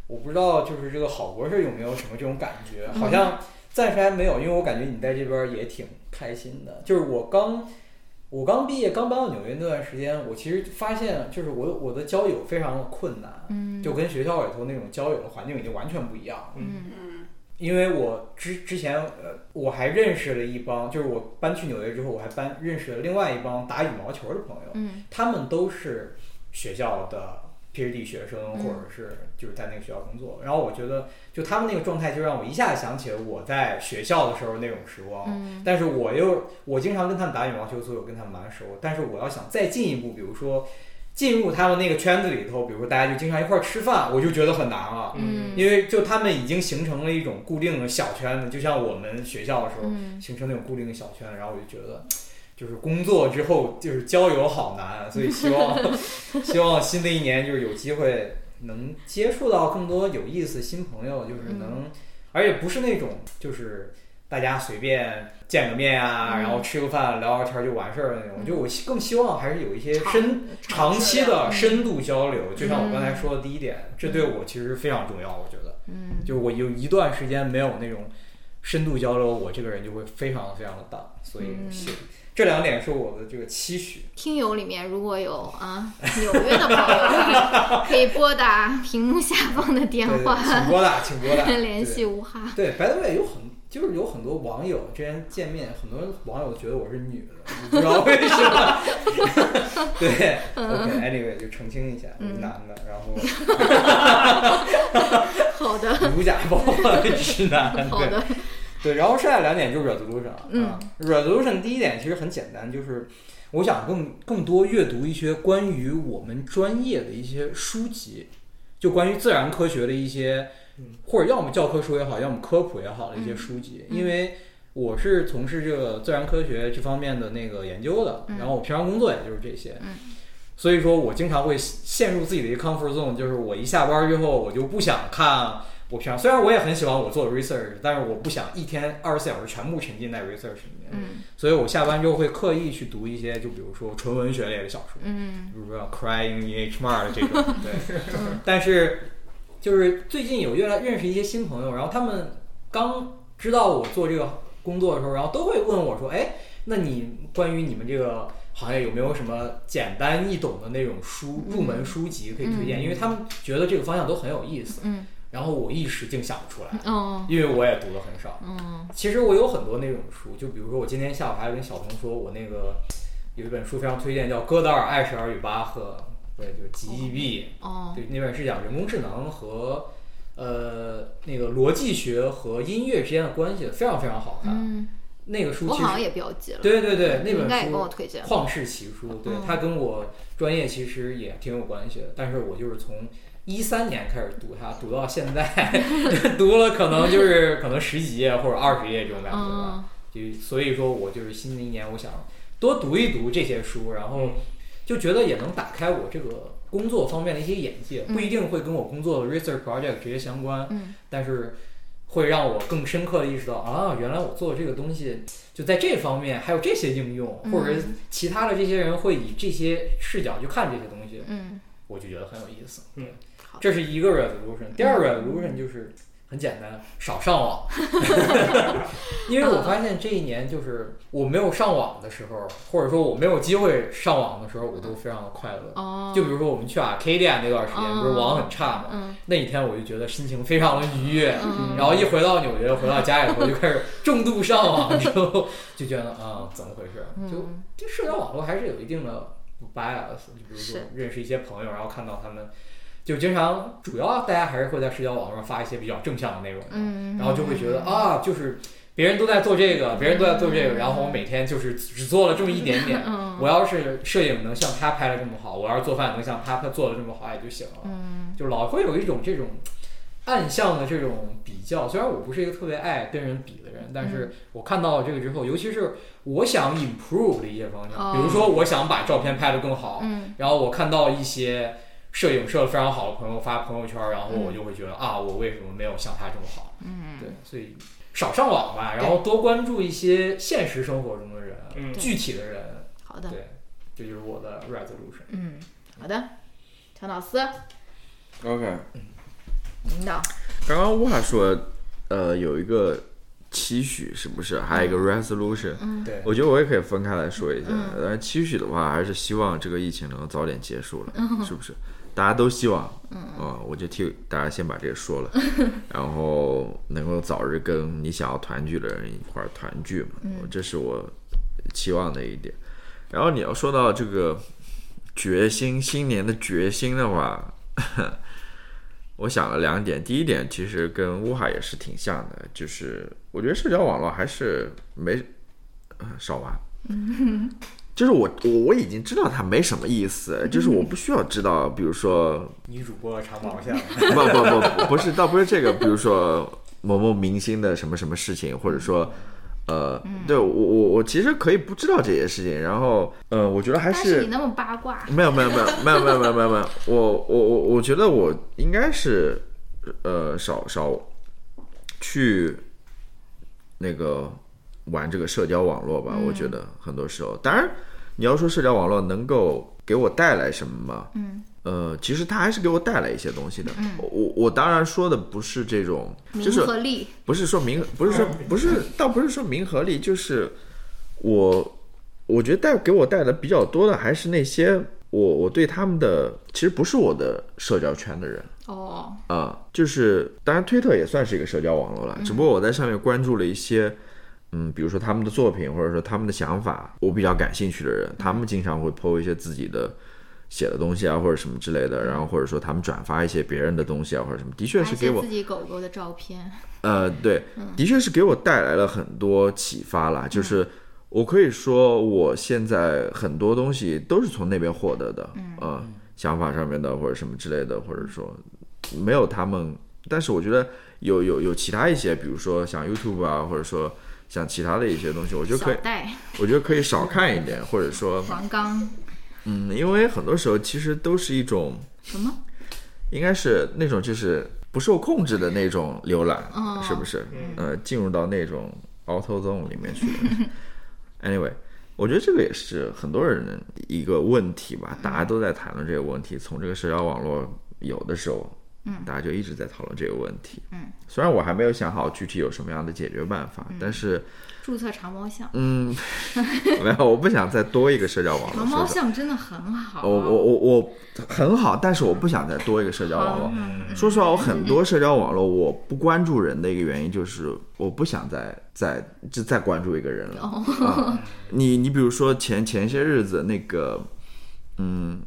[SPEAKER 3] 我不知道就是这个好博士有没有什么这种感觉，好像暂时还没有，因为我感觉你在这边儿也挺开心的。就是我刚我刚毕业刚搬到纽约那段时间，我其实发现就是我我的交友非常的困难，
[SPEAKER 2] 嗯
[SPEAKER 3] 就跟学校里头那种交友的环境已经完全不一样了。
[SPEAKER 2] 嗯
[SPEAKER 5] 嗯
[SPEAKER 3] 因为我之之前呃我还认识了一帮，就是我搬去纽约之后，我还搬认识了另外一帮打羽毛球的朋友。
[SPEAKER 2] 嗯
[SPEAKER 3] 他们都是学校的 PhD 学生，
[SPEAKER 2] 嗯
[SPEAKER 3] 或者是就是在那个学校工作。然后我觉得，就他们那个状态，就让我一下子想起了我在学校的时候那种时光。
[SPEAKER 2] 嗯
[SPEAKER 3] 但是我又我经常跟他们打羽毛球，所以我跟他们蛮熟。但是我要想再进一步，比如说进入他们那个圈子里头，比如说大家就经常一块儿吃饭，我就觉得很难了。
[SPEAKER 2] 嗯，
[SPEAKER 3] 因为就他们已经形成了一种固定的小圈子，就像我们学校的时候，
[SPEAKER 2] 嗯
[SPEAKER 3] 形成那种固定的小圈，然后我就觉得，就是工作之后就是交友好难，啊所以希望希望新的一年就是有机会能接触到更多有意思的新朋友，就是能，而且不是那种就是大家随便见个面啊，
[SPEAKER 2] 嗯
[SPEAKER 3] 然后吃个饭聊聊天儿就完事儿的那种，
[SPEAKER 2] 嗯
[SPEAKER 3] 就我希更希望还是有一些深
[SPEAKER 5] 长
[SPEAKER 3] 长期
[SPEAKER 5] 质
[SPEAKER 3] 的
[SPEAKER 5] 量
[SPEAKER 3] 深度交流，就像我刚才
[SPEAKER 2] 嗯
[SPEAKER 3] 说的第一点，这对我其实非常重要，我觉得。
[SPEAKER 2] 嗯
[SPEAKER 3] 就是我有一段时间没有那种深度交流，我这个人就会非常非常的淡，所以
[SPEAKER 2] 嗯
[SPEAKER 3] 是、这两点是我的这个期许。
[SPEAKER 2] 听友里面如果有啊纽约的朋友，可以拨打屏幕下方的电
[SPEAKER 3] 对对，
[SPEAKER 2] 话
[SPEAKER 3] 对请拨打，请 拨打，
[SPEAKER 2] 联系
[SPEAKER 3] 对。
[SPEAKER 2] 吴哈。
[SPEAKER 3] 对，白的位有很就是有很多网友之前见面，很多网友觉得我是女的，我不知道为什么。 对，OK，anyway、就澄清一下，我是
[SPEAKER 2] 嗯
[SPEAKER 3] 男的，然后
[SPEAKER 2] 好的，
[SPEAKER 3] 如假包换是男的。
[SPEAKER 2] 好的，
[SPEAKER 3] 对，然后剩下两点就是 resolution 啊、
[SPEAKER 2] 嗯
[SPEAKER 3] r e s o l u t i o n 第一点其实很简单，就是我想更更多阅读一些关于我们专业的一些书籍，就关于自然科学的一些
[SPEAKER 4] 嗯，
[SPEAKER 3] 或者要么教科书也好，要么科普也好的一些
[SPEAKER 2] 嗯
[SPEAKER 3] 书籍，
[SPEAKER 2] 嗯
[SPEAKER 3] 因为。我是从事这个自然科学这方面的那个研究的，
[SPEAKER 2] 嗯
[SPEAKER 3] 然后我平常工作也就是这些，
[SPEAKER 2] 嗯
[SPEAKER 3] 所以说我经常会陷入自己的一个 comfort zone，就是我一下班之后我就不想看我平常虽然我也很喜欢我做的 research，但是我不想一天二十四小时全部沉浸在 research 里面，
[SPEAKER 2] 嗯
[SPEAKER 3] 所以我下班之后会刻意去读一些，就比如说纯文学类的小说，
[SPEAKER 2] 嗯
[SPEAKER 3] 比如说像《Crying in H Mart》这种，对。但是就是最近有越来认识一些新朋友，然后他们刚知道我做这个工作的时候，然后都会问我说：“哎，那你关于你们这个行业有没有什么简单易懂的那种书入门书籍可以推荐，因为他们觉得这个方向都很有意思。
[SPEAKER 2] 嗯，
[SPEAKER 3] 然后我一时竟想不出来，
[SPEAKER 2] 嗯
[SPEAKER 3] 因为我也读的很少。
[SPEAKER 2] 嗯
[SPEAKER 3] 其实我有很多那种书，就比如说我今天下午还跟小红说，我那个有一本书非常推荐，叫《戈达尔、艾舍尔与巴赫》，对，就 GEB，、
[SPEAKER 2] 哦
[SPEAKER 3] 对，那本是讲人工智能和呃那个逻辑学和音乐之间的关系的，非常非常好看。
[SPEAKER 2] 嗯，
[SPEAKER 3] 那个书
[SPEAKER 2] 我
[SPEAKER 3] 其
[SPEAKER 2] 好像
[SPEAKER 3] 实
[SPEAKER 2] 也标记了，
[SPEAKER 3] 对对对，
[SPEAKER 2] 你
[SPEAKER 3] 那
[SPEAKER 2] 应该
[SPEAKER 3] 本
[SPEAKER 2] 也跟我哦
[SPEAKER 3] 书
[SPEAKER 2] 推荐了。
[SPEAKER 3] 旷世奇书，对、它跟我专业其实也挺有关系的，但是我就是从。一三年开始读它，读到现在， 读了可能就是可能十几页或者二十页这种感觉吧。
[SPEAKER 2] 嗯
[SPEAKER 3] 就所以说我就是新的一年，我想多读一读这些书，然后
[SPEAKER 4] 嗯
[SPEAKER 3] 就觉得也能打开我这个工作方面的一些眼界，不一定会跟我工作的 research project 直接相关，
[SPEAKER 2] 嗯
[SPEAKER 3] 但是会让我更深刻的意识到啊，原来我做的这个东西就在这方面还有这些应用，
[SPEAKER 2] 嗯
[SPEAKER 3] 或者其他的这些人会以这些视角去看这些东西，
[SPEAKER 2] 嗯，
[SPEAKER 3] 我就觉得很有意思。
[SPEAKER 4] 嗯
[SPEAKER 2] 好嗯
[SPEAKER 3] 这是一个 resolution，第二个 resolution 就是很简单，少上 网。因为我发现这一年就是我没有上网的时候，或者说我没有机会上网的时候，我都非常的快乐。
[SPEAKER 2] 哦，
[SPEAKER 3] 就比如说我们去 Arcadia 那段时间，
[SPEAKER 2] 嗯
[SPEAKER 3] 不是网很差嘛，
[SPEAKER 2] 嗯
[SPEAKER 3] 那一天我就觉得心情非常的愉悦。
[SPEAKER 2] 嗯，
[SPEAKER 3] 然后一回到纽约，回到家以后就开始重度上网，之后就觉得啊、怎么回事？就
[SPEAKER 2] 嗯
[SPEAKER 3] 这社交网络还是有一定的 bias，就比如说
[SPEAKER 2] 是
[SPEAKER 3] 认识一些朋友，然后看到他们，就经常主要大家还是会在社交网络上发一些比较正向的内容，
[SPEAKER 2] 嗯，
[SPEAKER 3] 然后就会觉得啊，就是别人都在做这个，别人都在做这个，然后我每天就是只做了这么一点点。
[SPEAKER 2] 嗯
[SPEAKER 3] 我要是摄影能像他拍的这么好，我要是做饭能像他做的这么好也就行了。
[SPEAKER 2] 嗯
[SPEAKER 3] 就老会有一种这种暗向的这种比较。虽然我不是一个特别爱跟人比的人，但是我看到了这个之后，尤其是我想 improve 的一些方向，
[SPEAKER 2] 哦
[SPEAKER 3] 比如说我想把照片拍得更好，
[SPEAKER 2] 嗯
[SPEAKER 3] 然后我看到一些摄影摄得非常好的朋友发朋友圈，然后我就会觉得、啊，我为什么没有像他这么好？
[SPEAKER 2] 嗯，
[SPEAKER 3] 对，所以少上网吧，然后多关注一些现实生活中的人，
[SPEAKER 4] 嗯
[SPEAKER 3] 具体的人，
[SPEAKER 2] 好的，
[SPEAKER 3] 对，这就是我的 resolution。
[SPEAKER 2] 嗯，好的，乔老师
[SPEAKER 1] ，OK。
[SPEAKER 2] 领导，
[SPEAKER 1] 刚刚乌哈说，呃，有一个期许是不是？还有一个 resolution，、
[SPEAKER 3] 对，
[SPEAKER 1] 我觉得我也可以分开来说一下。
[SPEAKER 2] 嗯
[SPEAKER 1] 但是期许的话，还是希望这个疫情能够早点结束了，是不是？大家都希望，嗯、我就替大家先把这个说了，然后能够早日跟你想要团聚的人一块儿团聚嘛，这是我期望的一点。然后你要说到这个决心，新年的决心的话， 我想了两点，第一点其实跟乌海也是挺像的，就是我觉得社交网络还是没、呃少玩，就是我我我已经知道它没什么意思，就是我不需要知道，比如说
[SPEAKER 3] 女主播长毛线了，
[SPEAKER 1] 不不不不是，倒不是这个，比如说某某明星的什么什么事情，或者说。呃，对我我我其实可以不知道这些事情，然后呃，我觉得还
[SPEAKER 2] 但
[SPEAKER 1] 是
[SPEAKER 2] 你那么八卦，
[SPEAKER 1] 没有没有没有没有没有没有没有没有，我我我我觉得我应该是呃少少去那个玩这个社交网络吧。我觉得很多时候，当然你要说社交网络能够给我带来什么嘛，嗯，呃，其实它还是给我带来一些东西的。我我我当然说的不是这种，
[SPEAKER 2] 名
[SPEAKER 1] 就是
[SPEAKER 2] 和利，
[SPEAKER 1] 不是说名，不是说不是，倒不是说名和利，就是我，我觉得带给我带来比较多的还是那些我我对他们的，其实不是我的社交圈的人
[SPEAKER 2] 哦，
[SPEAKER 1] 啊、就是当然推特也算是一个社交网络了，只不过我在上面关注了一些。嗯，比如说他们的作品，或者说他们的想法，我比较感兴趣的人，他们经常会 PO 一些自己的写的东西啊，或者什么之类的，然后或者说他们转发一些别人的东西啊，或者什么，的确
[SPEAKER 2] 发
[SPEAKER 1] 是
[SPEAKER 2] 一
[SPEAKER 1] 给
[SPEAKER 2] 些
[SPEAKER 1] 我
[SPEAKER 2] 自己狗狗的照片，
[SPEAKER 1] 呃，对，的确是给我带来了很多启发啦。就是我可以说，我现在很多东西都是从那边获得的，嗯、呃，想法上面的或者什么之类的，或者说没有他们，但是我觉得有有有其他一些，比如说像 YouTube 啊，或者说像其他的一些东西，我觉得可
[SPEAKER 2] 小
[SPEAKER 1] 以，
[SPEAKER 2] 戴、
[SPEAKER 1] 我觉得可以少看一点，或者说，
[SPEAKER 2] 黄冈
[SPEAKER 1] 嗯，因为很多时候其实都是一种。
[SPEAKER 2] 什么，
[SPEAKER 1] 应该是那种就是不受控制的那种浏览，
[SPEAKER 2] 哦
[SPEAKER 1] 是不是？呃，进入到那种 auto zone 里面去。anyway，我觉得这个也是很多人的一个问题吧，大家都在谈论这个问题。从这个社交网络有的时候
[SPEAKER 2] 嗯
[SPEAKER 1] 大家就一直在讨论这个问题。
[SPEAKER 2] 嗯，
[SPEAKER 1] 虽然我还没有想好具体有什么样的解决办法，但是
[SPEAKER 2] 注册长毛象，
[SPEAKER 1] 嗯， 没有，我不想再多一个社交网络。
[SPEAKER 2] 长毛象真的很好。啊
[SPEAKER 1] 哦我我我我很好，但是我不想再多一个社交网络。说实话，我很多社交网络我不关注人的一个原因就是我不想再再就再关注一个人了。啊、你你比如说前前些日子那个，嗯，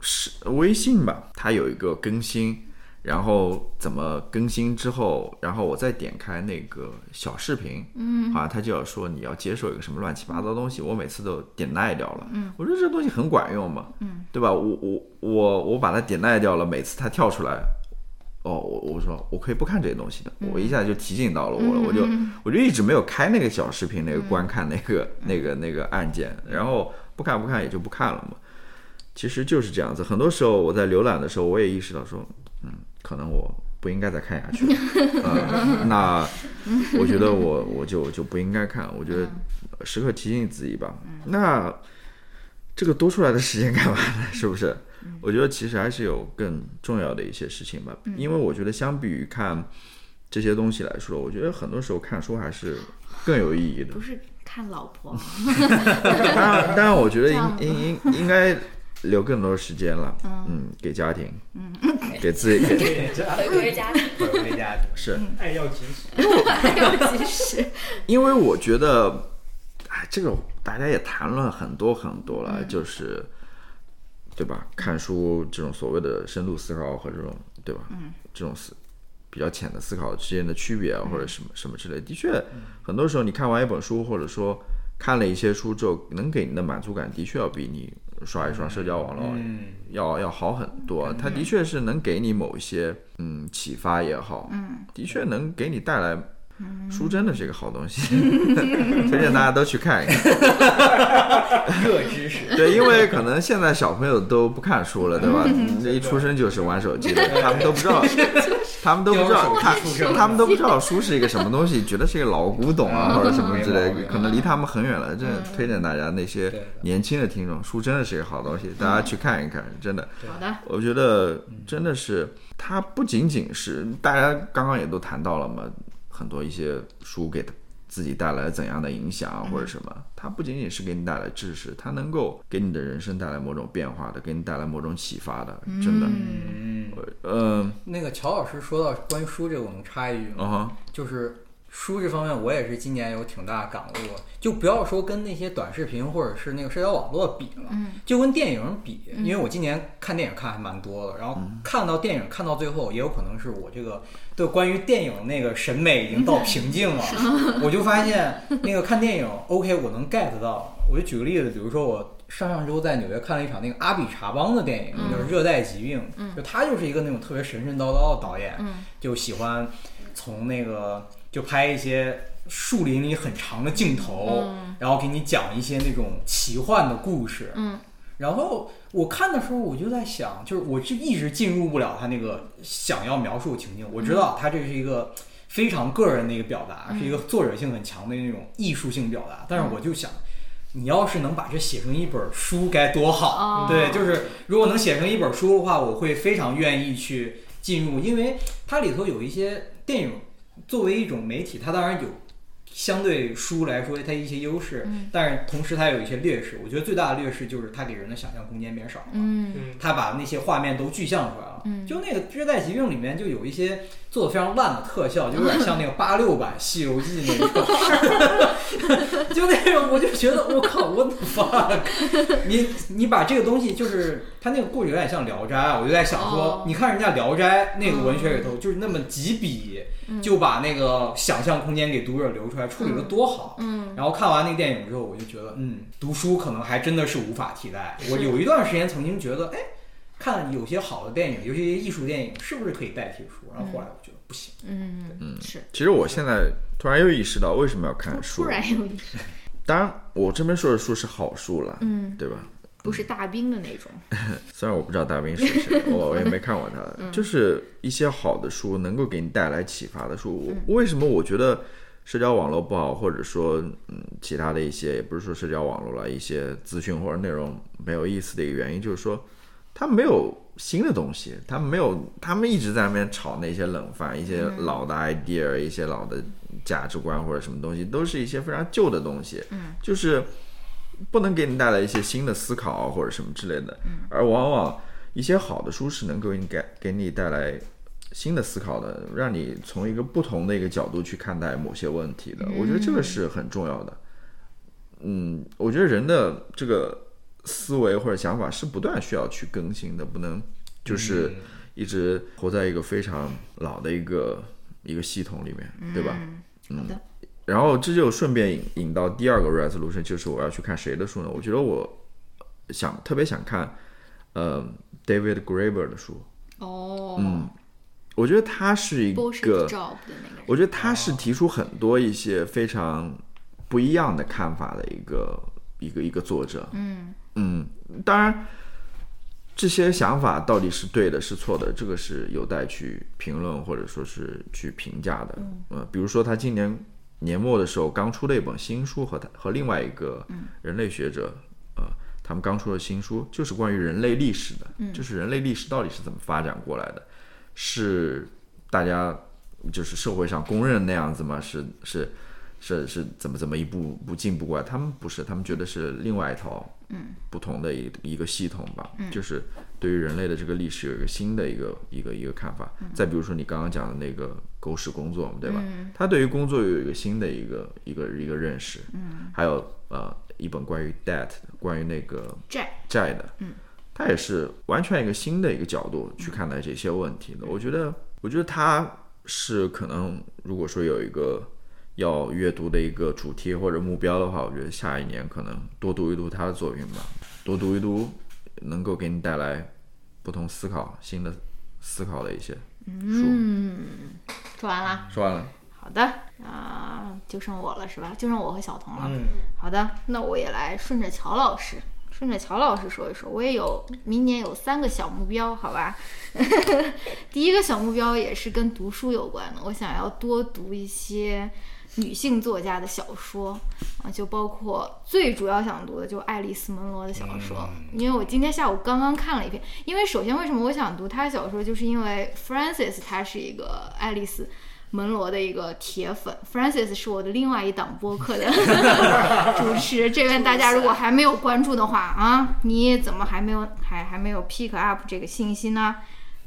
[SPEAKER 1] 是微信吧，它有一个更新，然后怎么更新之后，然后我再点开那个小视频，嗯，好像它就要说你要接受一个什么乱七八糟东西，我每次都点耐掉了，嗯，我说这东西很管用嘛，嗯，对吧？我我我我把它点耐掉了，每次它跳出来。哦，我我说我可以不看这些东西的，我一下就提醒到了我了，我就
[SPEAKER 2] 嗯
[SPEAKER 1] 我就一直没有开那个小视频那个观看那个、那个那个按键，然后不看不看也就不看了嘛。其实就是这样子，很多时候我在浏览的时候，我也意识到说，嗯，可能我不应该再看下去了。嗯，那我觉得我我就就不应该看，我觉得时刻提醒自己吧。那这个多出来的时间干嘛呢？是不是？我觉得其实还是有更重要的一些事情吧，因为我觉得相比于看这些东西来说，我觉得很多时候看书还是更有意义的
[SPEAKER 2] 不。是看老婆，
[SPEAKER 1] 当然，当然，我觉得
[SPEAKER 2] 这样
[SPEAKER 1] 应应应应该留更多时间了，嗯，给家庭，嗯， 给自己，给
[SPEAKER 4] 对，这
[SPEAKER 5] 回归家庭，
[SPEAKER 3] 回归家庭。
[SPEAKER 1] 是
[SPEAKER 4] 嗯爱要及时。
[SPEAKER 2] 还有及时，
[SPEAKER 1] 因为我觉得，哎，这个大家也谈论很多很多了，就是对吧？看书这种所谓的深度思考和这种对吧？嗯，这种思比较浅的思考之间的区别啊，或者什么什么之类，的确，很多时候你看完一本书，或者说看了一些书之后，能给你的满足感的确要比你刷一刷社交网络
[SPEAKER 3] 嗯，
[SPEAKER 1] 要要好很多。它的确是能给你某一些嗯启发也好，嗯，的确能给你带来。书真的是一个好东西， 推荐大家都去看一看。
[SPEAKER 3] 热知识。
[SPEAKER 1] 对，因为可能现在小朋友都不看书了，对吧？这一出生就是玩手机的，他们都不知道，他们都不知道
[SPEAKER 3] 雕
[SPEAKER 1] 看
[SPEAKER 3] 塑出生，
[SPEAKER 1] 他们都不知道书是一个什么东西，觉得是一个老古董啊或者什么之类
[SPEAKER 3] 没毛病，
[SPEAKER 1] 可能离他们很远了。真的推荐大家那些
[SPEAKER 3] 对
[SPEAKER 1] 年轻的听众，书真的是一个好东西，大家去看一看，真的。
[SPEAKER 2] 好的，
[SPEAKER 1] 我觉得真的是，它不仅仅是大家刚刚也都谈到了嘛，很多一些书给自己带来怎样的影响啊
[SPEAKER 2] 嗯
[SPEAKER 1] 或者什么，它不仅仅是给你带来知识，它能够给你的人生带来某种变化的，给你带来某种启发的，真的，
[SPEAKER 3] 嗯，
[SPEAKER 1] 嗯，
[SPEAKER 3] 那个乔老师说到关于书这个，我能插一句吗？
[SPEAKER 1] 嗯哼，
[SPEAKER 3] 就是书这方面，我也是今年有挺大的感悟，就不要说跟那些短视频或者是那个社交网络比了，就跟电影比，因为我今年看电影看还蛮多的，然后看到电影看到最后，也有可能是我这个对关于电影那个审美已经到瓶颈了， 我就发现那个看电影 OK，我能 get 到。我就举个例子，比如说我。上上周在纽约看了一场那个阿比查邦的电影，就是《热带疾病》，就他就是一个那种特别神神叨叨的导演，就喜欢从那个就拍一些树林里很长的镜头，然后给你讲一些那种奇幻的故事。
[SPEAKER 2] 嗯，
[SPEAKER 3] 然后我看的时候，我就在想，就是我是一直进入不了他那个想要描述的情境。我知
[SPEAKER 2] 嗯
[SPEAKER 3] 道他这是一个非常个人的一个表达，是一个作者性很强的那种艺术性表达，但
[SPEAKER 2] 嗯
[SPEAKER 3] 是我就想。你要是能把这写成一本书该多好，
[SPEAKER 2] 哦
[SPEAKER 3] 对，就是如果能写成一本书的话，我会非常愿意去进入，因为它里头有一些电影作为一种媒体，它当然有相对书来说它一些优势，但是同时它有一些劣势。我觉得最大的劣势就是它给人的想象空间变少了。
[SPEAKER 2] 嗯
[SPEAKER 4] 嗯，
[SPEAKER 3] 他把那些画面都具象出来了。就那个《热带疾病》里面就有一些做的非常烂的特效，就有点像那个八六版《西游记》那种， 就那种我就觉得我靠，what the fuck！你你把这个东西就是它那个故事有点像《聊斋》啊，我就在想说，
[SPEAKER 2] 哦
[SPEAKER 3] 你看人家《聊斋》那个文学里头就是那么几笔。
[SPEAKER 2] 嗯
[SPEAKER 3] 就把那个想象空间给读者留出来，处理的多好。
[SPEAKER 2] 嗯，
[SPEAKER 3] 然后看完那个电影之后，我就觉得，嗯，读书可能还真的是无法替代。我有一段时间曾经觉得，哎，看有些好的电影，尤其艺术电影，是不是可以代替书？然后后来我觉得不行。
[SPEAKER 2] 嗯嗯，是
[SPEAKER 1] 其实我现在突然又意识到为什么要看
[SPEAKER 2] 突
[SPEAKER 1] 书，
[SPEAKER 2] 然有一
[SPEAKER 1] 当然我这边说的书是好书了，
[SPEAKER 2] 嗯，
[SPEAKER 1] 对吧？
[SPEAKER 2] 不是大兵的那种，
[SPEAKER 1] 虽然我不知道大兵是谁，我我也没看过他，就是一些好的书能够给你带来启发的书。我为什么我觉得社交网络不好，或者说嗯其他的一些，也不是说社交网络了，一些资讯或者内容没有意思的一个原因，就是说它没有新的东西，他们没有，他们一直在那边炒那些冷饭，一些老的 idea，、一些老的价值观或者什么东西，都是一些非常旧的东西，嗯，就是不能给你带来一些新的思考啊或者什么之类的，嗯，而往往一些好的书是能够给你给给你带来新的思考的，让你从一个不同的一个角度去看待某些问题的，我觉得这个是很重要的，嗯，我觉得人的这个思维或者想法是不断需要去更新的，不能就是一直活在一个非常老的一个一个系统里面，对吧？
[SPEAKER 2] 嗯
[SPEAKER 1] 嗯
[SPEAKER 2] 好的，
[SPEAKER 1] 然后这就顺便引引到第二个 resolution，就是我要去看谁的书呢？我觉得我想特别想看，呃，David Graeber 的书。
[SPEAKER 2] 哦，嗯，
[SPEAKER 1] 我觉得他是一
[SPEAKER 2] 波士
[SPEAKER 1] 个，
[SPEAKER 2] job 的那个人，
[SPEAKER 1] 我觉得他是提出很多一些非常不一样的看法的一个一个一个作者。
[SPEAKER 2] 嗯
[SPEAKER 1] 嗯，当然，这些想法到底是对的，是错的，这个是有待去评论或者说是去评价的。嗯、呃，比如说他今年年末的时候刚出的一本新书和他和另外一个人类学者，呃，他们刚出的新书就是关于人类历史的，就是人类历史到底是怎么发展过来的，是大家就是社会上公认那样子吗？是是。是是怎么怎么一步步进步过来？他们不是，他们觉得是另外一套不同的一一个系统吧，就是对于人类的这个历史有一个新的一个一个一个看法。再比如说你刚刚讲的那个狗屎工作，对吧？他对于工作有一个新的一个一个一个认识。还有呃，一本关于 debt，关于那个
[SPEAKER 2] 债
[SPEAKER 1] 债的，嗯，他也是完全一个新的一个角度去看待这些问题的。我觉得，我觉得他是可能如果说有一个要阅读的一个主题或者目标的话，我觉得下一年可能多读一读他的作品吧，多读一读能够给你带来不同思考、新的思考的一些书。
[SPEAKER 2] 嗯说完啦。
[SPEAKER 1] 说完了，
[SPEAKER 2] 好的，啊、就剩我了是吧？就剩我和小童了。
[SPEAKER 3] 嗯，
[SPEAKER 2] 好的，那我也来顺着乔老师，顺着乔老师说一说，我也有明年有三个小目标，好吧？ 第一个小目标也是跟读书有关的，我想要多读一些女性作家的小说啊，就包括最主要想读的就是爱丽丝·门罗的小说，因为我今天下午刚刚看了一篇。因为首先为什么我想读她的小说，就是因为 Francis 她是一个爱丽丝。门罗的一个铁粉，Francis 是我的另外一档播客的 主持。这边大家如果还没有关注的话啊，你怎么还没有还还没有 pick up 这个信息呢？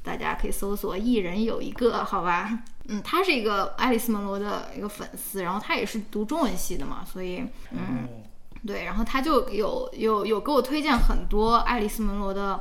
[SPEAKER 2] 大家可以搜索“一人有一个”，好吧？嗯，他是一个爱丽丝门罗的一个粉丝，然后他也是读中文系的嘛，所以嗯，对，然后他就有有有给我推荐很多爱丽丝门罗的，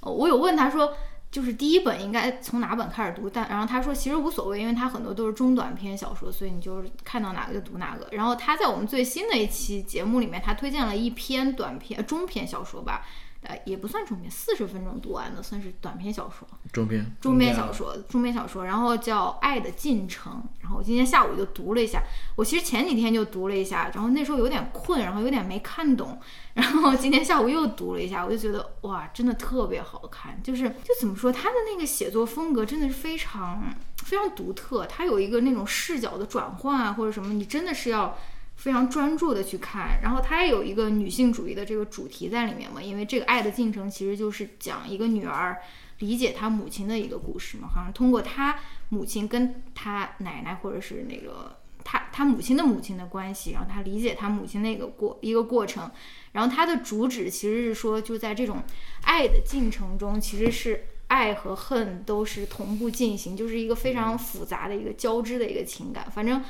[SPEAKER 2] 呃我有问他说。就是第一本应该从哪本开始读，但然后他说其实无所谓，因为他很多都是中短篇小说，所以你就是看到哪个就读哪个。然后他在我们最新的一期节目里面，他推荐了一篇短篇呃中篇小说吧，呃也不算中篇，四十分钟读完的算是短篇小说。
[SPEAKER 1] 中篇
[SPEAKER 2] 中篇
[SPEAKER 3] 中
[SPEAKER 2] 小
[SPEAKER 3] 篇
[SPEAKER 2] 说，中篇小说，然后叫《爱的进程》，然后我今天下午就读了一下，我其实前几天就读了一下，然后那时候有点困，然后有点没看懂，然后今天下午又读了一下，我就觉得哇，真的特别好看，就是就怎么说，他的那个写作风格真的是非常非常独特，他有一个那种视角的转换啊，或者什么，你真的是要。非常专注的去看，然后它也有一个女性主义的这个主题在里面嘛，因为这个《爱的进程》其实就是讲一个女儿理解她母亲的一个故事嘛，好像通过她母亲跟她奶奶或者是那个她她母亲的母亲的关系，然后她理解她母亲那个过一个过程，然后它的主旨其实是说，就在这种爱的进程中，其实是爱和恨都是同步进行，就是一个非常复杂的一个交织的一个情感，反正。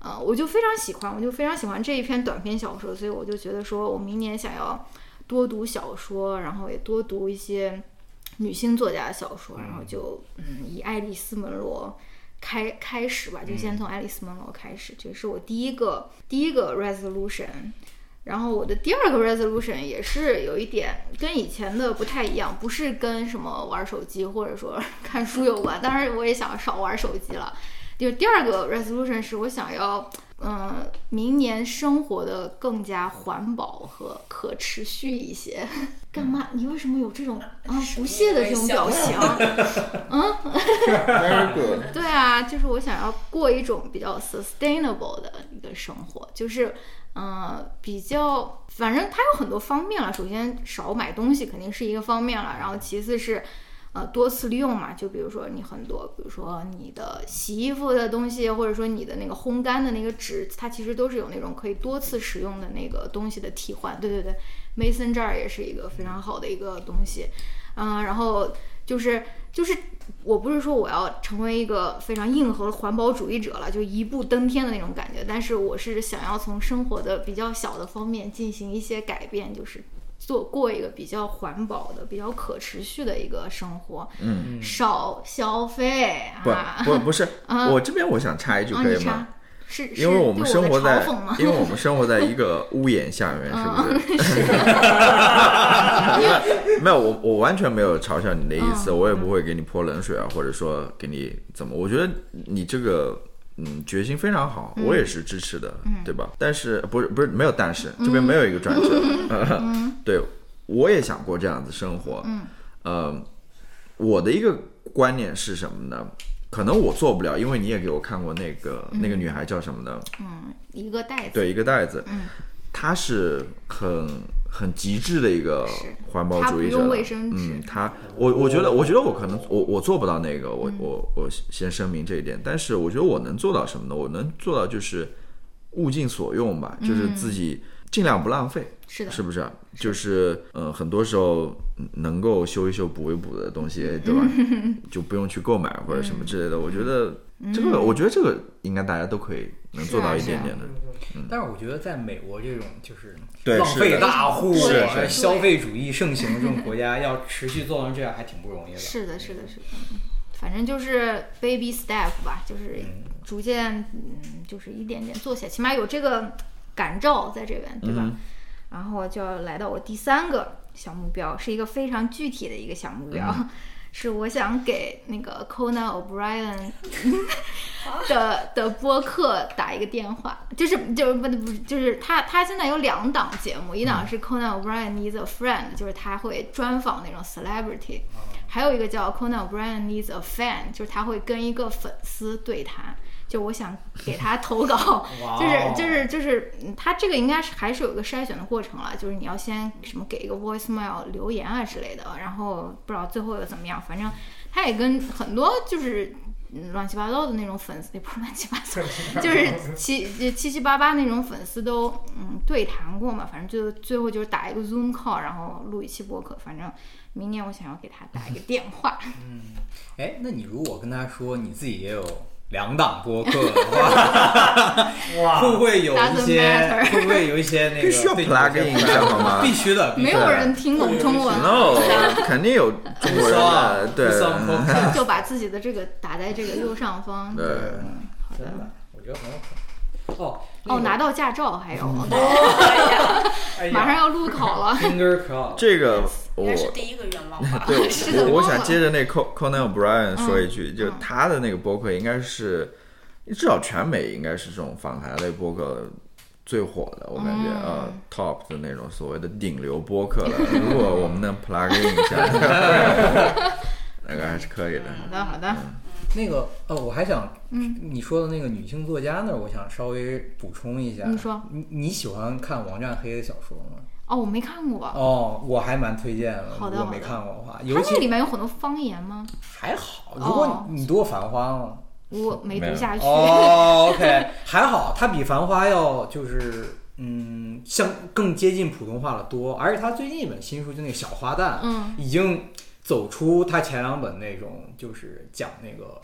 [SPEAKER 2] 呃，我就非常喜欢，我就非常喜欢这一篇短篇小说，所以我就觉得说，我明年想要多读小说，然后也多读一些女性作家的小说，然后就嗯，以爱丽丝门罗开开始吧，就先从爱丽丝门罗开始，这是我第一个第一个 resolution。然后我的第二个 resolution 也是有一点跟以前的不太一样，不是跟什么玩手机或者说 看书有关，当然我也想少玩手机了。就是第二个 resolution 是我想要，嗯、明年生活的更加环保和可持续一些。 干嘛？你为什么有这种啊不屑的这种表情？
[SPEAKER 1] very good。
[SPEAKER 2] 对啊，就是我想要过一种比较 sustainable 的一个生活，就是呃比较，反正它有很多方面了。首先少买东西肯定是一个方面了，然后其次是呃多次利用嘛，就比如说你很多，比如说你的洗衣服的东西，或者说你的那个烘干的那个纸，它其实都是有那种可以多次使用的那个东西的替换。对对对，Mason jar 也是一个非常好的一个东西，嗯、然后就是就是我不是说我要成为一个非常硬核的环保主义者了，就一步登天的那种感觉，但是我是想要从生活的比较小的方面进行一些改变，就是做过一个比较环保的、比较可持续的一个生活，
[SPEAKER 1] 嗯，
[SPEAKER 2] 少消费
[SPEAKER 1] 不
[SPEAKER 2] 啊。
[SPEAKER 1] 不不是，
[SPEAKER 2] 啊
[SPEAKER 1] 我这边我想插一句
[SPEAKER 2] 啊，
[SPEAKER 1] 可
[SPEAKER 2] 你
[SPEAKER 1] 以吗
[SPEAKER 2] 啥？？是是
[SPEAKER 1] 因为
[SPEAKER 2] 对我
[SPEAKER 1] 们生活
[SPEAKER 2] 的
[SPEAKER 1] 在
[SPEAKER 2] 嘲讽吗，嗯
[SPEAKER 1] 因为我们生活在一个屋檐下面，是不是？ 没有，我我完全没有嘲笑你的意
[SPEAKER 2] 嗯
[SPEAKER 1] 思，我也不会给你泼冷水啊，或者说给你怎么。我觉得你这个嗯决心非常好，
[SPEAKER 2] 嗯
[SPEAKER 1] 我也是支持的，对吧？但是不是不是没有但是，
[SPEAKER 2] 嗯
[SPEAKER 1] 这边没有一个转折。 对，我也想过这样子生活。嗯，呃，我的一个观念是什么呢？可能我做不了，因为你也给我看过那个、那个女孩叫什么呢？
[SPEAKER 2] 嗯，一个袋子，
[SPEAKER 1] 对，一个袋子，
[SPEAKER 2] 嗯
[SPEAKER 1] 他是很很极致的一个
[SPEAKER 2] 是
[SPEAKER 1] 环保
[SPEAKER 2] 他
[SPEAKER 1] 主义
[SPEAKER 2] 不
[SPEAKER 1] 者
[SPEAKER 2] 用
[SPEAKER 1] 了
[SPEAKER 2] 卫生纸
[SPEAKER 1] 嗯，他我我觉得我觉得我可能我我做不到那个，我
[SPEAKER 2] 嗯
[SPEAKER 1] 我我先声明这一点。但是我觉得我能做到什么呢？我能做到就是物尽所用吧，
[SPEAKER 2] 嗯
[SPEAKER 1] 就是自己尽量不浪费。
[SPEAKER 2] 是的，
[SPEAKER 1] 是不是啊？就是呃，很多时候嗯能够修一修、补一补的东西， 对吧？就不用去购买或者什么之
[SPEAKER 5] 嗯
[SPEAKER 1] 类的。我觉得这个，我觉得这个应该大家都可以能
[SPEAKER 2] 是
[SPEAKER 1] 做
[SPEAKER 2] 啊
[SPEAKER 1] 到一
[SPEAKER 2] 是
[SPEAKER 1] 点
[SPEAKER 2] 啊
[SPEAKER 4] 嗯
[SPEAKER 1] 点的。
[SPEAKER 3] 但是我觉得在美国这种就是
[SPEAKER 1] 对
[SPEAKER 3] 浪
[SPEAKER 1] 是
[SPEAKER 3] 费
[SPEAKER 1] 的
[SPEAKER 3] 大户、
[SPEAKER 2] 是
[SPEAKER 1] 是
[SPEAKER 3] 啊消费主义盛行这种国家，要持续做成这样还挺不容易的。
[SPEAKER 2] 是的，是的，是的，嗯反正就是 baby step 吧，就是逐渐，嗯，就是一点点做起来，起码有这个感召在这边，
[SPEAKER 5] 啊
[SPEAKER 2] 对吧？
[SPEAKER 1] 嗯
[SPEAKER 2] 然后就要来到我第三个小目标，是一个非常具体的一个小目标， 是我想给那个 Conan O'Brien 的的播客打一个电话，就是就是不不就是他他现在有两档节目，一档是 Conan O'Brien Needs a Friend，就是他会专访那种 celebrity，还有一个叫 Conan O'Brien Needs a Fan，就是他会跟一个粉丝对谈。就我想给他投稿
[SPEAKER 3] 哇，
[SPEAKER 2] 就是
[SPEAKER 3] 哦
[SPEAKER 2] 就是就是嗯他这个应该是还是有个筛选的过程了，就是你要先什么给一个 voicemail 留言啊之类的，然后不知道最后又怎么样，反正他也跟很多就是嗯乱七八糟的那种粉丝，也不是乱七八糟，就是七呃七七八八那种粉丝都嗯对谈过嘛，反正就最后就是打一个 Zoom call，然后录一期播客，反正明年我想要给他打一个电话，
[SPEAKER 3] 哎，那你如果跟他说你自己也有两档播客的话，
[SPEAKER 4] 哇
[SPEAKER 3] 会不会有一
[SPEAKER 2] Doesn't
[SPEAKER 3] 些
[SPEAKER 2] matter
[SPEAKER 3] 会不会有一些那个
[SPEAKER 1] 必须要
[SPEAKER 3] 对你有些
[SPEAKER 1] plug in
[SPEAKER 3] 不
[SPEAKER 1] 一下好吗
[SPEAKER 3] 必须的，必
[SPEAKER 2] 没
[SPEAKER 3] 须的
[SPEAKER 2] 有人听懂中文。
[SPEAKER 1] No，肯定有中 国人的，对，
[SPEAKER 3] 啊不算
[SPEAKER 1] 嗯
[SPEAKER 3] 不
[SPEAKER 2] 就把自己的这个打在这个右上方。
[SPEAKER 1] 对，
[SPEAKER 2] 好
[SPEAKER 3] 真
[SPEAKER 2] 的。
[SPEAKER 3] 的，我觉得很有可能。哦
[SPEAKER 2] 哦，拿到驾照还有，
[SPEAKER 5] 嗯哦
[SPEAKER 4] 哎呀
[SPEAKER 2] 马上要路考 了。
[SPEAKER 3] ，finger cross，
[SPEAKER 1] 这个
[SPEAKER 5] 应
[SPEAKER 1] 我。
[SPEAKER 5] 该是第一个愿望 吧
[SPEAKER 1] 对
[SPEAKER 2] 是的
[SPEAKER 1] 我我
[SPEAKER 2] 忘
[SPEAKER 1] 想
[SPEAKER 2] 了
[SPEAKER 1] 接着那 Con- Conan O'Brien 说一句，就
[SPEAKER 2] 嗯
[SPEAKER 1] 他的那个播客应该是，至少全美应该是这种访谈类播客最火的，我感觉啊、呃
[SPEAKER 2] 嗯
[SPEAKER 1] top 的那种所谓的顶流播客了。如果我们能 plug in 一 下，那个还是可以的。
[SPEAKER 2] 好
[SPEAKER 3] 嗯
[SPEAKER 2] 的，好的。
[SPEAKER 3] 那个哦，我还想，
[SPEAKER 2] 嗯，
[SPEAKER 3] 你说的那个女性作家那儿，我想稍微补充一下。
[SPEAKER 2] 你说
[SPEAKER 3] 你，你喜欢看王占黑的小说吗？
[SPEAKER 2] 哦，我没看过。
[SPEAKER 3] 哦，我还蛮推荐的。
[SPEAKER 2] 好的
[SPEAKER 3] 如果没
[SPEAKER 2] 好的
[SPEAKER 3] 看过的话，
[SPEAKER 2] 它
[SPEAKER 3] 尤
[SPEAKER 2] 那
[SPEAKER 3] 其
[SPEAKER 2] 里面有很多方言吗？
[SPEAKER 3] 还好。如果
[SPEAKER 2] 哦
[SPEAKER 3] 你你读过《繁花》吗？
[SPEAKER 2] 我没
[SPEAKER 1] 没有
[SPEAKER 2] 读下去。
[SPEAKER 3] 哦，OK，还好，它比《繁花》要就是嗯，像更接近普通话了多，而且它最近一本新书就那个《小花旦》，
[SPEAKER 2] 嗯，
[SPEAKER 3] 已经走出它前两本那种就是讲那个。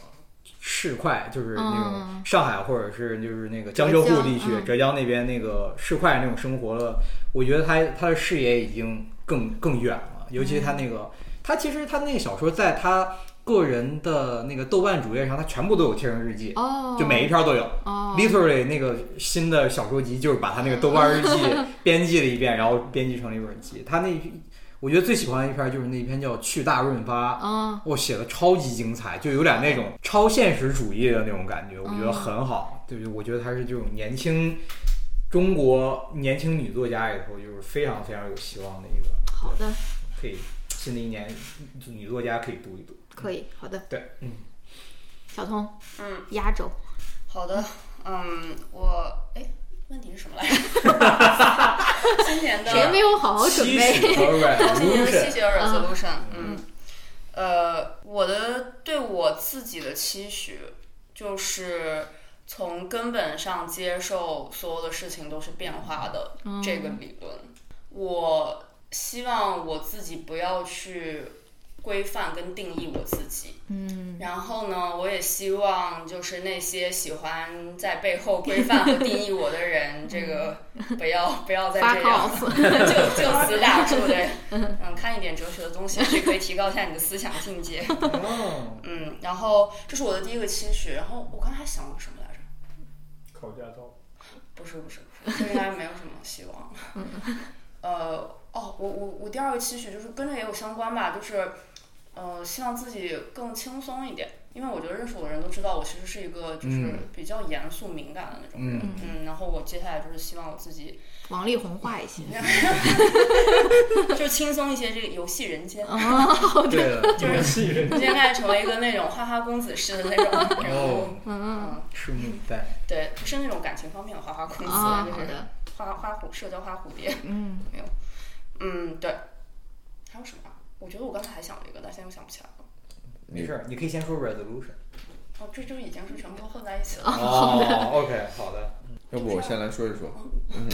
[SPEAKER 3] 市侩就是那
[SPEAKER 2] 嗯
[SPEAKER 3] 种上海或者是就是那个江浙沪地区、
[SPEAKER 2] 浙江嗯
[SPEAKER 3] 浙江那边那个市侩那种生活了，我觉得他他的视野已经更更远了，尤其他那个、他其实他那个小说在他个人的那个豆瓣主页上，他全部都有贴成日记，
[SPEAKER 2] 哦。
[SPEAKER 3] 就每一篇都有。
[SPEAKER 2] 哦。
[SPEAKER 3] Literally 那个新的小说集就是把他那个豆瓣日记
[SPEAKER 2] 哦
[SPEAKER 3] 编辑了一遍，然后编辑成了一本集。他那我觉得最喜欢的一篇就是那篇叫《去大润发》，
[SPEAKER 2] 嗯。
[SPEAKER 3] 我写的超级精彩，就有点那
[SPEAKER 2] 哦
[SPEAKER 3] 种超现实主义的那种感觉，我觉得很好。对，我觉得她是这种年轻中国年轻女作家里头就是非常非常有希望的一个，
[SPEAKER 2] 好的，
[SPEAKER 3] 可以新的一年女作家可以读一读。
[SPEAKER 2] 可以，好的。
[SPEAKER 3] 对，嗯，
[SPEAKER 2] 小童，
[SPEAKER 5] 嗯，
[SPEAKER 2] 压轴。
[SPEAKER 5] 好的，嗯，我哎，问题是什么来着？今年的
[SPEAKER 2] 谁没有好好准哦
[SPEAKER 3] 吸
[SPEAKER 2] 备？
[SPEAKER 3] 取 r e
[SPEAKER 5] 今年
[SPEAKER 3] v
[SPEAKER 5] 的
[SPEAKER 3] o
[SPEAKER 5] 吸血 resolution，嗯，呃，我的对我自己的期许就是从根本上接受所有的事情都是变化的
[SPEAKER 2] 嗯
[SPEAKER 5] 这个理论。我希望我自己不要去规范跟定义我自己。嗯，然后呢，我也希望就是那些喜欢在背后规范和定义我的人，这个不要不要再
[SPEAKER 2] 发
[SPEAKER 5] 这样。
[SPEAKER 2] cos，
[SPEAKER 5] 就就此打住对，嗯，看一点哲学的东西是可以提高一下你的思想境界。
[SPEAKER 4] 哦，
[SPEAKER 5] 嗯，然后这是我的第一个期许。然后我刚才还想了什么来着？
[SPEAKER 4] 考驾照，
[SPEAKER 5] 不是不是不是，这应该没有什么希望。 呃，哦，我我我第二个期许就是跟这也有相关吧，就是呃，希望自己更轻松一点，因为我觉得认识我的人都知道我其实是一个就是比较严肃敏感的那种人。
[SPEAKER 3] 嗯
[SPEAKER 5] 嗯，然后我接下来就是希望我自己
[SPEAKER 2] 王力宏化一 些。
[SPEAKER 5] 就是轻松一些，这个游戏人 间。
[SPEAKER 2] 嗯
[SPEAKER 3] 对的，嗯
[SPEAKER 4] 游戏人
[SPEAKER 5] 我现在成为一个那种花花公子式的 那种人物，
[SPEAKER 3] 哦，
[SPEAKER 2] 嗯，
[SPEAKER 3] 拭目以待。
[SPEAKER 5] 对，不是那种感情方面的花花公子，
[SPEAKER 2] 啊，
[SPEAKER 5] 就
[SPEAKER 2] 好
[SPEAKER 5] 是
[SPEAKER 2] 的，
[SPEAKER 5] 花花蝴社交花蝴蝶。
[SPEAKER 2] 嗯，
[SPEAKER 5] 嗯，对。还有什么啊？我觉得我刚才还想了一个，但现在我想不起来了。
[SPEAKER 3] 没事儿，你可以先说 resolution。
[SPEAKER 5] 哦，这就已经是全部都混在一 起了。
[SPEAKER 3] 哦，OK，好的。
[SPEAKER 1] 要不我先来说一说，嗯，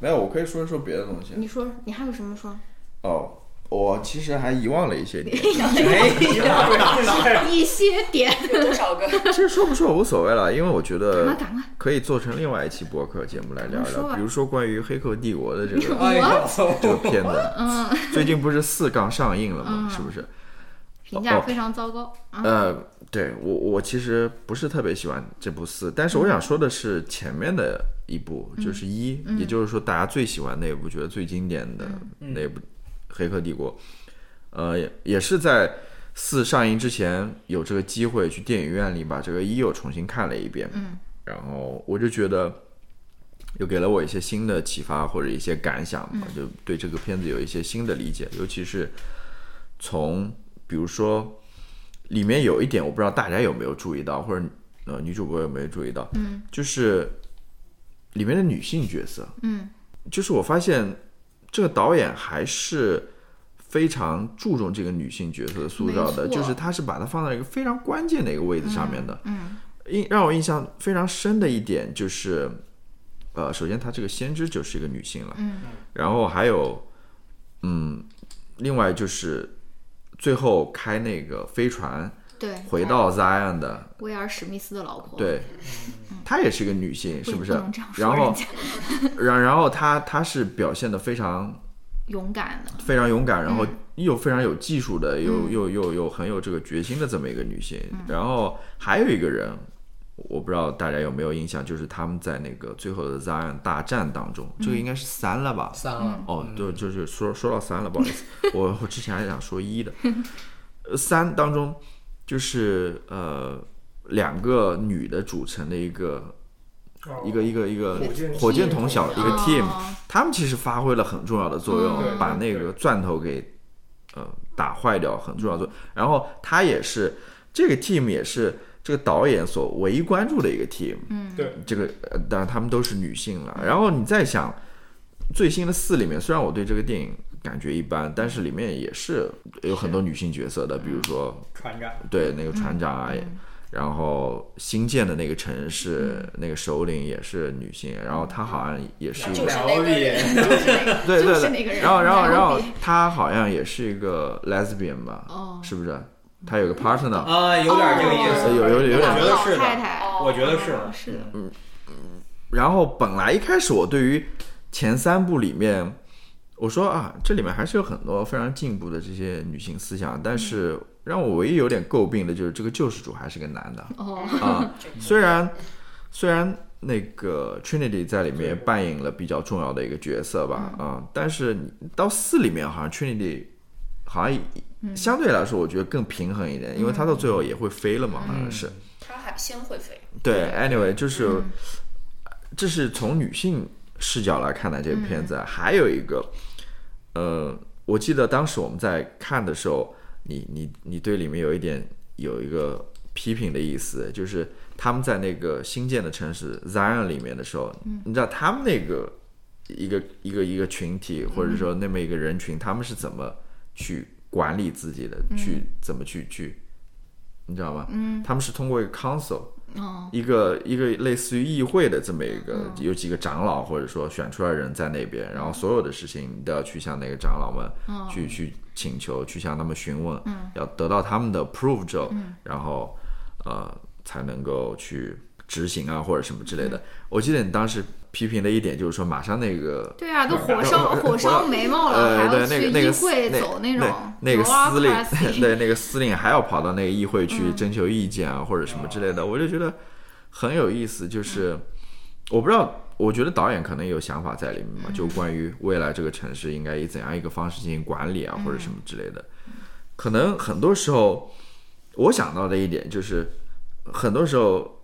[SPEAKER 1] 没有，我可以说一说别的东西。
[SPEAKER 2] 你说你还有什么说？
[SPEAKER 1] 哦，我其实还遗忘了一 些点，
[SPEAKER 3] 哎呀，
[SPEAKER 2] 一些点，
[SPEAKER 5] 有 多少个？
[SPEAKER 1] 其实说不说无所谓了，因为我觉得
[SPEAKER 2] 赶快赶快
[SPEAKER 1] 可以做成另外一期博客节目来聊一
[SPEAKER 2] 你说啊
[SPEAKER 1] 聊，
[SPEAKER 2] 吧
[SPEAKER 1] 比如说关于《黑客帝国》的这个
[SPEAKER 3] 哎呀，
[SPEAKER 1] 这个片
[SPEAKER 2] 嗯
[SPEAKER 1] 子，最近不是四杠上映了吗？是不是？
[SPEAKER 2] 评价非常糟糕。嗯
[SPEAKER 1] 呃，对我我其实不是特别喜欢这部四，但是我想说的是前面的一部，
[SPEAKER 2] 嗯
[SPEAKER 1] 就是一，也就是说大家最喜欢那一部，觉得最经典的
[SPEAKER 2] 嗯
[SPEAKER 1] 那部《黑客帝国》，呃，也也是在四上映之前有这个机会去电影院里把这个一又重新看了一遍，嗯，然后我就觉得。又给了我一些新的启发或者一些感想吧，
[SPEAKER 2] 嗯
[SPEAKER 1] 就对这个片子有一些新的理解，尤其是从比如说里面有一点我不知道大家有没有注意到，或者呃女主播有没有注意到，嗯，就是里面的女性角色，嗯，就是我发现这个导演还是非常注重这个女性角色的塑造的，
[SPEAKER 2] 没错
[SPEAKER 1] 就是他是把它放在一个非常关键的一个位置上面的，嗯，印让我印象非常深的一点就是，呃，首先她这个先知就是一个女性了，嗯，然后还有，嗯，另外就是最后开那个飞船
[SPEAKER 2] 对，
[SPEAKER 1] 回到 Zion 的，
[SPEAKER 2] 威尔史密斯的老婆，，
[SPEAKER 1] 对，她也是一个女性，是
[SPEAKER 2] 不
[SPEAKER 1] 不是
[SPEAKER 2] 能这样？说
[SPEAKER 1] 然后
[SPEAKER 2] 人，家
[SPEAKER 1] 然然后她她是表现的非常
[SPEAKER 2] 勇敢的，
[SPEAKER 1] 非常勇敢，然后又非常有技术的，又又又又很有这个决心的这么一个女性。然后还有一个人，我不知道大家有没有印象，就是他们在那个最后的 Zion 大战当中，这个应该是三了吧？
[SPEAKER 3] 散了。
[SPEAKER 1] 哦，
[SPEAKER 4] 嗯
[SPEAKER 1] 对，就是说说到三了，不好意思，我 我之前还想说一的，呃三当中就是呃两个女的组成的一个
[SPEAKER 4] 哦
[SPEAKER 1] 一个一个一个
[SPEAKER 4] 火箭啊
[SPEAKER 1] 火箭筒小一
[SPEAKER 5] 这
[SPEAKER 1] 个 team，
[SPEAKER 2] 哦
[SPEAKER 1] 他们其实发挥了很重要的作用，
[SPEAKER 4] 嗯
[SPEAKER 1] 把那个钻头给呃打坏掉，很重要的作用。然后他也是这个 team 也是这个导演所唯一关注的一个 team，
[SPEAKER 4] 嗯对，
[SPEAKER 1] 这个呃当然他们都是女性了。然后你再想最新的四里面，虽然我对这个电影感觉一般，但是里面也是有很多女性角色的，比如说
[SPEAKER 3] 船长，
[SPEAKER 1] 对那个船长啊，
[SPEAKER 2] 嗯
[SPEAKER 1] 然后新建的那个城市那个首领也是女性，然后她好像也是一
[SPEAKER 5] 就
[SPEAKER 1] 个
[SPEAKER 5] 是那个人，就是那个。
[SPEAKER 1] 对
[SPEAKER 2] 嗯就
[SPEAKER 1] 对
[SPEAKER 2] 是那个
[SPEAKER 1] 对，
[SPEAKER 2] 人
[SPEAKER 1] 然后然后然后
[SPEAKER 2] Nairobi
[SPEAKER 1] 她好像也是一个 lesbian 吧，
[SPEAKER 3] 嗯
[SPEAKER 2] 哦
[SPEAKER 1] 是不是？她有个 partner，
[SPEAKER 3] 啊，有点这个意
[SPEAKER 1] 呃
[SPEAKER 3] 思。
[SPEAKER 1] 有有有点
[SPEAKER 3] 我觉得
[SPEAKER 2] 老
[SPEAKER 3] 是
[SPEAKER 2] 太
[SPEAKER 3] 的，
[SPEAKER 2] 太，
[SPEAKER 5] 哦
[SPEAKER 3] 我觉得是的，
[SPEAKER 2] 是的
[SPEAKER 3] 嗯
[SPEAKER 1] 然后本来一开始我对于前三部里面，我说啊，这里面还是有很多非常进步的这些女性思想，但是让我唯一有点诟病的就是这个救世主还是个男的
[SPEAKER 2] 哦，
[SPEAKER 3] 嗯
[SPEAKER 1] 啊，虽然虽然那个 Trinity 在里面也扮演了比较重要的一个角色吧，啊，但是你到四里面好像 Trinity 好像
[SPEAKER 2] 嗯
[SPEAKER 1] 也相对来说我觉得更平衡一点，因为他到最后也会飞了嘛，好像是。
[SPEAKER 5] 他还先会飞，
[SPEAKER 1] 对，anyway，就是、这是从女性视角来看待这个片子啊。还有一个，呃，我记得当时我们在看的时候，你你你对里面有一点有一个批评的意思，就是他们在那个新建的城市 Zion 里面的时候，你知道他们那个一个一个一个群体，或者说那么一个人群，他们是怎么去管理自己的，去怎么去去，你知道吗？嗯，他们是通过一个 council，
[SPEAKER 2] 哦，
[SPEAKER 1] 一个一个类似于议会的这么一个，有几个长老或者说选出来的人在那边，然后所有的事情你都要去向那个长老们
[SPEAKER 2] 嗯
[SPEAKER 1] 去去请求，去向他们询问，要得到他们的 approve 之后，然后呃才能够去执行啊或者什么之类的。我记得你当时批评的一点就是说，马上那个
[SPEAKER 2] 对啊，都火
[SPEAKER 1] 然后
[SPEAKER 2] 烧
[SPEAKER 1] 然后
[SPEAKER 2] 火烧眉毛了，
[SPEAKER 1] 呃，
[SPEAKER 2] 还
[SPEAKER 1] 对
[SPEAKER 2] 要，
[SPEAKER 1] 那
[SPEAKER 2] 去
[SPEAKER 1] 个那
[SPEAKER 2] 议
[SPEAKER 1] 个司
[SPEAKER 2] 会
[SPEAKER 1] 那
[SPEAKER 2] 走
[SPEAKER 1] 那
[SPEAKER 2] 种
[SPEAKER 1] 那个司
[SPEAKER 2] bureaucracy
[SPEAKER 1] 令， 对那个司令还要跑到那个议会去征求意见啊，或者什么之类的，我就觉得很有意思。就是我不知道，我觉得导演可能有想法在里面嘛，就关于未来这个城市应该以怎样一个方式进行管理啊，或者什么之类的。可能很多时候，我想到的一点就是，很多时候，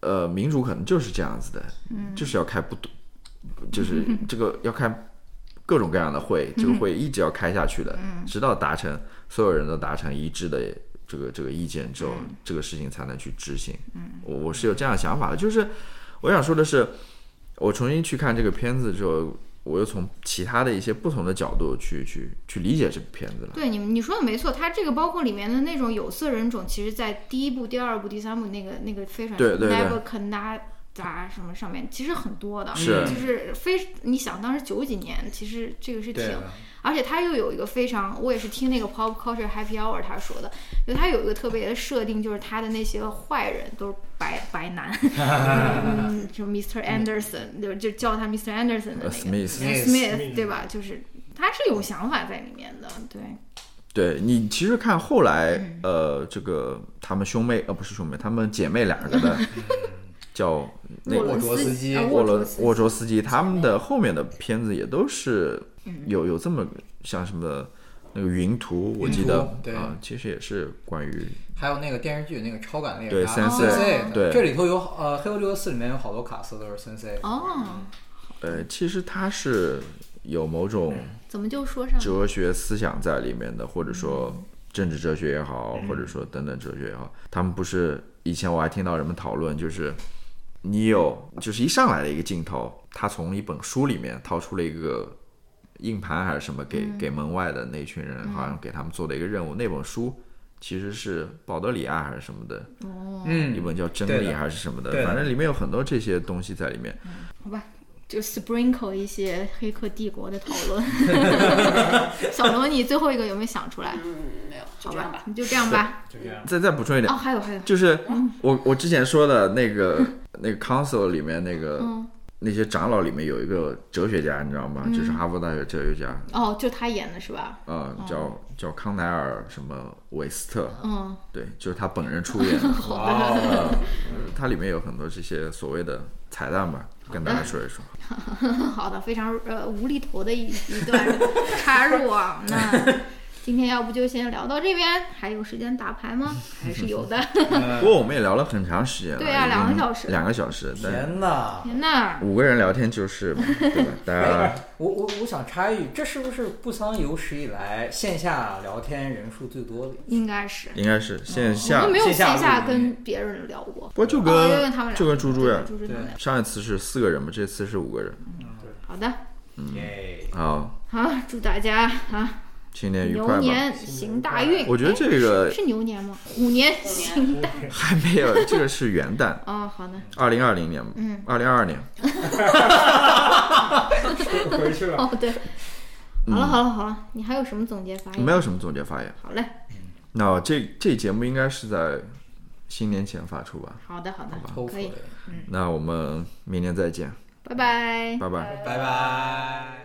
[SPEAKER 1] 呃，民主可能就是这样子的，就是要开不断，就是这个要开各种各样的会，这个会一直要开下去的，直到达成所有人都达成一致的这个这个意见之后，这个事情才能去执行。我我是有这样想法的，就是我想说的是，我重新去看这个片子之后，我又从其他的一些不同的角度去去去理解这部片子了。
[SPEAKER 2] 对你你说的没错，它这个包括里面的那种有色人种，其实，在第一部、第二部、第三部那个那个飞船
[SPEAKER 1] 对对对
[SPEAKER 2] Never Canada 什么上面，其实很多的，
[SPEAKER 1] 是
[SPEAKER 2] 就是非你想当时九几年，其实这个是挺
[SPEAKER 3] 对，
[SPEAKER 2] 而且它又有一个非常，我也是听那个 Pop Culture Happy Hour 他说的，就他有一个特别的设定，就是他的那些坏人都是白白 男，嗯，就 Mr. Anderson，就就叫他 Mr. Anderson 的那
[SPEAKER 1] 呃
[SPEAKER 2] 个
[SPEAKER 1] Smith，
[SPEAKER 4] Smith，
[SPEAKER 2] Smith，
[SPEAKER 4] Smith
[SPEAKER 2] 对吧？就是他是有想法在里面的，对。
[SPEAKER 1] 对你其实看后来，呃，这个他们兄妹呃不是兄妹，他们姐妹两个的叫那
[SPEAKER 2] 沃
[SPEAKER 1] 个
[SPEAKER 2] 伦
[SPEAKER 3] 沃卓斯基哎
[SPEAKER 2] 啊
[SPEAKER 1] 沃
[SPEAKER 2] 沃
[SPEAKER 1] 伦
[SPEAKER 2] 卓斯基
[SPEAKER 1] 沃卓斯基，他们的后面的片子也都是
[SPEAKER 3] 嗯
[SPEAKER 1] 有有这么像什么那个云图，我记得
[SPEAKER 3] 云图对
[SPEAKER 1] 啊，其实也是关于
[SPEAKER 3] 还有那个电视剧那个超感猎
[SPEAKER 1] 对
[SPEAKER 3] 杀
[SPEAKER 1] Sensei，
[SPEAKER 3] Sensei 的
[SPEAKER 1] 对
[SPEAKER 3] 这里头有呃《黑客帝国四》里面有好多卡斯都是 Sensei，
[SPEAKER 2] 哦，
[SPEAKER 1] 呃，其实它是有某种
[SPEAKER 2] 怎么就
[SPEAKER 3] 嗯
[SPEAKER 2] 说上了？
[SPEAKER 1] 哲学思想在里面的，或者说政治哲学也好，
[SPEAKER 3] 嗯
[SPEAKER 1] 或者说等等哲学也好，他们不是以前我还听到人们讨论，就是你有就是一上来的一个镜头，他从一本书里面掏出了一个硬盘还是什么给、
[SPEAKER 3] 嗯
[SPEAKER 1] 给门外的那群人，好像给他们做的一个任务，那本书。其实是保德里亚还是什么的，
[SPEAKER 3] 嗯
[SPEAKER 2] 哦
[SPEAKER 1] 一本叫《真
[SPEAKER 3] 对
[SPEAKER 1] 理》
[SPEAKER 3] 的
[SPEAKER 1] 还是什么的，
[SPEAKER 3] 对的
[SPEAKER 1] 反正里面有很多这些东西在里面。
[SPEAKER 2] 好吧，就 sprinkle 一些《黑客帝国》的讨论。小罗，你最后一个有没有想出来？
[SPEAKER 5] 嗯，没有，就
[SPEAKER 2] 哎好吧
[SPEAKER 5] 这样吧，。
[SPEAKER 2] 你就这样吧。
[SPEAKER 4] 就这样。
[SPEAKER 1] 再再补充一点
[SPEAKER 2] 哦，，还有还有，
[SPEAKER 1] 就是
[SPEAKER 3] 嗯
[SPEAKER 1] 我我之前说的那个那个 council 里面那个、
[SPEAKER 2] 嗯
[SPEAKER 1] 那些长老里面有一个哲学家，你知道吗？就是哈佛大学哲学家，
[SPEAKER 2] 哦，就他演的是吧？
[SPEAKER 1] 啊，叫叫康奈尔什么韦斯特，
[SPEAKER 2] 嗯，
[SPEAKER 1] 对，就是他本人 出演的。
[SPEAKER 2] 好的，
[SPEAKER 3] 哇哦，
[SPEAKER 1] 呃它里面有很多这些所谓的彩蛋吧，跟大家说一说。
[SPEAKER 2] 好的，非常呃无厘头的一一段插入啊。那今天要不就先聊到这边，还有时间打牌吗？还是有的。
[SPEAKER 3] 嗯
[SPEAKER 1] 不过我们也聊了很长时间了，
[SPEAKER 2] 对啊
[SPEAKER 1] 已经
[SPEAKER 2] 两个小时
[SPEAKER 1] 两个小时，但
[SPEAKER 3] 天哪！
[SPEAKER 2] 天呐，
[SPEAKER 1] 五个人聊天就是嘛，对吧？大家
[SPEAKER 3] 我我我想插一句，这是不是布桑有史以来线下聊天人数最多的？
[SPEAKER 2] 应该是
[SPEAKER 1] 应该 是线
[SPEAKER 2] 哦我
[SPEAKER 1] 下
[SPEAKER 2] 们，没有
[SPEAKER 3] 线下
[SPEAKER 2] 线下
[SPEAKER 3] 录音
[SPEAKER 2] 跟别人聊过。
[SPEAKER 1] 不过就
[SPEAKER 2] 哦，就跟
[SPEAKER 1] 跟
[SPEAKER 2] 他们俩，
[SPEAKER 1] 就跟猪猪呀
[SPEAKER 2] 对猪猪他们俩。
[SPEAKER 1] 上一次是四个人嘛，这次是五个人。
[SPEAKER 2] 好的，
[SPEAKER 3] 耶！
[SPEAKER 1] 好，
[SPEAKER 2] 好，祝大家啊，
[SPEAKER 1] 新年愉快吧！
[SPEAKER 2] 牛年行大运。
[SPEAKER 1] 我觉得
[SPEAKER 2] 哎
[SPEAKER 1] 这 个
[SPEAKER 2] 是牛年吗？虎年
[SPEAKER 5] 虎年
[SPEAKER 2] 行大。
[SPEAKER 1] 还没有，这个是元旦，
[SPEAKER 2] 哦，好的，
[SPEAKER 1] 二零二零年，
[SPEAKER 2] 嗯，
[SPEAKER 1] 二零二二年，
[SPEAKER 4] 回
[SPEAKER 1] 嗯
[SPEAKER 4] 去了。
[SPEAKER 2] 哦对，好了好了好了，你还有什么总结发言？
[SPEAKER 1] 没有。什么总结发言。
[SPEAKER 2] 好嘞，
[SPEAKER 1] 那这这节目应该是在新年前发出吧？
[SPEAKER 2] 好的好的，可
[SPEAKER 3] Hopefully
[SPEAKER 2] 以，
[SPEAKER 1] 那我们明年再见，
[SPEAKER 2] 拜拜。
[SPEAKER 1] 拜拜。
[SPEAKER 3] 拜拜。